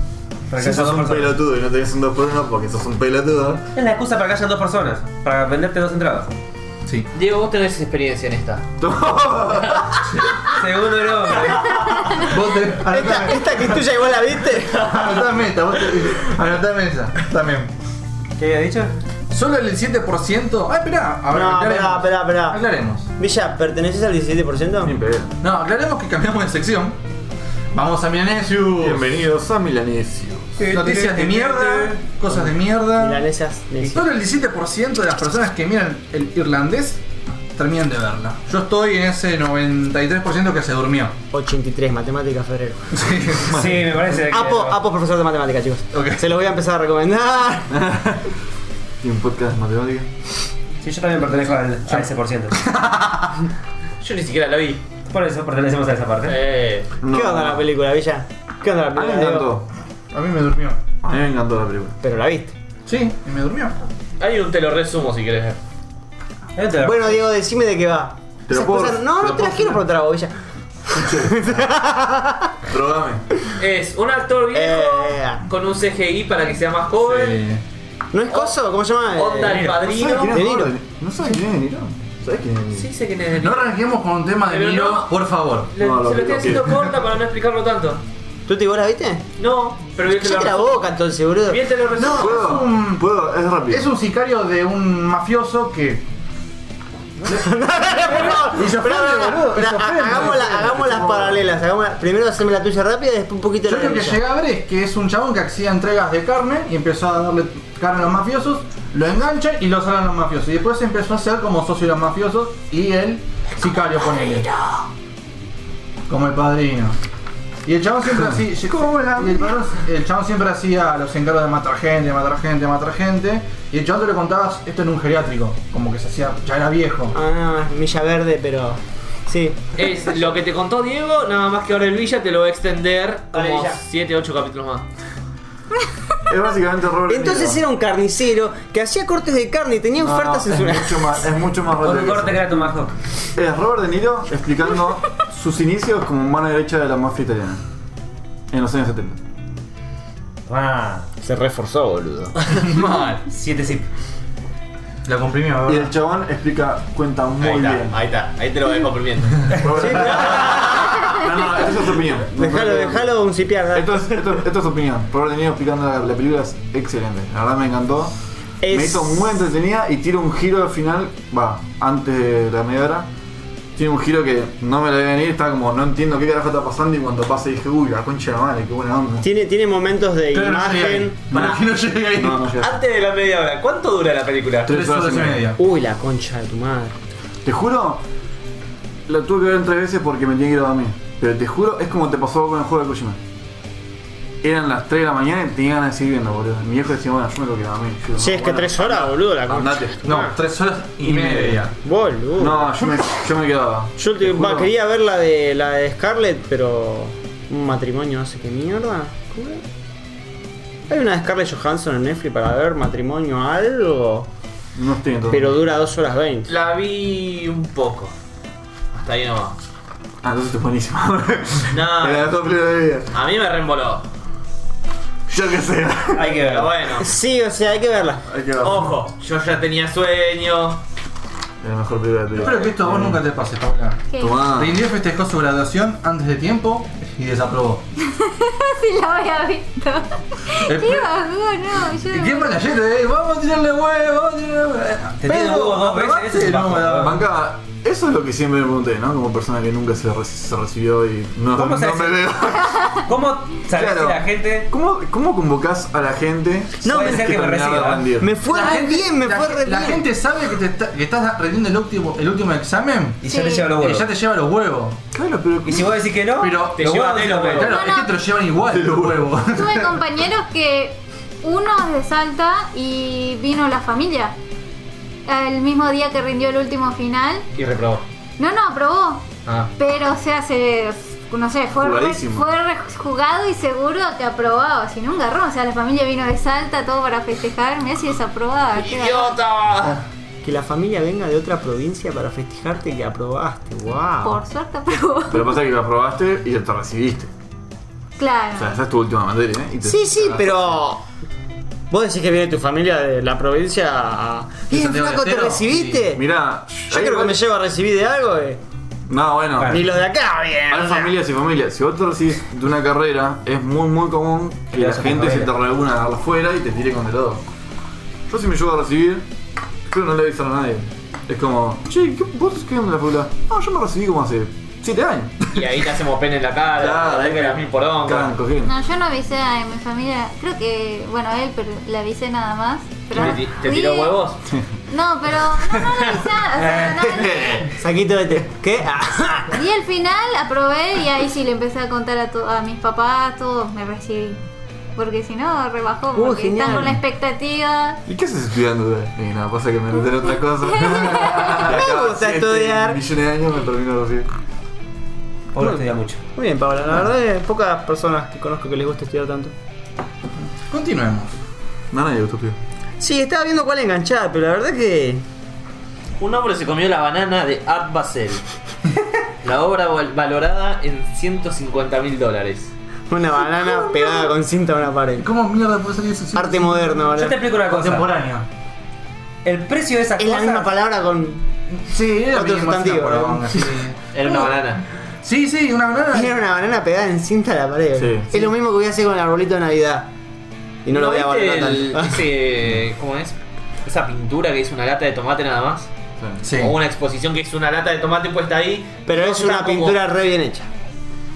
Speaker 3: que
Speaker 1: Si
Speaker 3: haya
Speaker 1: sos
Speaker 3: dos
Speaker 1: un
Speaker 3: personas.
Speaker 1: pelotudo y no tenés un 2 por 1 porque sos un pelotudo.
Speaker 3: Es la excusa para que hayan dos personas. Para venderte dos entradas.
Speaker 2: Sí.
Speaker 5: Diego, vos tenés experiencia en esta.
Speaker 3: Seguro no.
Speaker 2: Vos te.
Speaker 4: Esta,
Speaker 2: Anotame,
Speaker 4: esta que es tuya igual la viste.
Speaker 2: anotame esta, vos te- Anotame esa. También.
Speaker 3: ¿Qué había dicho?
Speaker 2: Solo el 7%. Ah, esperá. A ver,
Speaker 4: No, esperá, esperá, esperá.
Speaker 2: Aclaremos.
Speaker 4: Villa, ¿perteneces al 17%?
Speaker 1: Ni pedo.
Speaker 2: No, aclaremos que cambiamos de sección. Vamos a Milanesius.
Speaker 1: Bienvenidos a Milanesio.
Speaker 2: Noticias de mierda, cosas de mierda.
Speaker 4: Milanesas.
Speaker 2: Y
Speaker 4: Milanesas.
Speaker 2: Solo el 17% de las personas que miran el irlandés terminan de verla. Yo estoy en ese 93% que se durmió.
Speaker 4: 83, matemática, febrero.
Speaker 2: Sí.
Speaker 3: Sí, me parece. que-
Speaker 4: Apo, Apo es profesor de matemática, chicos.
Speaker 2: Ok.
Speaker 4: Se los voy a empezar a recomendar.
Speaker 1: Y un podcast de matemática.
Speaker 3: Sí, yo también pertenezco al, a ese por ciento.
Speaker 5: Yo ni siquiera la vi.
Speaker 3: Por eso pertenecemos a esa parte.
Speaker 5: Eh.
Speaker 1: No,
Speaker 4: ¿Qué onda la película, Villa? ¿Qué onda la
Speaker 1: A mí me
Speaker 4: película? Diego?
Speaker 1: encantó.
Speaker 2: A mí me durmió.
Speaker 1: A mí me encantó la película.
Speaker 4: Pero la viste.
Speaker 2: Sí, y me durmió.
Speaker 5: Hay un te lo resumo si querés ver.
Speaker 3: Entra.
Speaker 4: Bueno, Diego, decime de qué va.
Speaker 1: Te lo
Speaker 4: Esas
Speaker 1: puedo-
Speaker 4: cosas- no,
Speaker 1: te lo
Speaker 4: no te las
Speaker 1: puedo-
Speaker 4: quiero por trago, Villa.
Speaker 1: Drogame.
Speaker 5: Es un actor viejo
Speaker 4: Eh.
Speaker 5: con un CGI para que sea más joven.
Speaker 2: Eh,
Speaker 4: ¿No es coso? ¿Cómo se llama? Eh,
Speaker 5: Onda el
Speaker 1: Eh. ¿Sabes
Speaker 5: padrino.
Speaker 1: quién
Speaker 4: De
Speaker 1: es
Speaker 4: Niro.
Speaker 1: Gordon? ¿No sabes quién es Niro? ¿Sabes quién es Niro?
Speaker 5: Sí, sé quién es.
Speaker 2: No arranquemos con un tema de
Speaker 5: Pero
Speaker 2: Miro,
Speaker 5: no.
Speaker 2: por favor.
Speaker 5: Le-
Speaker 1: No, lo
Speaker 5: se lo
Speaker 1: vi,
Speaker 5: estoy
Speaker 1: lo
Speaker 5: haciendo
Speaker 1: vi.
Speaker 5: corta para no explicarlo tanto.
Speaker 4: ¿Tú te igual la viste?
Speaker 5: No, pero bien te lo
Speaker 4: Cállate la
Speaker 5: resumo.
Speaker 4: boca entonces, boludo.
Speaker 5: Bien te lo resumo.
Speaker 1: ¿Puedo?
Speaker 2: un-
Speaker 1: ¿Puedo? Es rápido.
Speaker 2: Es un sicario de un mafioso que.
Speaker 4: Pero,
Speaker 2: Y se
Speaker 4: pero,
Speaker 2: ofende,
Speaker 4: pero,
Speaker 2: boludo,
Speaker 4: pero,
Speaker 2: se ofende.
Speaker 4: hagamos la- hagamos las paralelas. hagamos la- Primero haceme la tuya rápida y después un poquito
Speaker 2: Yo
Speaker 4: de la
Speaker 2: lo que
Speaker 4: tuya.
Speaker 2: llegué a ver es que es un chabón que hacía entregas de carne y empezó a darle carne a los mafiosos, lo engancha y lo salen los mafiosos. Y después empezó a ser como socio de los mafiosos y el sicario con él. Como el padrino. Y el chabón siempre así. y el, padrón- el chabón siempre hacía los encargos de matar gente, matar gente, matar gente. Y el chabón te lo contabas esto en un geriátrico. Como que se hacía. ya era viejo.
Speaker 4: Ah, no, es Milla Verde, pero. Sí.
Speaker 5: Es lo que te contó Diego, nada más que ahora el Villa te lo va a extender
Speaker 4: Dale,
Speaker 5: como
Speaker 4: Villa.
Speaker 5: 7, 8 capítulos más.
Speaker 1: Es básicamente Robert De
Speaker 4: Entonces
Speaker 1: Niro.
Speaker 4: era un carnicero que hacía cortes de carne y tenía
Speaker 1: No,
Speaker 4: ofertas
Speaker 1: no,
Speaker 4: en su.
Speaker 1: es mucho más, es mucho más
Speaker 3: Con
Speaker 1: rápido
Speaker 3: un
Speaker 1: que
Speaker 3: corte que era tu majo.
Speaker 1: eso. Es Robert De Niro explicando sus inicios como mano derecha de la mafia italiana. En los años 70.
Speaker 3: Ah,
Speaker 4: Se reforzó, boludo.
Speaker 2: Mal.
Speaker 3: 7 zip.
Speaker 2: Lo comprimió,
Speaker 1: Y
Speaker 2: ¿verdad?
Speaker 1: el chabón explica, cuenta muy bien.
Speaker 5: ahí está, ahí te lo voy comprimiendo.
Speaker 1: Robert- No, no, esa es su opinión.
Speaker 4: Déjalo, déjalo un cipiar. dale.
Speaker 1: Esto es, esto, esto es opinión. Robert De Niro explicando la, la película es excelente. La verdad me encantó. Me
Speaker 4: Es-
Speaker 1: hizo muy entretenida y tira un giro al final. Va, antes de la media hora. Tiene un giro que no me lo voy a venir. Está como, no entiendo qué carajo está pasando. Y cuando pasa dije, uy, la concha de la madre, qué buena onda.
Speaker 4: Tiene, tiene momentos de
Speaker 2: Pero no llegué
Speaker 4: imagen.
Speaker 2: ahí. Para que no llegue ahí.
Speaker 1: No, no
Speaker 4: Ah,
Speaker 1: llega.
Speaker 5: Antes de la media hora, ¿cuánto dura la película?
Speaker 1: Tres horas y media.
Speaker 4: Uy, la concha de tu madre.
Speaker 1: Te juro, la tuve que ver tres veces porque me tenía que ir a dormir. Pero te juro, es como te pasó con el juego de Kojima. eran las 3 de la mañana y tenía ganas de seguir viendo, boludo. Mi viejo decía, bueno, yo me lo quedaba a mí. Yo,
Speaker 4: Sí, es que
Speaker 1: bueno,
Speaker 4: tres horas, boludo, la concha.
Speaker 1: Andate.
Speaker 2: No, tres horas y, media.
Speaker 4: Boludo.
Speaker 1: No, yo me, yo me quedaba.
Speaker 4: Yo te-
Speaker 1: Te juro.
Speaker 4: va, quería ver la de la de Scarlett, pero un matrimonio no sé qué mierda. ¿Cómo era? Hay una de Scarlett Johansson en Netflix para ver matrimonio algo,
Speaker 1: No estoy entonces.
Speaker 4: pero dura 2 horas 20.
Speaker 5: La vi un poco. Hasta ahí nomás.
Speaker 1: Ah, entonces es buenísima.
Speaker 5: No.
Speaker 1: Era la dos primeras de vida.
Speaker 5: A mí me reemboló.
Speaker 1: Yo qué sé.
Speaker 5: Hay que verlo. Bueno.
Speaker 4: Sí, o sea, hay que verla.
Speaker 1: Hay que ver.
Speaker 4: Oh.
Speaker 5: Ojo, yo ya tenía sueño.
Speaker 1: Es la mejor película de tu vida.
Speaker 2: Espero que esto a vos nunca te pase, Paula.
Speaker 6: ¿Qué?
Speaker 1: Tomá.
Speaker 2: Rindió festejó su graduación antes de tiempo y desaprobó.
Speaker 6: Si la había visto.
Speaker 2: Eh,
Speaker 6: Qué bajón, no.
Speaker 2: ¿Y qué
Speaker 6: Yo...
Speaker 2: para ayer? Eh? Vamos a tirarle huevo, vamos a tirarle huevo.
Speaker 3: Te tiran huevos dos veces,
Speaker 2: ¿aprobaste?
Speaker 3: ese es
Speaker 2: No,
Speaker 3: bajo.
Speaker 2: no, no.
Speaker 1: Banca, eso es lo que siempre me pregunté, ¿no? Como persona que nunca se, re- se recibió y no, no
Speaker 3: ¿Cómo se
Speaker 1: me
Speaker 3: hace?
Speaker 1: veo.
Speaker 3: ¿Cómo sabés
Speaker 1: Claro.
Speaker 3: si la gente
Speaker 1: ¿Cómo, ¿Cómo convocás a la gente? Sabes
Speaker 3: no, puede ser que me
Speaker 1: terminás de
Speaker 3: reciba?
Speaker 1: rendir?
Speaker 4: Me fue
Speaker 2: La
Speaker 4: re
Speaker 2: gente-
Speaker 4: bien, me
Speaker 2: la-
Speaker 4: fue re
Speaker 2: La
Speaker 4: bien.
Speaker 2: gente sabe que, te está- que estás rendiendo el último, el último examen
Speaker 3: y
Speaker 6: Sí.
Speaker 3: ya te lleva los
Speaker 2: y
Speaker 3: huevos?
Speaker 2: ya te lleva los huevos.
Speaker 1: Claro, pero.
Speaker 3: Y si vos decís que no,
Speaker 2: Pero
Speaker 5: Te
Speaker 2: los
Speaker 5: lleva
Speaker 2: huevos
Speaker 5: de
Speaker 2: se-
Speaker 5: los huevos.
Speaker 2: Claro, es que te lo llevan igual los huevos.
Speaker 6: Tuve compañeros que uno es de Salta y vino la familia. El mismo día que rindió el último final.
Speaker 5: Y reprobó.
Speaker 6: No, no, aprobó.
Speaker 5: Ah.
Speaker 6: Pero, o sea, se. No sé, fue, re,
Speaker 1: Jugadísimo.
Speaker 6: fue re- jugado y seguro que aprobaba. Si no, un garrón. O sea, la familia vino de Salta, todo para festejar. Mira si desaprobaba. qué garrón.
Speaker 4: Ah, Que la familia venga de otra provincia para festejarte que aprobaste. Wow.
Speaker 6: Por suerte aprobó.
Speaker 1: Pero pasa que la probaste y ya te recibiste.
Speaker 6: Claro.
Speaker 1: O sea, esa es tu última materia, ¿eh? Y te-
Speaker 4: Sí, sí, pero vos decís que viene tu familia de la provincia a
Speaker 2: ¿De
Speaker 4: ¿Y
Speaker 2: Santiago del
Speaker 4: flaco te
Speaker 2: Estero?
Speaker 4: recibiste?
Speaker 1: Mirá,
Speaker 4: Yo creo que me llevo a recibir de algo, eh.
Speaker 1: No, bueno.
Speaker 3: Claro.
Speaker 4: Ni los de acá, bien.
Speaker 1: Hay
Speaker 4: o sea.
Speaker 1: familias y familias. Si vos te recibís de una carrera, es muy muy común que
Speaker 3: Te
Speaker 1: la
Speaker 3: vas a la
Speaker 1: gente se te
Speaker 3: carrera.
Speaker 1: reúna a darla afuera y te tire con el dedo. Yo si me llego a recibir, creo que no le avisan a nadie. Es como, che, ¿qué, ¿vos qué onda en la facultad? No, yo me recibí como hace 7 años.
Speaker 5: Y ahí te hacemos pene en la cara, te
Speaker 1: ahí
Speaker 5: que las mil porongas.
Speaker 1: cagan cogiendo.
Speaker 6: No, yo no avisé a mi familia. Creo que, bueno, él, pero le avisé nada más. Pero,
Speaker 5: ¿Te, ti- te tiró
Speaker 6: Sí.
Speaker 5: huevos?
Speaker 6: No, pero no, no le avisé. O sea, no,
Speaker 4: Saquito de té. ¿Qué? Ah.
Speaker 6: no. Y al final aprobé y ahí sí le empecé a contar a, to- a mis papás, todos me recibí. Porque si no, rebajó.
Speaker 4: Uh,
Speaker 6: Porque
Speaker 4: genial.
Speaker 6: están con la expectativa.
Speaker 1: ¿Y qué haces estudiando? Ni nada, pasa que me enteré otra cosa. me
Speaker 4: gusta estudiar.
Speaker 1: Millones de años me termino de recibir.
Speaker 3: vos no estudiás mucho.
Speaker 4: Muy bien, Paula. La verdad es pocas personas que conozco que les gusta estudiar tanto.
Speaker 2: Continuemos.
Speaker 1: No, nadie gustó, tío.
Speaker 4: Sí, estaba viendo cuál enganchar, pero la verdad que.
Speaker 5: Un hombre se comió la banana de Art Basel. la obra val- valorada en 150 mil dólares.
Speaker 4: Una banana pegada con cinta a una pared.
Speaker 2: ¿Cómo mierda puede salir eso?
Speaker 4: Arte moderno,
Speaker 3: Yo te
Speaker 4: ¿verdad?
Speaker 3: explico una cosa.
Speaker 2: Contemporáneo.
Speaker 3: El precio de esas
Speaker 4: Es la misma
Speaker 3: cosas.
Speaker 4: palabra con.
Speaker 2: Sí, era
Speaker 4: Otro
Speaker 2: mínimo, una
Speaker 4: sustantivo, ¿no?
Speaker 2: poronga, sí.
Speaker 5: Era una banana.
Speaker 2: Uh, Sí, sí, una banana.
Speaker 4: Tiene una banana pegada en cinta a la pared.
Speaker 1: Sí.
Speaker 4: es lo mismo que voy a hacer con el arbolito de Navidad. Y no lo voy a
Speaker 5: viste
Speaker 4: valorar
Speaker 5: el-
Speaker 4: tanto.
Speaker 5: ese, ¿Cómo es? Esa pintura que es una lata de tomate nada más.
Speaker 1: Sí.
Speaker 2: Sí.
Speaker 5: O una exposición que es una lata de tomate puesta ahí.
Speaker 4: Pero
Speaker 5: Todos
Speaker 4: es una
Speaker 5: están como-
Speaker 4: pintura re bien hecha.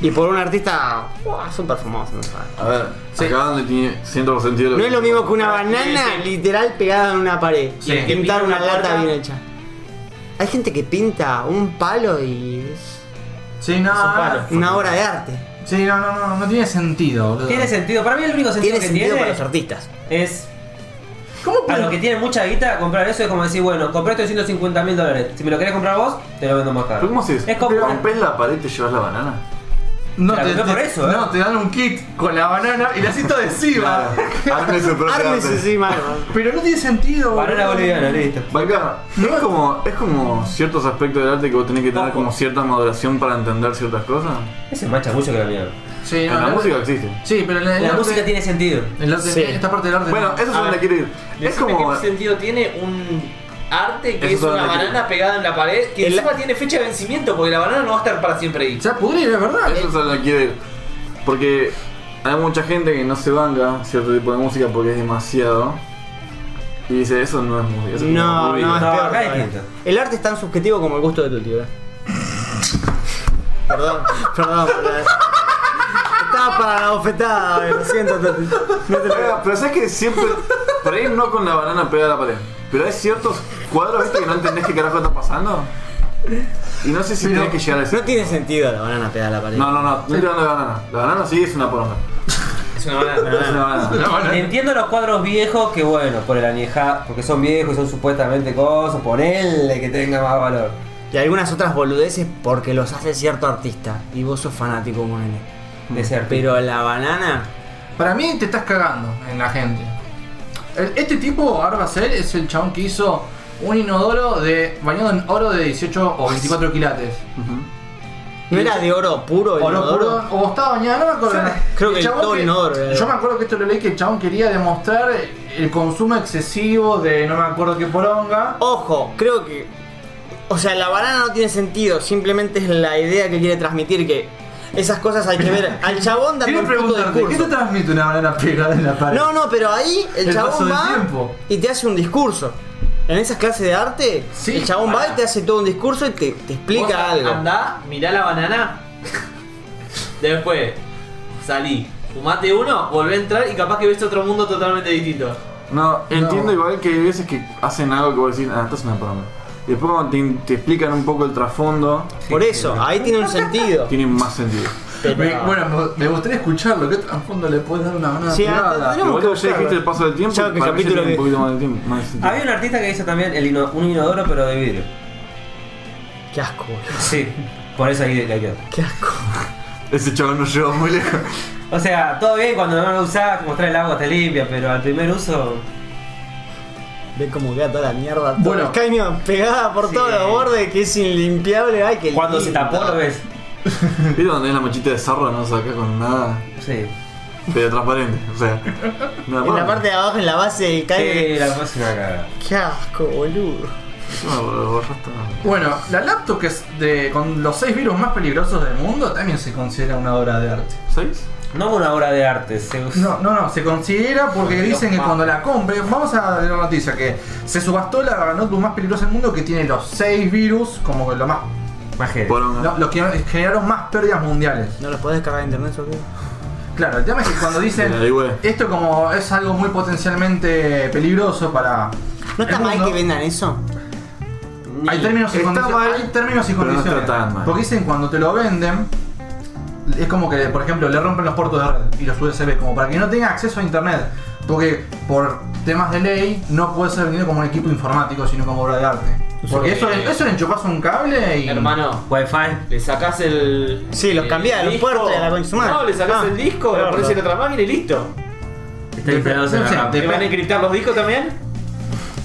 Speaker 4: Y por un artista. ¡buah! súper famoso, no sabes.
Speaker 1: A ver, acá donde tiene 100% sentido lo
Speaker 4: No es lo mismo que una banana
Speaker 5: Sí, sí.
Speaker 4: literal pegada en una pared.
Speaker 5: Sí.
Speaker 4: Y pintar una
Speaker 5: Una
Speaker 4: lata
Speaker 5: puerta.
Speaker 4: bien hecha. Hay gente que pinta un palo y es
Speaker 2: Sí, no,
Speaker 5: un
Speaker 3: Ah.
Speaker 5: palo.
Speaker 4: una obra de arte.
Speaker 2: sí, no, no, no, no tiene sentido, boludo.
Speaker 3: Tiene sentido. Para mí el único sentido
Speaker 4: Tiene
Speaker 3: que
Speaker 4: sentido
Speaker 3: tiene
Speaker 4: para los artistas.
Speaker 3: es
Speaker 2: ¿Cómo
Speaker 3: a
Speaker 2: puede-
Speaker 3: los que tienen mucha guita comprar eso es como decir, bueno, compré esto de 150 mil dólares. Si me lo querés comprar vos, te lo vendo más caro.
Speaker 1: ¿Pero cómo haces?
Speaker 3: Es como
Speaker 1: ¿Rompes la pared y te llevas la banana?
Speaker 2: No,
Speaker 3: Te la compré por eso, ¿eh?
Speaker 2: no, te dan un kit con la banana y la cinta adhesiva.
Speaker 1: Arme su propia
Speaker 4: Ármense
Speaker 1: arte.
Speaker 4: encima.
Speaker 2: Pero no tiene sentido, boludo.
Speaker 3: banana boliviana, listo.
Speaker 1: Banca, es como, es como ciertos aspectos del arte que vos tenés que tener como cierta moderación para entender ciertas cosas.
Speaker 3: Ese es más chamuyo que la mierda.
Speaker 2: Sí,
Speaker 1: En
Speaker 2: no,
Speaker 1: la
Speaker 2: no-
Speaker 1: música existe.
Speaker 2: Sí, pero en el
Speaker 3: La
Speaker 2: arte-
Speaker 3: música tiene sentido.
Speaker 2: el arte-
Speaker 4: Sí.
Speaker 2: Esta parte del arte.
Speaker 1: Bueno,
Speaker 2: no.
Speaker 1: eso es
Speaker 5: A
Speaker 1: donde
Speaker 5: ver,
Speaker 1: quiero ir. Es
Speaker 5: Decime
Speaker 1: como.
Speaker 5: qué sentido tiene un arte
Speaker 1: Eso
Speaker 5: que es una
Speaker 1: solamente-
Speaker 5: banana pegada en la pared que
Speaker 4: El-
Speaker 5: encima tiene fecha de vencimiento porque la banana no va a estar para siempre ahí.
Speaker 2: Se va a pudrir, es verdad.
Speaker 1: Eso es a lo que quiero ir. Porque hay mucha gente que no se banca cierto tipo de música porque es demasiado. Y dice, eso no es música. eso es
Speaker 4: No,
Speaker 1: música".
Speaker 4: no, es
Speaker 3: No,
Speaker 4: peor.
Speaker 3: acá es
Speaker 4: todavía.
Speaker 3: distinto.
Speaker 4: El arte es tan subjetivo como el gusto de tu tío. ¿eh? perdón, perdón. perdón. Estaba para la bofetada, eh, lo siento. Toti. No te lo-
Speaker 1: Pero, pero sabes que siempre. Por ahí no con la banana pegada a la pared. Pero hay ciertos cuadros ¿viste, que no entendés qué carajo está pasando. Y no sé si tenés que llegar a ese.
Speaker 4: No tiene sentido la banana pegada a la pared.
Speaker 1: No, no, no, no estoy hablando de banana. La banana sí es una poronga.
Speaker 5: Es una banana.
Speaker 3: Es una banana.
Speaker 4: Ah.
Speaker 3: Entiendo los cuadros viejos que bueno, por el añeja, porque son viejos y son supuestamente cosas, ponele que tenga más valor.
Speaker 4: Y algunas otras boludeces porque los hace cierto artista. Y vos sos fanático con él.
Speaker 3: De ser
Speaker 4: Pero la banana.
Speaker 2: Para mí te estás cagando en la gente. El- Este tipo, Arbacel, es el chabón que hizo un inodoro de bañado en oro de 18 o 24 quilates.
Speaker 4: ¿No era de oro puro el
Speaker 2: Oro
Speaker 4: inodoro?
Speaker 2: puro, o estaba bañado, no me acuerdo.
Speaker 4: creo que el
Speaker 2: chabón
Speaker 4: todo inodoro era.
Speaker 2: Yo me acuerdo que esto lo leí que el chabón quería demostrar el consumo excesivo de no me acuerdo qué poronga.
Speaker 4: Ojo, creo que. O sea, la banana no tiene sentido, simplemente es la idea que quiere transmitir que esas cosas hay que ver. Al chabón darle
Speaker 2: Quiero
Speaker 4: un puto
Speaker 2: preguntarte, ¿qué te
Speaker 4: discurso.
Speaker 2: transmite una banana pegada en la pared?
Speaker 4: No, no, pero ahí el,
Speaker 2: El paso
Speaker 4: chabón
Speaker 2: del
Speaker 4: va
Speaker 2: tiempo.
Speaker 4: y te hace un discurso. En esas clases de arte,
Speaker 2: Sí,
Speaker 4: el chabón va y te hace todo un discurso y te, te
Speaker 5: Vos
Speaker 4: explica algo.
Speaker 5: Andá, mirá la banana. Después, salí. Fumate uno, volvé a entrar y capaz que ves otro mundo totalmente distinto.
Speaker 1: No, entiendo igual que hay veces que hacen algo que vos decís, ah, esto es una poronga. Y Después cuando te, te explican un poco el trasfondo,
Speaker 4: Por eso, ahí tiene un sentido.
Speaker 1: tiene más sentido.
Speaker 2: Me- bueno, me- me gustaría escucharlo. ¿Qué trasfondo le puedes dar a una banana
Speaker 4: Sí,
Speaker 2: pegada?
Speaker 4: tenemos
Speaker 1: Igual
Speaker 4: que
Speaker 1: que ya
Speaker 4: buscarlo.
Speaker 1: dijiste el paso del tiempo,
Speaker 4: Ya
Speaker 1: para
Speaker 4: que
Speaker 1: mí ya
Speaker 4: capítulo
Speaker 1: tiene
Speaker 4: que-
Speaker 1: un poquito más de, tiempo, más de sentido.
Speaker 3: Había un artista que hizo también el ino- un inodoro pero de vidrio.
Speaker 4: Qué asco, boludo.
Speaker 3: Sí, por eso ahí la quedó.
Speaker 4: Qué asco.
Speaker 1: Ese chaval no llegó muy lejos.
Speaker 3: O sea, todo bien cuando no lo usás, mostrar el agua te limpia, pero al primer uso.
Speaker 4: Ve cómo queda toda la mierda. Todo
Speaker 2: Bueno.
Speaker 4: el caño pegada por
Speaker 3: Sí.
Speaker 4: todos los bordes que es inlimpiable. Ay, que
Speaker 3: Cuando se tapó lo ves.
Speaker 1: ¿Viste donde es la manchita de sarro? No saca con nada,
Speaker 3: Sí.
Speaker 1: pero transparente. O sea, una
Speaker 4: En la
Speaker 1: poronga.
Speaker 4: parte de abajo, en la base del caño.
Speaker 3: Sí, la cosa es una cagada.
Speaker 4: Qué asco, boludo.
Speaker 1: Encima lo borraste, no.
Speaker 2: Bueno, la laptop que es de, con los seis virus más peligrosos del mundo también se considera una obra de arte.
Speaker 1: ¿Sabes?
Speaker 3: No una obra de arte, se usa.
Speaker 2: No, no, no, se considera porque dicen que cuando la compre, vamos a leer la noticia, que se subastó la notebook más peligrosa del mundo que tiene los seis virus, como lo más,
Speaker 3: Imagínate.
Speaker 1: Poronga.
Speaker 2: lo- los que generaron más pérdidas mundiales.
Speaker 4: ¿No los podés cargar en internet, Sofía?
Speaker 2: Claro, el tema es que cuando dicen
Speaker 1: Ahí, güey.
Speaker 2: esto como es algo muy potencialmente peligroso para...
Speaker 4: ¿No está
Speaker 2: el
Speaker 4: mal
Speaker 2: mundo,
Speaker 4: que vendan eso?
Speaker 2: Hay términos y
Speaker 1: Está
Speaker 2: condiciones.
Speaker 1: mal,
Speaker 2: hay términos y
Speaker 1: pero no está
Speaker 2: condiciones.
Speaker 1: tan mal.
Speaker 2: Porque dicen cuando te lo venden, es como que, por ejemplo, le rompen los puertos de red y los USB, como para que no tenga acceso a internet. Porque por temas de ley no puede ser vendido como un equipo informático, sino como obra de arte. Porque eso,
Speaker 5: Eh,
Speaker 2: eso le enchufás un cable y.
Speaker 5: Hermano,
Speaker 3: Wi-Fi.
Speaker 5: le sacás el.
Speaker 4: Sí, los
Speaker 5: el
Speaker 4: cambiás, los
Speaker 5: disco.
Speaker 4: puertos de la concha madre.
Speaker 5: No, le sacás
Speaker 4: Ah,
Speaker 5: el disco,
Speaker 4: claro.
Speaker 5: lo pones en otra máquina y listo.
Speaker 3: Está instalado en
Speaker 2: no
Speaker 3: la
Speaker 2: sé,
Speaker 3: RAM.
Speaker 2: de-
Speaker 5: ¿Te van a encriptar los discos también?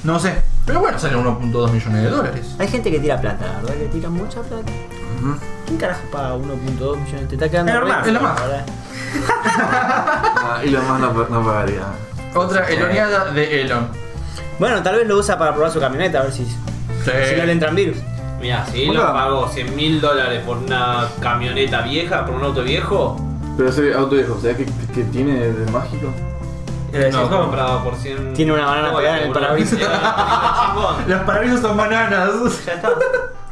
Speaker 2: No sé. Pero bueno, salen 1.2 millones de dólares.
Speaker 4: Hay gente que tira plata, la verdad, que tira mucha plata. ¿Quién carajo paga 1.2 millones? Te está quedando.
Speaker 3: Es lo
Speaker 4: re-
Speaker 3: más,
Speaker 2: es lo más.
Speaker 4: ¿verdad?
Speaker 1: Ah, y lo más no, no pagaría.
Speaker 2: Otra eloneada de Elon.
Speaker 4: Bueno, tal vez lo usa para probar su camioneta, a ver si,
Speaker 2: Eh.
Speaker 4: si no le entran virus.
Speaker 5: Mirá, si
Speaker 1: Hola.
Speaker 5: Ah, lo pagó 100 mil dólares por una camioneta vieja, por un auto viejo,
Speaker 1: Pero ese auto viejo, ¿sabes qué, qué tiene de mágico?
Speaker 3: Era de
Speaker 5: no,
Speaker 3: Jacob.
Speaker 5: comprado por 100.
Speaker 4: Tiene una banana
Speaker 5: No,
Speaker 4: pegada en el
Speaker 5: una-
Speaker 4: parabrisas.
Speaker 5: Chingón.
Speaker 2: Los parabrisas son bananas.
Speaker 5: Ya está.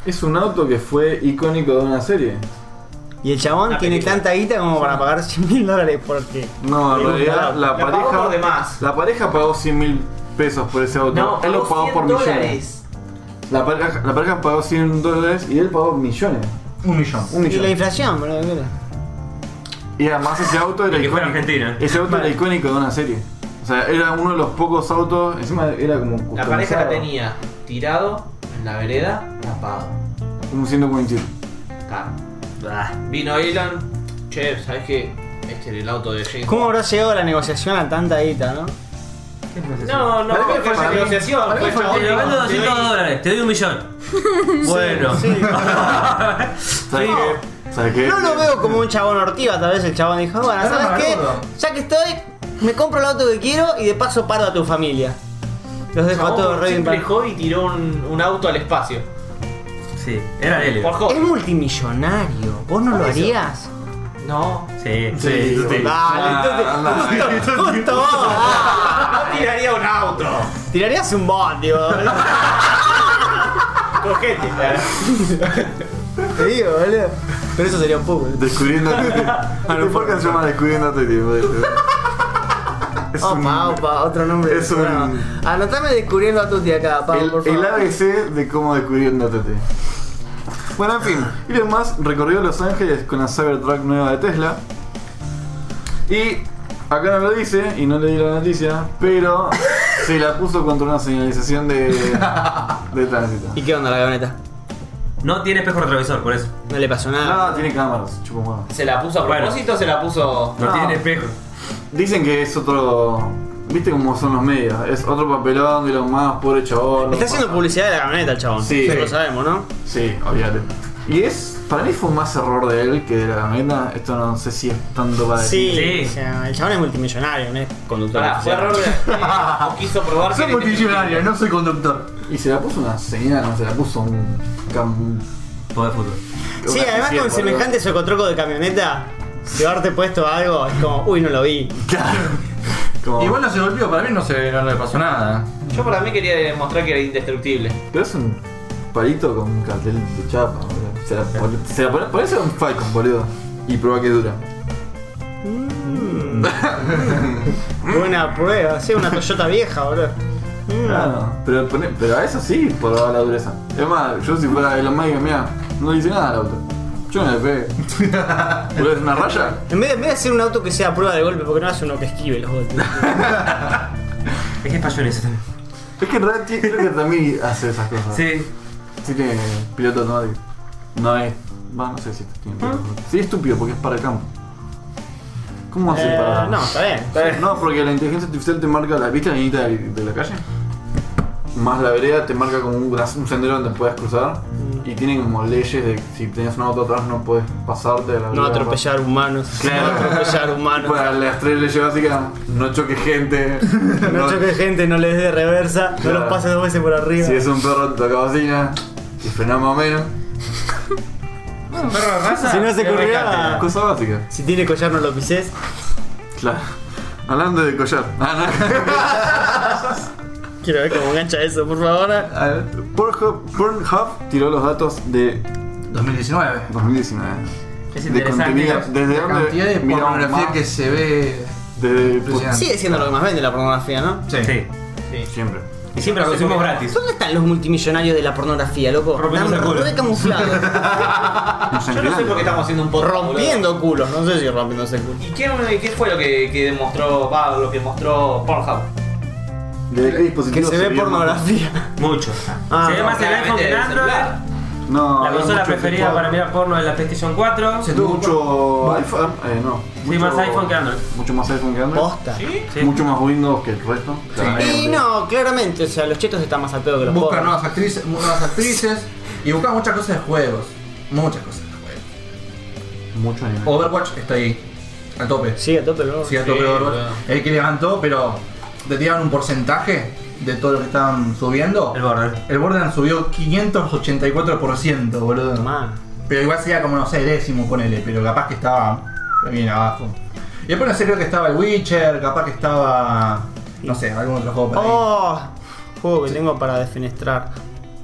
Speaker 1: Es un auto que fue icónico de una serie.
Speaker 4: Y el chabón
Speaker 5: Una
Speaker 4: tiene
Speaker 5: película.
Speaker 4: tanta guita como para pagar 100 mil dólares porque.
Speaker 1: No, en
Speaker 4: Era un
Speaker 1: realidad
Speaker 4: barato.
Speaker 1: la,
Speaker 5: La pagó
Speaker 1: pareja.
Speaker 5: por demás.
Speaker 1: La pareja pagó 100 mil pesos por ese auto. él lo pagó por millones. La pareja, la pareja pagó 100 dólares y él pagó millones.
Speaker 2: Un millón.
Speaker 1: Un
Speaker 4: Y la
Speaker 1: millón.
Speaker 4: inflación, boludo. mira.
Speaker 1: Y además ese auto era
Speaker 3: Y que
Speaker 1: icónico.
Speaker 3: fuera Argentina.
Speaker 1: Ese auto era icónico de una serie. O sea, era uno de los pocos autos. Encima era como.
Speaker 5: La
Speaker 1: customizado.
Speaker 5: pareja la tenía tirado en la vereda, tapado.
Speaker 1: Un 127.
Speaker 5: Claro.
Speaker 4: Ah.
Speaker 5: Vino Elon, che, ¿sabes qué? Este era el auto de James.
Speaker 4: ¿Cómo habrá llegado la negociación a tanta guita, no?
Speaker 5: No,
Speaker 1: Para mí
Speaker 5: no, creo que
Speaker 1: fue
Speaker 5: fue
Speaker 1: para mí.
Speaker 5: negociación.
Speaker 2: Para mí
Speaker 5: fue
Speaker 2: fue
Speaker 5: chabón,
Speaker 3: Te lo vendo
Speaker 5: te doy-
Speaker 3: 200 dólares, te doy un millón. bueno.
Speaker 1: ¿Sabes qué? ¿Sabes qué?
Speaker 4: No lo veo como un chabón ortiva, tal vez el chabón dijo, bueno,
Speaker 2: No, no,
Speaker 4: ¿sabes
Speaker 2: me
Speaker 4: qué?
Speaker 2: acuerdo.
Speaker 4: Ya que estoy, me compro el auto que quiero y de paso paro a tu familia. Los dejo a
Speaker 5: Chabón,
Speaker 4: todos
Speaker 5: por
Speaker 4: re bien
Speaker 5: simple
Speaker 4: parados.
Speaker 5: hobby tiró un, un auto al espacio.
Speaker 3: Sí, era de Helio.
Speaker 5: Por hobby.
Speaker 4: Es multimillonario, ¿vos no lo harías?
Speaker 5: No.
Speaker 3: Sí.
Speaker 1: Sí, sí. Ah,
Speaker 4: Dale, entonces, justo, justo vos. ah.
Speaker 5: No tiraría un auto.
Speaker 4: Tirarías un bondi, boludo.
Speaker 5: Cogete.
Speaker 4: Te digo, boludo. Pero eso sería un poco.
Speaker 1: Descubriéndote. Este podcast se llama Descubriéndote, este. tío. Es un-
Speaker 4: Opa, opa, Ah, otro nombre.
Speaker 1: es un-
Speaker 4: Bueno, Anotame descubriendo a Tuti acá, Pau,
Speaker 1: El,
Speaker 4: por
Speaker 1: el
Speaker 4: favor.
Speaker 1: ABC de cómo descubrir un ATT. Bueno, en fin, Elon Musk recorrió Los Ángeles con la Cybertruck nueva de Tesla. Y Acá no lo dice y no leí la noticia, pero se la puso contra una señalización de, de tránsito.
Speaker 4: ¿Y qué onda la camioneta?
Speaker 3: No tiene espejo retrovisor, por eso.
Speaker 4: No le pasó nada.
Speaker 1: No, tiene cámaras, chupumado.
Speaker 5: ¿Se la puso a propósito o se la puso.?
Speaker 4: Ah.
Speaker 1: No.
Speaker 3: espejo.
Speaker 1: Dicen que es otro. ¿Viste cómo son los medios? Es otro papelón de los más pobres chabón.
Speaker 4: Está haciendo publicidad de la camioneta el chabón.
Speaker 1: Sí.
Speaker 4: Eso lo sabemos, ¿no?
Speaker 1: Sí, obviamente. Y es. Para mí fue más error de él que de la camioneta. Esto no sé si es tanto para
Speaker 4: Sí.
Speaker 3: Sí.
Speaker 4: o sea, el chabón es multimillonario, no es conductor.
Speaker 3: Ah,
Speaker 5: Pará, fue error de. o quiso probar.
Speaker 2: Soy
Speaker 5: que-
Speaker 2: multimillonario, no soy conductor.
Speaker 1: decir. Y se la puso una señal, no se la puso un. cam-
Speaker 3: Poder futuro.
Speaker 4: Sí,
Speaker 1: una
Speaker 4: además
Speaker 1: especie
Speaker 4: con
Speaker 1: de
Speaker 4: semejante socotroco de camioneta, llevarte puesto algo es como, uy, no lo vi.
Speaker 1: Como,
Speaker 2: Igual no se golpeó, para mí no, se, no le pasó nada.
Speaker 5: Yo para mí quería demostrar que era indestructible.
Speaker 1: Pero es un palito con un cartel de chapa, boludo. Se la, pon- se la pone- ponés a un Falcon, boludo. Y prueba que dura.
Speaker 4: Buena prueba, sí, una Toyota vieja, boludo. Mm.
Speaker 1: Claro, pero, pone- pero a eso sí, por la dureza. Es más, yo si fuera Elon Musk, mira, no le hice nada al auto. Yo no le pegué. ¿Boludo es una raya?
Speaker 4: En vez, de, en vez de hacer un auto que sea a prueba de golpe, porque no hace uno que esquive los golpes.
Speaker 3: Es que es payo en eso también.
Speaker 1: Es que en realidad ti- creo que también hace esas cosas.
Speaker 3: Sí.
Speaker 1: Así que piloto automático. No es. Va, no sé si tiene
Speaker 4: ¿Ah?
Speaker 1: piloto automático. Sí, estúpido porque es para el campo. ¿Cómo hace
Speaker 4: Eh,
Speaker 1: para.?
Speaker 4: no, está bien.
Speaker 1: No, porque la inteligencia artificial te marca la. ¿Viste la línea de, de la calle? Más la vereda te marca como un, un sendero donde puedes cruzar. Y tiene como leyes de si tenías un auto atrás no puedes pasarte de la
Speaker 4: No
Speaker 1: vereda.
Speaker 4: atropellar humanos.
Speaker 1: Claro.
Speaker 4: No atropellar
Speaker 1: Y
Speaker 4: humanos.
Speaker 1: Para las tres leyes básicas, no choques gente.
Speaker 4: No choque gente, no les dé de reversa, no
Speaker 1: Claro.
Speaker 4: los pases dos veces por arriba.
Speaker 1: Si es un perro, toca bocina. Si frenás más o menos.
Speaker 5: Un perro de raza.
Speaker 4: Si no se
Speaker 5: es
Speaker 4: corría-
Speaker 5: rescate.
Speaker 1: Cosa básica.
Speaker 4: Si tiene collar, no lo pises.
Speaker 1: Claro. Hablando de collar. Ah,
Speaker 4: Quiero ver cómo engancha eso, por favor.
Speaker 1: no. A ver, Pornhub, Pornhub tiró los datos de
Speaker 2: 2019.
Speaker 1: 2019.
Speaker 5: Es
Speaker 1: de
Speaker 5: interesante.
Speaker 1: contenido.
Speaker 5: ¿no?
Speaker 1: ¿Desde
Speaker 2: La cantidad de
Speaker 1: dónde? miramos
Speaker 2: pornografía
Speaker 1: más?
Speaker 2: que se ve.
Speaker 1: Desde
Speaker 2: Impresionante.
Speaker 4: Sigue siendo lo que más vende la pornografía, ¿no?
Speaker 3: Sí.
Speaker 1: siempre.
Speaker 3: Y siempre la consumimos gratis.
Speaker 4: ¿Dónde están los multimillonarios de la pornografía, loco?
Speaker 3: Rompiéndose
Speaker 4: Están
Speaker 3: el culo.
Speaker 4: re camuflados.
Speaker 1: Nos
Speaker 5: Yo no sé por qué estamos haciendo un podcast. boludo.
Speaker 4: rompiendo culos, no sé si rompiéndose el culo.
Speaker 5: ¿Y qué, qué fue lo que, que demostró, va, lo que mostró Pornhub?
Speaker 1: ¿De qué
Speaker 4: Que
Speaker 1: dispositivo
Speaker 4: se ve
Speaker 1: vio más?
Speaker 4: pornografía.
Speaker 3: Mucho.
Speaker 4: Ah,
Speaker 3: se ve
Speaker 4: no,
Speaker 3: más el iPhone
Speaker 5: claramente
Speaker 3: que el Ah,
Speaker 5: del
Speaker 3: Android.
Speaker 5: celular.
Speaker 1: No,
Speaker 3: La
Speaker 1: había
Speaker 3: consola
Speaker 1: mucho
Speaker 3: preferida
Speaker 1: tipo-
Speaker 3: para mirar porno es la PlayStation 4.
Speaker 2: Se tuvo
Speaker 1: Mucho iPhone, eh, no.
Speaker 3: Sí,
Speaker 1: mucho-
Speaker 3: más iPhone que Android.
Speaker 1: Mucho más iPhone que Android.
Speaker 4: Posta.
Speaker 3: Sí.
Speaker 1: Mucho más Windows que el resto.
Speaker 4: Y
Speaker 1: claramente.
Speaker 4: no, claramente, o sea, los chetos están más al pedo que los
Speaker 2: Busca
Speaker 4: pobres.
Speaker 2: nuevas actrices, nuevas actrices y busca muchas cosas de juegos. Muchas cosas de juegos.
Speaker 1: Mucho anime.
Speaker 2: Overwatch está ahí. A tope.
Speaker 4: Sí, a tope, loco.
Speaker 2: Sí, a tope
Speaker 5: Sí,
Speaker 2: Overwatch.
Speaker 5: boludo.
Speaker 2: El que levantó, pero te tiraron un porcentaje de todo lo que estaban subiendo.
Speaker 3: El border.
Speaker 2: El Borderlands subió 584%, boludo.
Speaker 4: Tomá.
Speaker 2: Pero igual sería como, no sé, décimo, ponele, pero capaz que estaba bien abajo. Y después no sé, creo que estaba el Witcher, capaz que estaba. No sé, algún otro juego para ahí.
Speaker 4: Oh, juego que tengo para defenestrar.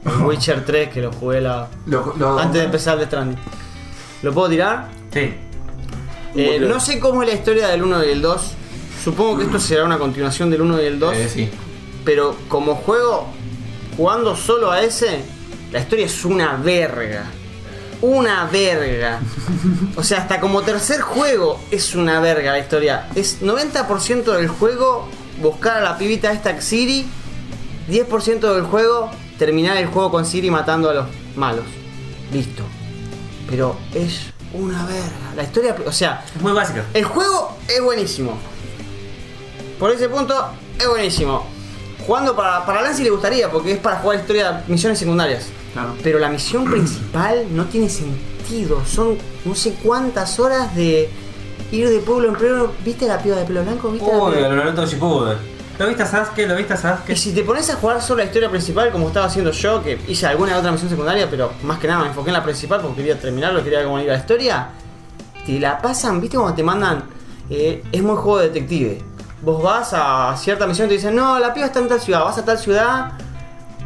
Speaker 4: El Witcher 3 que lo jugué la...
Speaker 2: Lo- lo-
Speaker 4: antes de empezar el Stranding. ¿Lo puedo tirar?
Speaker 3: Sí.
Speaker 4: Eh, no sé cómo es la historia del 1 y el 2. Supongo que esto será una continuación del 1 y el 2.
Speaker 2: Eh, sí.
Speaker 4: Pero como juego, jugando solo a ese, la historia es una verga. Una verga. O sea, hasta como tercer juego es una verga la historia. Es 90% del juego buscar a la pibita esta Xiri. 10% del juego terminar el juego con Siri matando a los malos. Listo. Pero es una verga. La historia, o sea,
Speaker 3: Es muy básica.
Speaker 4: el juego es buenísimo. Por ese punto, es buenísimo. Jugando para, para Lancy le gustaría, porque es para jugar historia, misiones secundarias.
Speaker 1: Claro.
Speaker 4: Pero la misión principal no tiene sentido. Son no sé cuántas horas de ir de pueblo en pueblo. ¿Viste a la piba de pelo blanco? ¿Viste a la
Speaker 3: Uy,
Speaker 4: piba?
Speaker 3: lo Naruto Shippuden. ¿Lo viste a Sasuke? ¿Lo viste a Sasuke?
Speaker 4: Y si te pones a jugar solo la historia principal, como estaba haciendo yo, que hice alguna otra misión secundaria, pero más que nada me enfoqué en la principal porque quería terminarlo, quería ver cómo iba la historia, te la pasan, ¿viste? Cuando te mandan, eh, es muy juego de detective. Vos vas a cierta misión y te dicen, no, la piba está en tal ciudad, vas a tal ciudad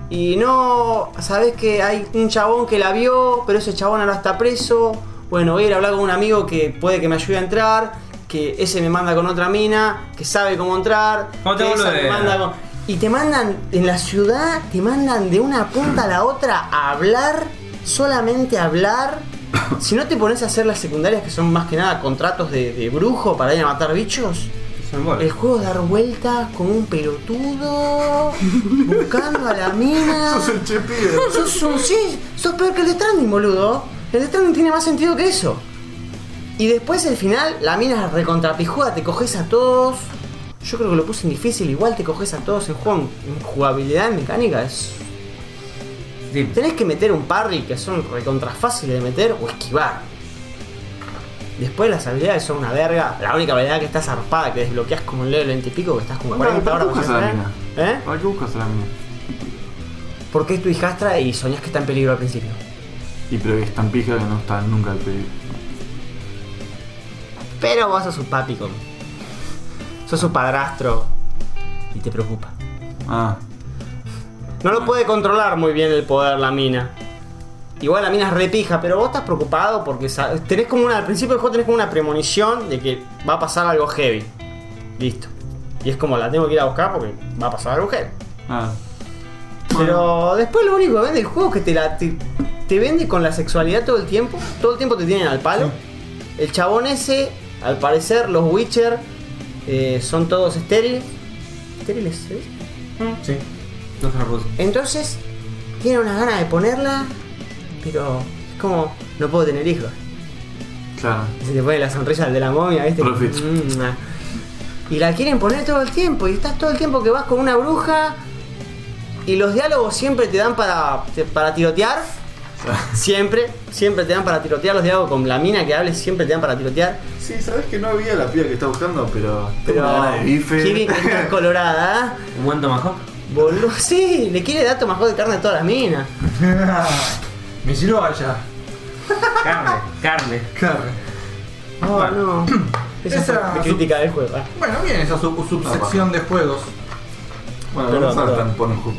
Speaker 4: y no, sabes que hay un chabón que la vio, pero ese chabón ahora está preso. Bueno, voy a ir a hablar con un amigo que puede que me ayude a entrar, que ese me manda con otra mina, que sabe cómo entrar,
Speaker 3: ¿Cómo te
Speaker 4: que esa
Speaker 3: volvés?
Speaker 4: me manda con- Y te mandan, en la ciudad, te mandan de una punta a la otra a hablar, solamente a hablar. Si no te pones a hacer las secundarias que son más que nada contratos de, de brujo para ir a matar bichos,
Speaker 3: Es un embole.
Speaker 4: El juego dar vuelta como un pelotudo, buscando a la mina.
Speaker 1: Sos el chepide.
Speaker 4: Sos un sí, sos peor que el de Stranding, boludo. El de Stranding tiene más sentido que eso. Y después el final, la mina es recontrapijuda, te coges a todos. Yo creo que lo puse en difícil, igual te coges a todos en juego, en jugabilidad, en mecánica. Es...
Speaker 3: Sí.
Speaker 4: Tenés que meter un parry que son recontra fáciles de meter o esquivar. Después las habilidades son una verga. La única habilidad que está zarpada, que desbloqueas como un level 20 y pico, que estás como
Speaker 1: Bueno,
Speaker 4: 40
Speaker 1: ¿para
Speaker 4: horas.
Speaker 1: qué buscas a la
Speaker 4: concentrada. ¿Eh?
Speaker 3: Oh.
Speaker 1: ¿Para qué buscas a la mina?
Speaker 4: Porque es tu hijastra y soñás que está en peligro al principio.
Speaker 1: Y pero es tan pija que no está nunca al pedido.
Speaker 4: Pero vos sos su papi con. Sos su padrastro. Y te preocupa.
Speaker 1: Ah,
Speaker 4: No lo puede controlar muy bien el poder la mina. Igual la mina es repija, pero vos estás preocupado porque sa- tenés como una. Al principio del juego tenés como una premonición de que va a pasar algo heavy. Listo. Y es como la tengo que ir a buscar porque va a pasar algo heavy.
Speaker 1: ah.
Speaker 3: Ah.
Speaker 4: Pero después lo único que vende el juego es que te, la, te, te vende con la sexualidad todo el tiempo. Todo el tiempo te tienen al palo. El chabón ese, al parecer, los Witcher eh, son todos estériles. ¿Estériles? ¿se dice?
Speaker 2: Sí.
Speaker 3: Ah. No se lo puse.
Speaker 4: Entonces, tiene unas ganas de ponerla, pero es como, no puedo tener hijos.
Speaker 1: Claro.
Speaker 4: Y Se te pone la sonrisa de la momia, ¿viste?
Speaker 1: Profit.
Speaker 4: Mm, ah. Y la quieren poner todo el tiempo, y estás todo el tiempo que vas con una bruja, y los diálogos siempre te dan para, te- para tirotear.
Speaker 1: Ah.
Speaker 4: Siempre, siempre te dan para tirotear los diálogos con la mina que hables, siempre te dan para tirotear.
Speaker 1: Sí, sabes que no había la piba que está buscando, pero.
Speaker 4: Pero.
Speaker 1: Tengo una gana de bife.
Speaker 4: Kirin que está colorada, ¿eh?
Speaker 3: ¿Un buen tomahawk?
Speaker 4: Boludo, sí, le quiere dar tomajón de carne a todas las minas.
Speaker 2: Me sirvo allá.
Speaker 3: Carne, carne.
Speaker 2: Carne.
Speaker 4: No, Oh, no. Esa,
Speaker 2: Esa-
Speaker 4: fue mi crítica del juego. ah.
Speaker 2: Bueno, bien, esa sub- subsección de juegos.
Speaker 1: Bueno,
Speaker 4: Perdón,
Speaker 1: no sabes
Speaker 4: perdón.
Speaker 1: tan Pornhub.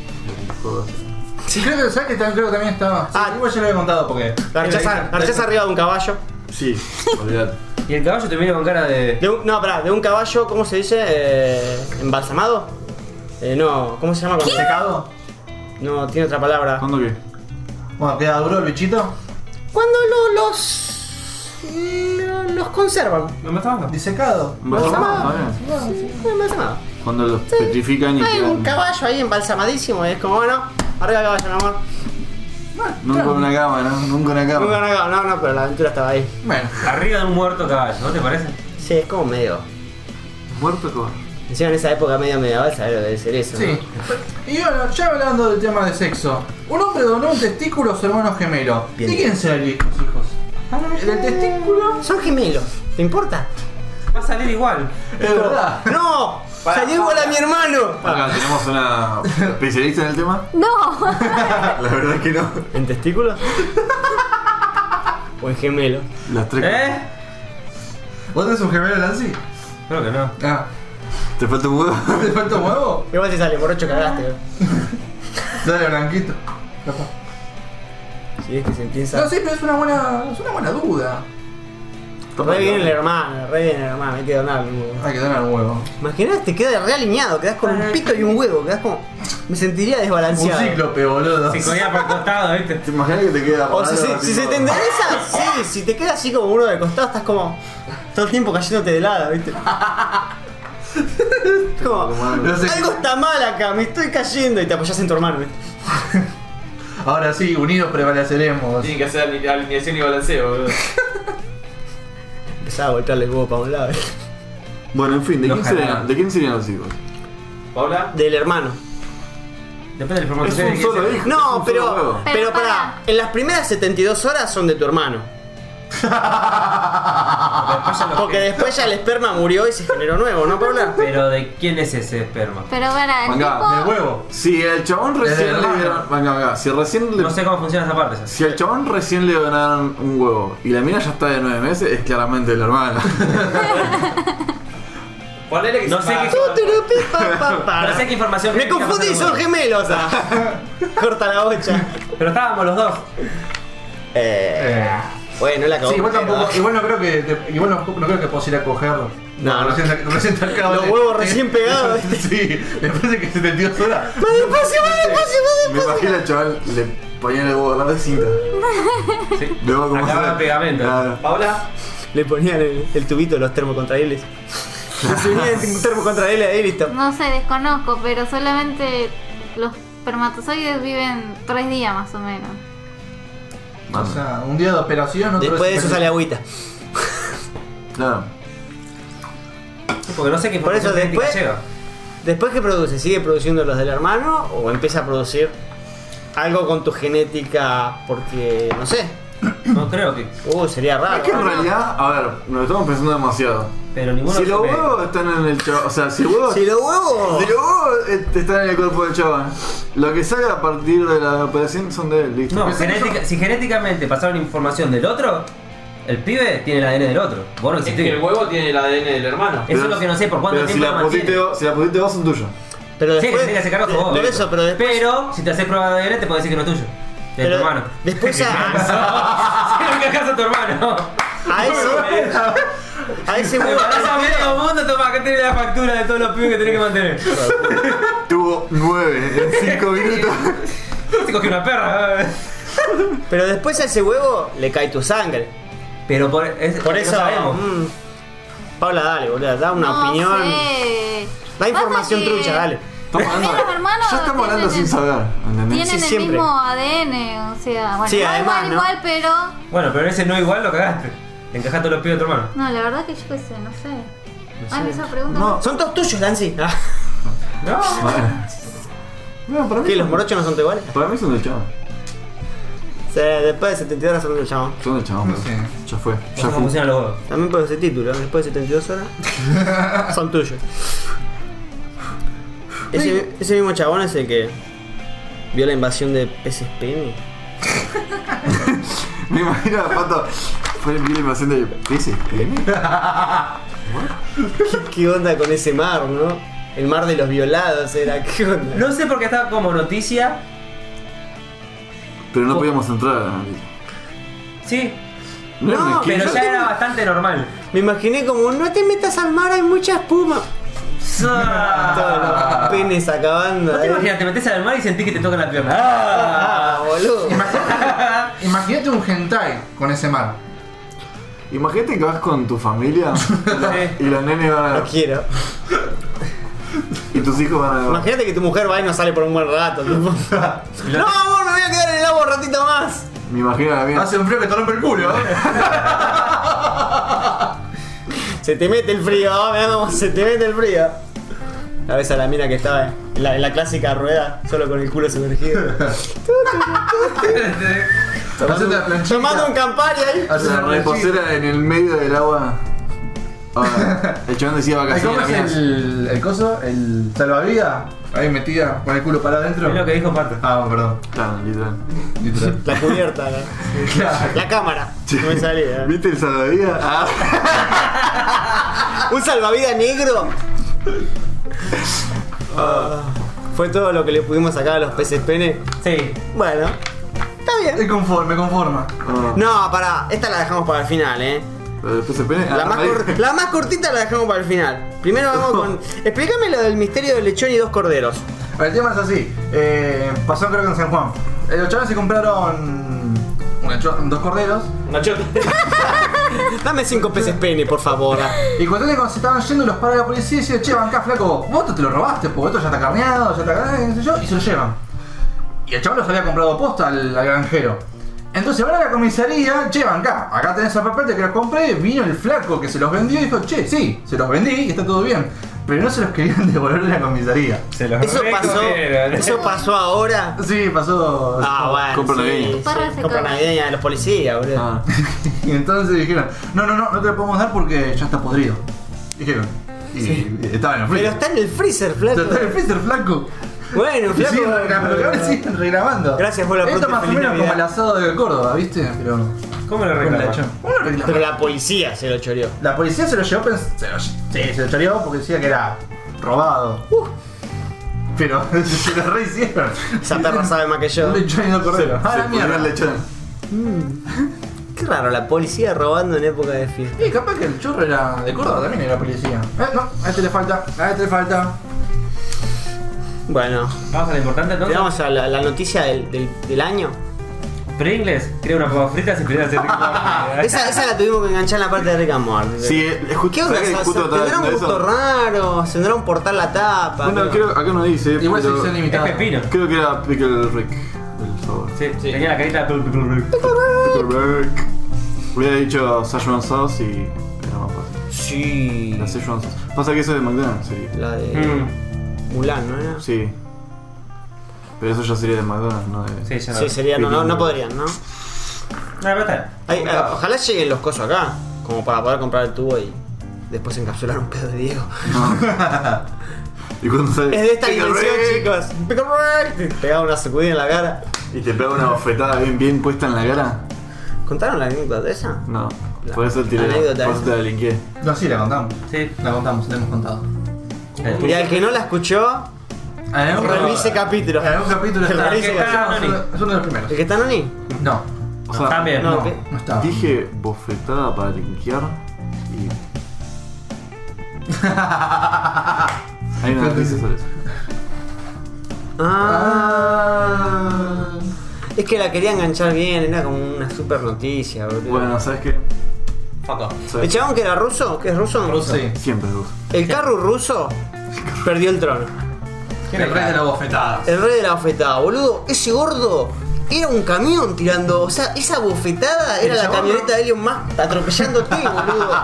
Speaker 2: Creo que, ¿sabes que también, creo que también estaba. Sí,
Speaker 4: Ah.
Speaker 2: igual ya lo había contado porque.
Speaker 4: Garchás
Speaker 2: Era-
Speaker 4: a- garchás arriba de un caballo.
Speaker 1: Sí, olvidate.
Speaker 3: Y el caballo te mira con cara de.
Speaker 4: De un, no, pará, de un caballo, ¿cómo se dice? Eh, ¿Embalsamado? Eh, no, ¿cómo se llama cuando se caga?
Speaker 2: ¿Secado?
Speaker 4: No, tiene otra palabra.
Speaker 1: ¿Cuándo qué?
Speaker 2: Bueno, queda duro el bichito.
Speaker 4: Cuando lo- los. lo- los conservan.
Speaker 3: ¿Me mataba?
Speaker 2: Disecado.
Speaker 1: ¿Embalsamado? Ah, bien.
Speaker 4: Sí, embalsamado.
Speaker 1: Cuando los petrifican y
Speaker 4: Hay
Speaker 1: quedan.
Speaker 4: un caballo ahí embalsamadísimo y es como, bueno, arriba el caballo, mi amor.
Speaker 1: Nunca una cámara, ¿no? Nunca una
Speaker 4: No,
Speaker 1: cámara.
Speaker 4: no, no, no, pero la aventura estaba ahí.
Speaker 2: Bueno,
Speaker 3: Arriba de un muerto caballo, ¿no te parece?
Speaker 4: Sí, es como medio.
Speaker 1: Muerto caballo.
Speaker 4: Encima en esa época medio medieval, sabés lo que debe ser eso.
Speaker 2: sí.
Speaker 4: ¿no?
Speaker 2: Y bueno, ya hablando del tema de sexo. Un hombre donó un testículo a su hermano gemelo.
Speaker 4: Bien.
Speaker 2: ¿De quién serán los hijos?
Speaker 4: Ah,
Speaker 2: ¿El del testículo?
Speaker 4: Son gemelos, ¿te importa?
Speaker 3: Va a salir igual.
Speaker 2: Es
Speaker 1: Ah.
Speaker 2: verdad.
Speaker 4: ¡No! ¡Salió igual a mi hermano!
Speaker 1: Acá tenemos una especialista en el tema.
Speaker 6: No,
Speaker 1: La verdad es que no.
Speaker 4: ¿En testículos? o en gemelo.
Speaker 1: Las tres.
Speaker 3: ¿Eh?
Speaker 2: ¿Vos tenés un gemelo, Nancy?
Speaker 3: Creo que no.
Speaker 2: Ah.
Speaker 1: ¿Te falta un huevo?
Speaker 2: ¿Te falta un huevo?
Speaker 4: Igual te sale, morocho cagaste. ¿eh?
Speaker 2: Dale, blanquito. Capaz.
Speaker 4: Si es que se empieza.
Speaker 2: No, sí, pero es una buena, es una buena duda.
Speaker 4: re bien el hermano, re bien el hermano, hay que donarle un huevo.
Speaker 2: Hay que donar un huevo.
Speaker 4: Imaginás, te quedas realineado, quedás con un pito y un huevo, quedás como. Me sentiría
Speaker 2: Un
Speaker 4: desbalanceado.
Speaker 2: cíclope, boludo.
Speaker 3: Se comía para el costado, ¿viste?
Speaker 1: ¿Te imaginas que te queda
Speaker 4: O si,
Speaker 1: parado
Speaker 4: se-
Speaker 1: así
Speaker 4: si se
Speaker 1: todo?
Speaker 4: te endereza, sí, si te quedas así como uno de costado, estás como. Todo el tiempo cayéndote de lado, ¿viste? como.
Speaker 1: Tomando.
Speaker 4: Algo está mal acá, me estoy cayendo y te apoyas en tu hermano, ¿viste?
Speaker 2: Ahora sí, unidos prevaleceremos.
Speaker 5: Tienen que hacer aline- alineación y balanceo, boludo.
Speaker 4: Empezaba a golpearle el huevo para un lado, ¿eh? ¿viste?
Speaker 1: Bueno, en fin, ¿de quién,
Speaker 3: Ojalá.
Speaker 1: serían, ¿de quién serían los hijos?
Speaker 5: Paula,
Speaker 4: Del hermano.
Speaker 3: Depende de la información
Speaker 1: Es
Speaker 3: que
Speaker 1: un
Speaker 3: tiene que
Speaker 1: solo
Speaker 3: ser.
Speaker 1: hijo. es
Speaker 4: No,
Speaker 1: un solo
Speaker 4: pero.
Speaker 1: huevo.
Speaker 4: Pero
Speaker 6: Pero
Speaker 4: pará,
Speaker 6: pará.
Speaker 4: en las primeras 72 horas son de tu hermano.
Speaker 3: Después ya lo-
Speaker 4: Porque después ya el esperma murió y se generó nuevo, ¿no, Paula?
Speaker 3: Pero de quién es ese esperma?
Speaker 6: pero para el
Speaker 1: Venga,
Speaker 2: De
Speaker 6: tipo.
Speaker 2: huevo.
Speaker 1: Si el chabón recién
Speaker 2: Desde
Speaker 1: le
Speaker 2: el
Speaker 1: dieron. Venga, venga, si recién le.
Speaker 3: No sé cómo funciona esa parte. ya.
Speaker 1: Si al chabón recién le donaron un huevo y la mina ya está de nueve meses, es claramente el hermano.
Speaker 5: ponele que
Speaker 3: No
Speaker 5: se
Speaker 3: sé
Speaker 5: va.
Speaker 3: qué-
Speaker 4: Turupi, pa, pa, pa.
Speaker 3: No sé qué información.
Speaker 4: Me confundí, son gemelos. ah. Corta la bocha.
Speaker 3: Pero estábamos los dos.
Speaker 4: Eh,
Speaker 2: Eh.
Speaker 4: bueno, la acabó.
Speaker 2: Sí, igual tampoco, igual no creo que, te- igual no, no creo que puedas ir a cogerlo.
Speaker 4: No, no.
Speaker 2: Recién, recién te acabo
Speaker 4: Los
Speaker 2: de-
Speaker 4: huevos
Speaker 2: de-
Speaker 4: recién pegados.
Speaker 2: sí, después de que 72 horas.
Speaker 4: Más despacio, más despacio, más
Speaker 1: Me imagino al chabón le ponía el huevo a la cinta.
Speaker 3: Sí.
Speaker 1: Luego como
Speaker 3: Acababa
Speaker 1: se-
Speaker 3: el pegamento.
Speaker 1: Claro.
Speaker 5: Paula,
Speaker 4: despacio. Le ponían el, el tubito de los termocontraíbles. Se unían en un termo contra él y listo.
Speaker 6: No sé, desconozco, pero solamente los espermatozoides viven tres días más o menos.
Speaker 2: O sea, un día de operación, otro
Speaker 4: Ah. Después de eso sale agüita.
Speaker 1: Claro.
Speaker 3: Porque no sé qué
Speaker 4: Por eso
Speaker 3: información genética
Speaker 4: después-
Speaker 3: lleva.
Speaker 4: Después que produce, ¿sigue produciendo los del hermano o empieza a producir algo con tu genética? Porque, no sé,
Speaker 3: No creo que.
Speaker 4: uh, sería
Speaker 1: Es que
Speaker 4: raro.
Speaker 1: en realidad, a ver, nos estamos pensando demasiado.
Speaker 3: Pero ninguno
Speaker 1: Si
Speaker 3: se
Speaker 1: los
Speaker 3: ve.
Speaker 1: huevos están en el chavo, o sea, si huevos.
Speaker 4: Si lo huevo,
Speaker 1: Si los huevos eh, están en el cuerpo del chaval, lo que salga a partir de la operación son de él, listo.
Speaker 3: No, genética- si genéticamente pasaron información del otro, el pibe tiene el ADN del otro. Vos no
Speaker 5: Es que
Speaker 3: existís.
Speaker 5: el huevo tiene el ADN del hermano.
Speaker 3: Eso es lo que no sé por cuánto
Speaker 1: Pero si
Speaker 3: tiempo lo
Speaker 1: la, pusiste,
Speaker 3: mantiene.
Speaker 1: vos- si la pusiste vos, son tuyos.
Speaker 4: pero
Speaker 3: Sí,
Speaker 4: después.
Speaker 3: tenés que hacer cargo vos.
Speaker 4: por eso, pero después.
Speaker 3: Pero, si te haces prueba de ADN, te puedo decir que no es tuyo. De
Speaker 4: Pero
Speaker 3: tu hermano.
Speaker 4: después
Speaker 3: ¿Qué
Speaker 4: a-
Speaker 3: caso? Si no que acaso tu hermano.
Speaker 4: A ese. A ese
Speaker 3: Te
Speaker 4: huevo.
Speaker 3: parás a medio mundo, toma, acá tenés la factura de todos los pibes que tenés que mantener.
Speaker 1: Tuvo nueve en cinco minutos.
Speaker 3: Te cogí una perra.
Speaker 4: Pero después a ese huevo le cae tu sangre.
Speaker 3: Pero por, es-
Speaker 4: Por
Speaker 3: no
Speaker 4: eso.
Speaker 3: sabemos.
Speaker 4: mm, Paula, dale, boludo, da una
Speaker 6: No
Speaker 4: opinión.
Speaker 6: sé.
Speaker 4: Da
Speaker 6: Pasa
Speaker 4: información
Speaker 6: que
Speaker 4: trucha, dale.
Speaker 1: Estamos hablando.
Speaker 6: Los hermanos
Speaker 1: Ya estamos hablando
Speaker 6: tienen-
Speaker 1: sin saber, ¿entendés?
Speaker 6: Tienen
Speaker 4: Sí,
Speaker 6: el
Speaker 4: siempre.
Speaker 6: mismo ADN, o sea, bueno,
Speaker 4: Sí,
Speaker 6: no
Speaker 4: además,
Speaker 6: igual,
Speaker 4: ¿no?
Speaker 6: igual, pero.
Speaker 3: Bueno, pero ese no igual lo cagaste. Le encajaste a los pibes de tu hermano.
Speaker 6: No, la verdad que yo qué sé, no sé. Ay, me hizo pregunta.
Speaker 1: No.
Speaker 4: Son todos tuyos, Nancy. Ah,
Speaker 1: Bueno. Bueno, para mí.
Speaker 4: ¿Qué? ¿Los
Speaker 1: son-
Speaker 4: morochos no son todos iguales?
Speaker 1: Para mí son del chavo.
Speaker 4: Sí, después de 72 horas son del chabón.
Speaker 1: Son del chavo,
Speaker 2: No
Speaker 1: pero
Speaker 2: sé.
Speaker 1: Ya fue.
Speaker 3: No sé
Speaker 1: Ya
Speaker 3: cómo
Speaker 1: fue.
Speaker 3: funcionan los huevos.
Speaker 4: También puedo ese título, ¿eh? después de 72 horas. Son tuyos. Ese, ese mismo chabón es el que vio la invasión de peces pene.
Speaker 1: Me imagino a Pato. Fue bien la invasión de peces.
Speaker 4: ¿Qué, qué onda con ese mar, no? El mar de los violados era, ¿qué onda?
Speaker 3: No sé por qué estaba como noticia.
Speaker 1: Pero no podíamos entrar.
Speaker 3: Sí,
Speaker 1: No, era un esquí.
Speaker 3: pero ya era bastante normal.
Speaker 4: Me imaginé como, no te metas al mar, hay mucha espuma. Todos los
Speaker 3: ¿No
Speaker 4: penes acabando.
Speaker 3: te
Speaker 4: ahí.
Speaker 3: imaginas? Te metes al mar y sentís que te tocan la pierna. ¡Ah!
Speaker 4: Ah, boludo.
Speaker 2: Imagínate un hentai con ese mar.
Speaker 1: Imagínate que vas con tu familia y los nenes van
Speaker 4: No
Speaker 1: a.
Speaker 4: quiero.
Speaker 1: Y tus hijos van a.
Speaker 4: Imagínate que tu mujer va y no sale por un buen rato. tipo. no, amor, me voy a quedar en el agua un ratito más.
Speaker 1: Me imagino a la mía.
Speaker 2: Hace un frío que te rompe el culo. ¿eh?
Speaker 4: Se te mete el frío, ah, mirá cómo se te mete el frío. La ves a la mina que estaba en la, en la clásica rueda, solo con el culo sumergido.
Speaker 2: Hacete la planchita.
Speaker 4: Tomando un campari
Speaker 2: Hacete
Speaker 4: ahí.
Speaker 1: La
Speaker 2: la planchita.
Speaker 1: reposera en el medio del agua. Ahora, el chabón decía
Speaker 2: Ahí
Speaker 1: vacaciones.
Speaker 2: comes
Speaker 1: la mina-
Speaker 2: el, el coso, el salvavidas, ahí metida con el culo para adentro.
Speaker 3: Es lo que dijo Pato.
Speaker 2: Ah, bueno,
Speaker 1: Claro, literal.
Speaker 2: perdón. Literal.
Speaker 4: La cubierta, la,
Speaker 2: Claro.
Speaker 4: la cámara. No me salía.
Speaker 1: ¿Viste el salvavidas? Ah,
Speaker 4: Un salvavidas negro. Ah, fue todo lo que le pudimos sacar a los peces pene.
Speaker 3: Sí.
Speaker 4: Bueno, está bien.
Speaker 2: Me conforma, me conforma.
Speaker 1: ah.
Speaker 4: No, pará, esta la dejamos para el final, eh.
Speaker 1: Pero después se pene.
Speaker 4: La más, cor- la más cortita la dejamos para el final. Primero vamos con. Explícame lo del misterio del lechón y dos corderos.
Speaker 2: El tema es así. eh, pasó creo que en San Juan. Eh, los chavales se compraron una cho- dos corderos.
Speaker 5: Nachote.
Speaker 4: Dame cinco peces pene, por favor.
Speaker 2: Y cuando cuando se estaban yendo los para la policía y decían, che, bancá flaco, vos esto te lo robaste, porque esto ya está carneado, ya está carneado, qué sé yo, y se lo llevan. Y el chaval los había comprado posta al, al granjero. Entonces van a la comisaría, che, bancá, acá tenés el papel de que los compré, vino el flaco que se los vendió y dijo, che, sí, se los vendí y está todo bien. Pero no se los querían devolver de la comisaría.
Speaker 3: Se los
Speaker 4: Eso pasó.
Speaker 3: recogieron.
Speaker 4: Eso pasó ahora.
Speaker 2: Sí, pasó...
Speaker 4: Ah,
Speaker 1: Compra
Speaker 4: bueno.
Speaker 1: navideña.
Speaker 4: Sí,
Speaker 6: Parra
Speaker 4: sí.
Speaker 6: se
Speaker 4: Compra
Speaker 6: come.
Speaker 4: navideña de los policías, boludo.
Speaker 1: Ah,
Speaker 2: Y entonces dijeron, no, no, no, no te lo podemos dar porque ya está podrido. Dijeron. Y estaba en el
Speaker 4: Pero
Speaker 2: freezer.
Speaker 4: está en el freezer, flaco.
Speaker 2: Está en el freezer, flaco.
Speaker 4: Bueno,
Speaker 2: Y
Speaker 4: flaco.
Speaker 2: siguen regrabando, pero ahora siguen regrabando.
Speaker 4: Gracias por la
Speaker 2: Esto
Speaker 4: pregunta,
Speaker 2: más o
Speaker 4: feliz
Speaker 2: menos como
Speaker 4: Navidad.
Speaker 2: el asado de Córdoba, ¿viste? Pero
Speaker 3: ¿Cómo lo
Speaker 2: con
Speaker 3: reclamas?
Speaker 2: lechón. Uno
Speaker 4: Pero
Speaker 2: reclama.
Speaker 4: la policía se lo choreó.
Speaker 2: La policía se lo llevó pens- se lo, lle- sí, se lo choreó porque decía que era robado. Uh. Pero se lo rehicieron.
Speaker 4: Esa perra sabe más que yo.
Speaker 2: Un lechón y no cordero. Ah, la
Speaker 1: se mierda.
Speaker 2: mierda.
Speaker 1: el lechón.
Speaker 4: Qué raro, la policía robando en época de fiesta.
Speaker 2: Y capaz que el churro era de Córdoba también era policía. Eh, no, a este le falta, a este le falta.
Speaker 4: Bueno,
Speaker 3: Vamos a lo importante entonces.
Speaker 4: llegamos a la, la noticia del, del- del año.
Speaker 3: Pringles, crea una papa frita y empieza a hacer rico.
Speaker 4: Esa, esa la tuvimos que enganchar en la parte de Rick and Morty.
Speaker 1: Sí, es justo-
Speaker 4: ¿Qué onda?
Speaker 1: ¿sabes que
Speaker 4: ¿Se-
Speaker 1: justo
Speaker 4: se-
Speaker 1: estaba
Speaker 4: ¿Tendrá un
Speaker 1: diciendo
Speaker 4: gusto
Speaker 1: eso?
Speaker 4: raro? ¿Se tendrá un portal la tapa?
Speaker 1: Bueno, creo, acá no dice,
Speaker 2: Igual se
Speaker 1: pero
Speaker 2: edición
Speaker 3: Es
Speaker 2: limitada.
Speaker 3: pepino.
Speaker 1: creo que era Pickle Rick, el sabor.
Speaker 3: Sí, tenía la carita de...
Speaker 1: Pickle Rick. Hubiera dicho Szechuan Sauce y era más fácil.
Speaker 4: Sí.
Speaker 1: La Szechuan Sauce. Pasa que eso es de McDonald's, sería.
Speaker 4: La de
Speaker 3: Mm.
Speaker 4: Mulan, ¿no era?
Speaker 1: Sí. Pero eso ya sería de McDonald's, no de...
Speaker 3: Sí, ya no.
Speaker 4: Sí, sería, no, no, no podrían, ¿no?
Speaker 3: No, pero está.
Speaker 4: Ay, eh, ojalá lleguen los cosos acá, como para poder comprar el tubo y después encapsular un pedo de Diego.
Speaker 1: Y cuando sale...
Speaker 4: Es de esta
Speaker 1: "Pickle
Speaker 4: dimensión,
Speaker 1: Rick",
Speaker 4: chicos. Pickle Rick. Te pegaba una sacudida en la cara.
Speaker 1: Y te pega una bofetada bien, bien puesta en la cara.
Speaker 4: ¿Contaron la anécdota de esa?
Speaker 1: No.
Speaker 4: La-
Speaker 1: Por eso
Speaker 4: la
Speaker 1: tiré,
Speaker 4: anécdota
Speaker 1: por eso
Speaker 4: esa.
Speaker 1: te delinqué.
Speaker 2: No, sí, la contamos.
Speaker 3: Sí.
Speaker 2: La contamos, la hemos contado.
Speaker 4: Y al que no la escuchó, revise capítulos.
Speaker 2: En algún capítulo está.
Speaker 4: Revise
Speaker 2: está-
Speaker 5: capítulo.
Speaker 2: es uno de los
Speaker 4: ¿El
Speaker 2: primeros.
Speaker 4: que está Noni?
Speaker 2: No,
Speaker 1: O sea,
Speaker 3: También.
Speaker 4: No,
Speaker 2: no,
Speaker 4: ¿qué?
Speaker 2: no estaba.
Speaker 1: Dije bofetada para linkear y. Hay una noticia sobre eso.
Speaker 4: Ah. Es que la quería enganchar bien, era como una super noticia,
Speaker 2: eh,
Speaker 4: boludo.
Speaker 1: Bueno, ¿sabes qué?
Speaker 5: Fuck off.
Speaker 1: Soy-
Speaker 4: ¿El chabón que era ruso? ¿Que es ruso?
Speaker 2: Sí.
Speaker 1: Siempre es ruso.
Speaker 4: El carro ruso perdió el trono.
Speaker 2: El rey de la bofetada.
Speaker 4: El rey de la bofetada, boludo. Ese gordo era un camión tirando. O sea, esa bofetada era
Speaker 2: El
Speaker 4: la
Speaker 2: chabón,
Speaker 4: camioneta
Speaker 2: ¿no?
Speaker 4: de Elon Musk atropellándote, boludo.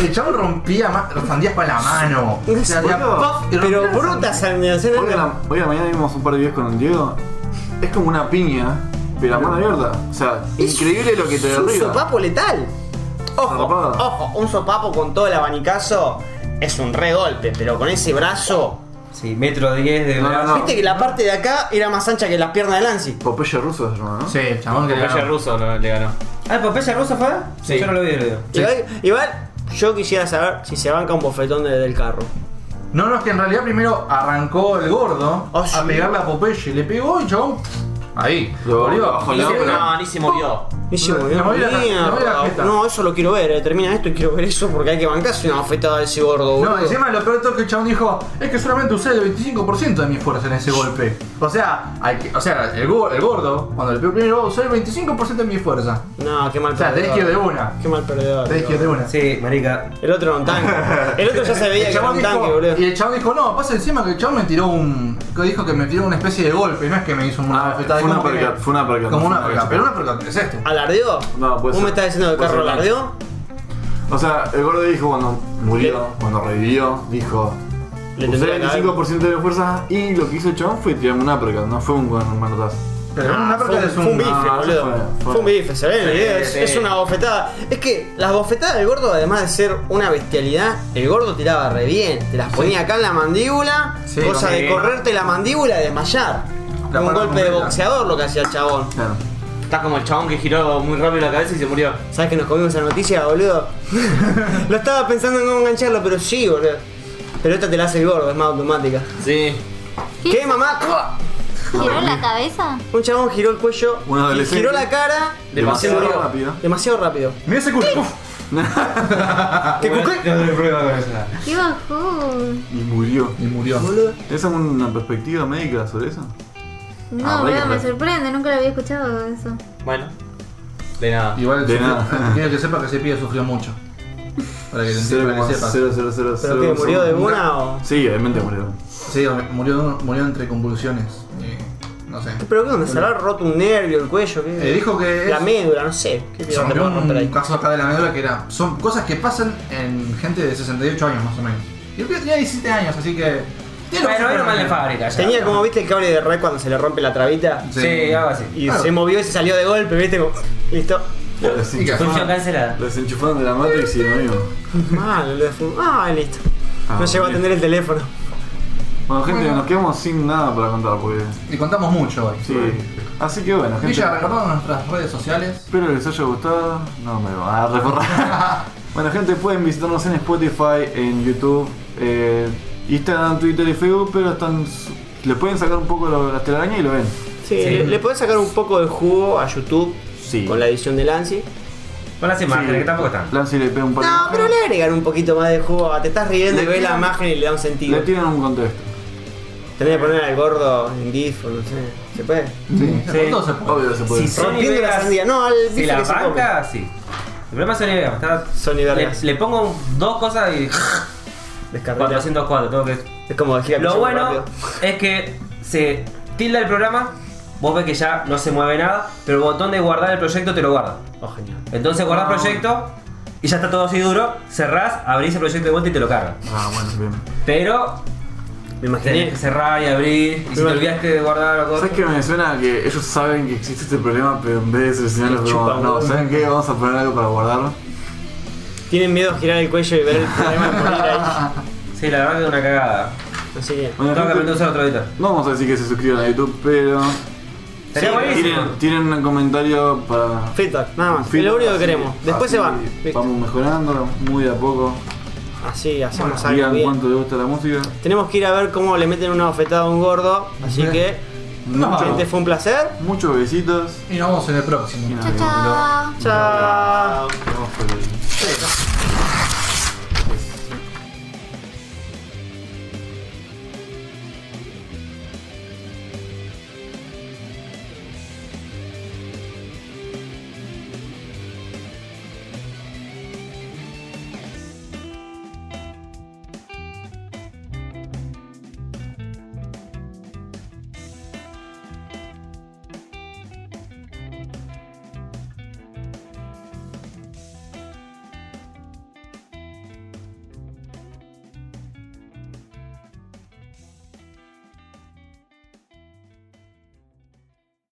Speaker 2: El chabón rompía ma- los sandías con la mano. O sea,
Speaker 1: Boludo.
Speaker 2: hacía puff y rompía
Speaker 4: Pero
Speaker 2: las
Speaker 4: bruta
Speaker 2: sandías.
Speaker 4: esa animación.
Speaker 1: Hoy a, la, hoy a la mañana vimos un par de videos con un Diego. Es como una piña, pero a mano abierta. O sea,
Speaker 4: Es
Speaker 1: increíble lo que te
Speaker 4: Es un
Speaker 1: derriba.
Speaker 4: sopapo letal. Ojo,
Speaker 1: Zarpado.
Speaker 4: ojo, un sopapo con todo el abanicazo es un re golpe, pero con ese brazo.
Speaker 3: Sí, metro 10 de...
Speaker 1: No, no, no.
Speaker 4: Viste que la parte de acá era más ancha que las piernas de Lancy.
Speaker 1: Popeye ruso se llama, ¿no?
Speaker 2: Sí, el chabón que le
Speaker 5: Calle
Speaker 2: ganó.
Speaker 5: ruso lo- le ganó.
Speaker 3: Ah, ¿Popeye ruso fue? Sí. Yo no lo vi, lo digo.
Speaker 4: Igual, igual, yo quisiera saber si se banca un bofetón desde el carro.
Speaker 2: No, no, es que en realidad primero arrancó el gordo
Speaker 4: Ah,
Speaker 2: a
Speaker 4: sí.
Speaker 2: pegarle a Popeye. Le pegó y chabón. Ahí.
Speaker 1: Lo-
Speaker 2: volvió.
Speaker 1: bajo
Speaker 2: Y
Speaker 1: la
Speaker 2: se-
Speaker 1: pero-
Speaker 5: No, ni se movió.
Speaker 4: Y se
Speaker 2: Le
Speaker 4: movió
Speaker 2: moví la- le
Speaker 4: una
Speaker 2: moví la
Speaker 4: mierda.
Speaker 2: jeta.
Speaker 4: No, eso lo quiero ver, eh. termina esto y quiero ver eso porque hay que bancarse una bofetada de ese gordo,
Speaker 2: No,
Speaker 4: boludo.
Speaker 2: encima lo peor de todo es que el chabón dijo, es que solamente usé el 25% de mi esfuerzo en ese golpe. O sea, hay que- o sea el, go- el gordo, cuando le pegó primero, "Oh, usé el 25% de mi fuerza.
Speaker 4: No, qué mal
Speaker 2: O sea, tenés que ir de una.
Speaker 4: Qué mal perdedor.
Speaker 2: Tenés que ir de una.
Speaker 3: Sí, marica.
Speaker 4: El otro era un tanque. El otro ya se veía
Speaker 2: El
Speaker 4: que era
Speaker 2: chabón
Speaker 4: un
Speaker 2: dijo-
Speaker 4: tanque, boludo.
Speaker 2: y el chabón dijo, no, pasa encima que el chabón me tiró un... que dijo que me tiró una especie de golpe, no es que me hizo una
Speaker 1: Ah,
Speaker 2: bofetada,
Speaker 1: fue una
Speaker 2: como que
Speaker 1: perca-
Speaker 2: me-
Speaker 1: fue una perca-
Speaker 2: Como una
Speaker 1: fue una perca.
Speaker 2: perca, pero una perca, es
Speaker 4: Ah,
Speaker 2: esto.
Speaker 4: ¿Alardeó?
Speaker 1: No, puede
Speaker 4: ¿Vos
Speaker 1: ser.
Speaker 4: me estás diciendo que el
Speaker 1: Puede
Speaker 4: carro
Speaker 1: ser.
Speaker 4: alardeó?
Speaker 1: O sea, el gordo dijo cuando murió, cuando revivió, dijo.
Speaker 4: Le
Speaker 1: Usé
Speaker 4: tendría
Speaker 1: el
Speaker 4: que haber-
Speaker 1: 25% de las fuerzas y lo que hizo el chabón fue tirarme una perca, no fue un buen manotazo.
Speaker 2: Pero
Speaker 4: Ah,
Speaker 2: una
Speaker 4: fue,
Speaker 2: perca
Speaker 4: un-
Speaker 2: es un...
Speaker 4: fue un bife,
Speaker 1: no,
Speaker 4: boludo.
Speaker 1: fue-
Speaker 4: Fue,
Speaker 1: fue-
Speaker 4: un bife, se ve en el
Speaker 5: Sí,
Speaker 4: video. Es,
Speaker 5: sí.
Speaker 4: es una bofetada. Es que las bofetadas del gordo, además de ser una bestialidad, el gordo tiraba re bien. Te las ponía acá en la mandíbula,
Speaker 2: Sí,
Speaker 4: cosa
Speaker 2: sí.
Speaker 4: de correrte la mandíbula y desmayar.
Speaker 2: La
Speaker 4: un
Speaker 2: parte
Speaker 4: golpe de
Speaker 2: completa.
Speaker 4: boxeador lo que hacía el chabón.
Speaker 1: Claro.
Speaker 5: Estás como el chabón que giró muy rápido la cabeza y se murió.
Speaker 4: ¿Sabes que nos comimos esa noticia, boludo? lo estaba pensando en cómo engancharlo, pero sí, boludo. Pero esta te la hace el gordo, es más automática.
Speaker 5: Sí.
Speaker 4: ¿Qué, mamá? ¡Uah!
Speaker 6: ¿Giró la cabeza?
Speaker 4: Un chabón giró el cuello,
Speaker 1: Un adolescente.
Speaker 4: giró la cara,
Speaker 1: Demasiado
Speaker 4: se murió.
Speaker 1: rápido.
Speaker 4: Demasiado rápido.
Speaker 2: Mira ese culo. uf.
Speaker 4: ¿Qué cuqué?
Speaker 3: No doy prueba con esa.
Speaker 6: ¡Qué bajú!
Speaker 1: Y murió.
Speaker 2: Y murió.
Speaker 4: Boludo.
Speaker 1: ¿Esa es una perspectiva médica sobre eso?
Speaker 6: No,
Speaker 1: Ah,
Speaker 6: boludo,
Speaker 1: bueno,
Speaker 6: me
Speaker 1: pero-
Speaker 6: sorprende, nunca lo había escuchado eso.
Speaker 5: Bueno. De nada.
Speaker 2: Igual
Speaker 1: De
Speaker 2: sufrió-
Speaker 1: nada.
Speaker 2: quiero que sepa que ese pibe sufrió mucho. Para que, te entiendas, para que sepas.
Speaker 1: 0,0000.
Speaker 4: ¿Pero qué? ¿Murió de una o.?
Speaker 1: Sí, obviamente murió.
Speaker 2: Sí, murió, murió entre convulsiones. eh, no sé.
Speaker 4: ¿Pero qué onda? ¿Se le habrá roto un nervio, el cuello? ¿Qué?
Speaker 2: Eh, dijo que
Speaker 4: La
Speaker 2: es-
Speaker 4: médula, no sé. ¿Qué te
Speaker 2: Se
Speaker 4: te
Speaker 2: rompió
Speaker 4: puedo romper
Speaker 2: un
Speaker 4: ahí?
Speaker 2: caso acá de la médula que era. Son cosas que pasan en gente de 68 años más o menos. Y el pibe tenía 17 años, así que. tiene
Speaker 3: Bueno,
Speaker 2: que
Speaker 3: era
Speaker 2: ser
Speaker 3: mal de
Speaker 2: normal.
Speaker 3: fábrica ya.
Speaker 4: Tenía como, viste, el cable de red cuando se le rompe la trabita.
Speaker 2: Sí.
Speaker 3: Sí, algo así.
Speaker 4: Y
Speaker 2: Claro.
Speaker 4: se movió y se salió de golpe, viste, como. Listo.
Speaker 1: Lo
Speaker 2: ¿Y qué?
Speaker 1: desenchufaron,
Speaker 3: Función cancelada.
Speaker 1: lo desenchufaron de la Matrix y no iba.
Speaker 4: Mal, lo de fu- Ah, listo.
Speaker 1: Ah,
Speaker 4: no llegó a
Speaker 1: bien.
Speaker 4: atender el teléfono.
Speaker 1: Bueno, gente, nos quedamos sin nada para contar porque.
Speaker 2: Y contamos mucho hoy.
Speaker 1: Sí. Así que bueno, gente.
Speaker 2: Villa, recordamos nuestras redes sociales.
Speaker 1: Espero que les haya gustado. No me van a recordar. bueno, gente, pueden visitarnos en Spotify, en YouTube, eh, Instagram, Twitter y Facebook, pero están. Le pueden sacar un poco lo- las telarañas y lo ven.
Speaker 4: Sí, Le, le podés sacar un poco de jugo a YouTube
Speaker 1: Sí.
Speaker 4: con la edición de Lancy.
Speaker 3: Con las imágenes,
Speaker 1: Sí.
Speaker 3: que tampoco están.
Speaker 1: Lancy le pega un par de
Speaker 4: No, pero
Speaker 1: imágenes,
Speaker 4: le agregan un poquito más de jugo. Te estás riendo
Speaker 1: Le
Speaker 4: y ves la
Speaker 1: tiran-
Speaker 4: imagen y le da un
Speaker 1: le
Speaker 4: sentido.
Speaker 1: tiran un contexto.
Speaker 4: Tendría que poner al gordo en GIF o no sé. ¿Se puede?
Speaker 2: Sí, sí. todo se puede.
Speaker 1: Obvio se puede.
Speaker 3: Sí, Sony
Speaker 4: Rompiendo la
Speaker 3: Vegas-
Speaker 4: sandía. No, al
Speaker 3: Si
Speaker 4: bife
Speaker 3: la
Speaker 4: que se come.
Speaker 3: banca, sí. El problema es Sony Vegas. Está...
Speaker 4: Sony
Speaker 3: le,
Speaker 4: Vegas.
Speaker 3: le pongo dos cosas y.
Speaker 4: Descarga.
Speaker 3: 404, tengo que.
Speaker 4: Es como gira
Speaker 3: Lo
Speaker 4: pichón
Speaker 3: bueno
Speaker 4: rápido.
Speaker 3: es que se tilda el programa, vos ves que ya no se mueve nada, pero el botón de guardar el proyecto te lo guarda.
Speaker 4: Oh, genial.
Speaker 3: Entonces guardás proyecto y ya está todo así duro, cerrás, abrís el proyecto de vuelta y te lo carga.
Speaker 1: Ah, bueno, bien.
Speaker 3: Pero
Speaker 4: Me
Speaker 3: tenés
Speaker 4: imaginé.
Speaker 3: que cerrar y abrir, y si te olvidaste de guardar algo.
Speaker 1: ¿Sabes qué me suena? Que ellos saben que existe este problema, pero en vez de solucionarlo,
Speaker 4: Le
Speaker 1: como,
Speaker 4: chupan
Speaker 1: no,
Speaker 4: huevo".
Speaker 1: ¿saben qué? Vamos a poner algo para guardarlo.
Speaker 4: Tienen miedo a girar el cuello y ver el problema de morir ahí.
Speaker 3: Sí, la verdad que es una cagada.
Speaker 4: Así que.
Speaker 1: Bueno,
Speaker 3: Tengo que
Speaker 1: gente,
Speaker 3: aprender a usar otro editor.
Speaker 1: no vamos a decir que se suscriban a YouTube, pero.
Speaker 3: Sería buenísimo.
Speaker 1: Tienen, tienen un comentario para.
Speaker 4: Feedback, nada más. es
Speaker 1: Feedback,
Speaker 4: lo único que
Speaker 1: así-
Speaker 4: queremos. Después
Speaker 1: así
Speaker 4: se van. Listo.
Speaker 1: Vamos mejorando muy de a poco.
Speaker 4: Así hacemos algo
Speaker 1: Digan
Speaker 4: bien.
Speaker 1: cuánto les gusta la música.
Speaker 4: Tenemos que ir a ver cómo le meten una bofetada a un gordo. Así
Speaker 2: Ujú.
Speaker 4: que,
Speaker 2: Nos vamos.
Speaker 4: gente, fue un placer.
Speaker 1: Muchos besitos.
Speaker 2: Y nos vemos en el próximo.
Speaker 1: Y nada,
Speaker 6: Chao,
Speaker 4: Chao.
Speaker 6: chao.
Speaker 1: vamos por el-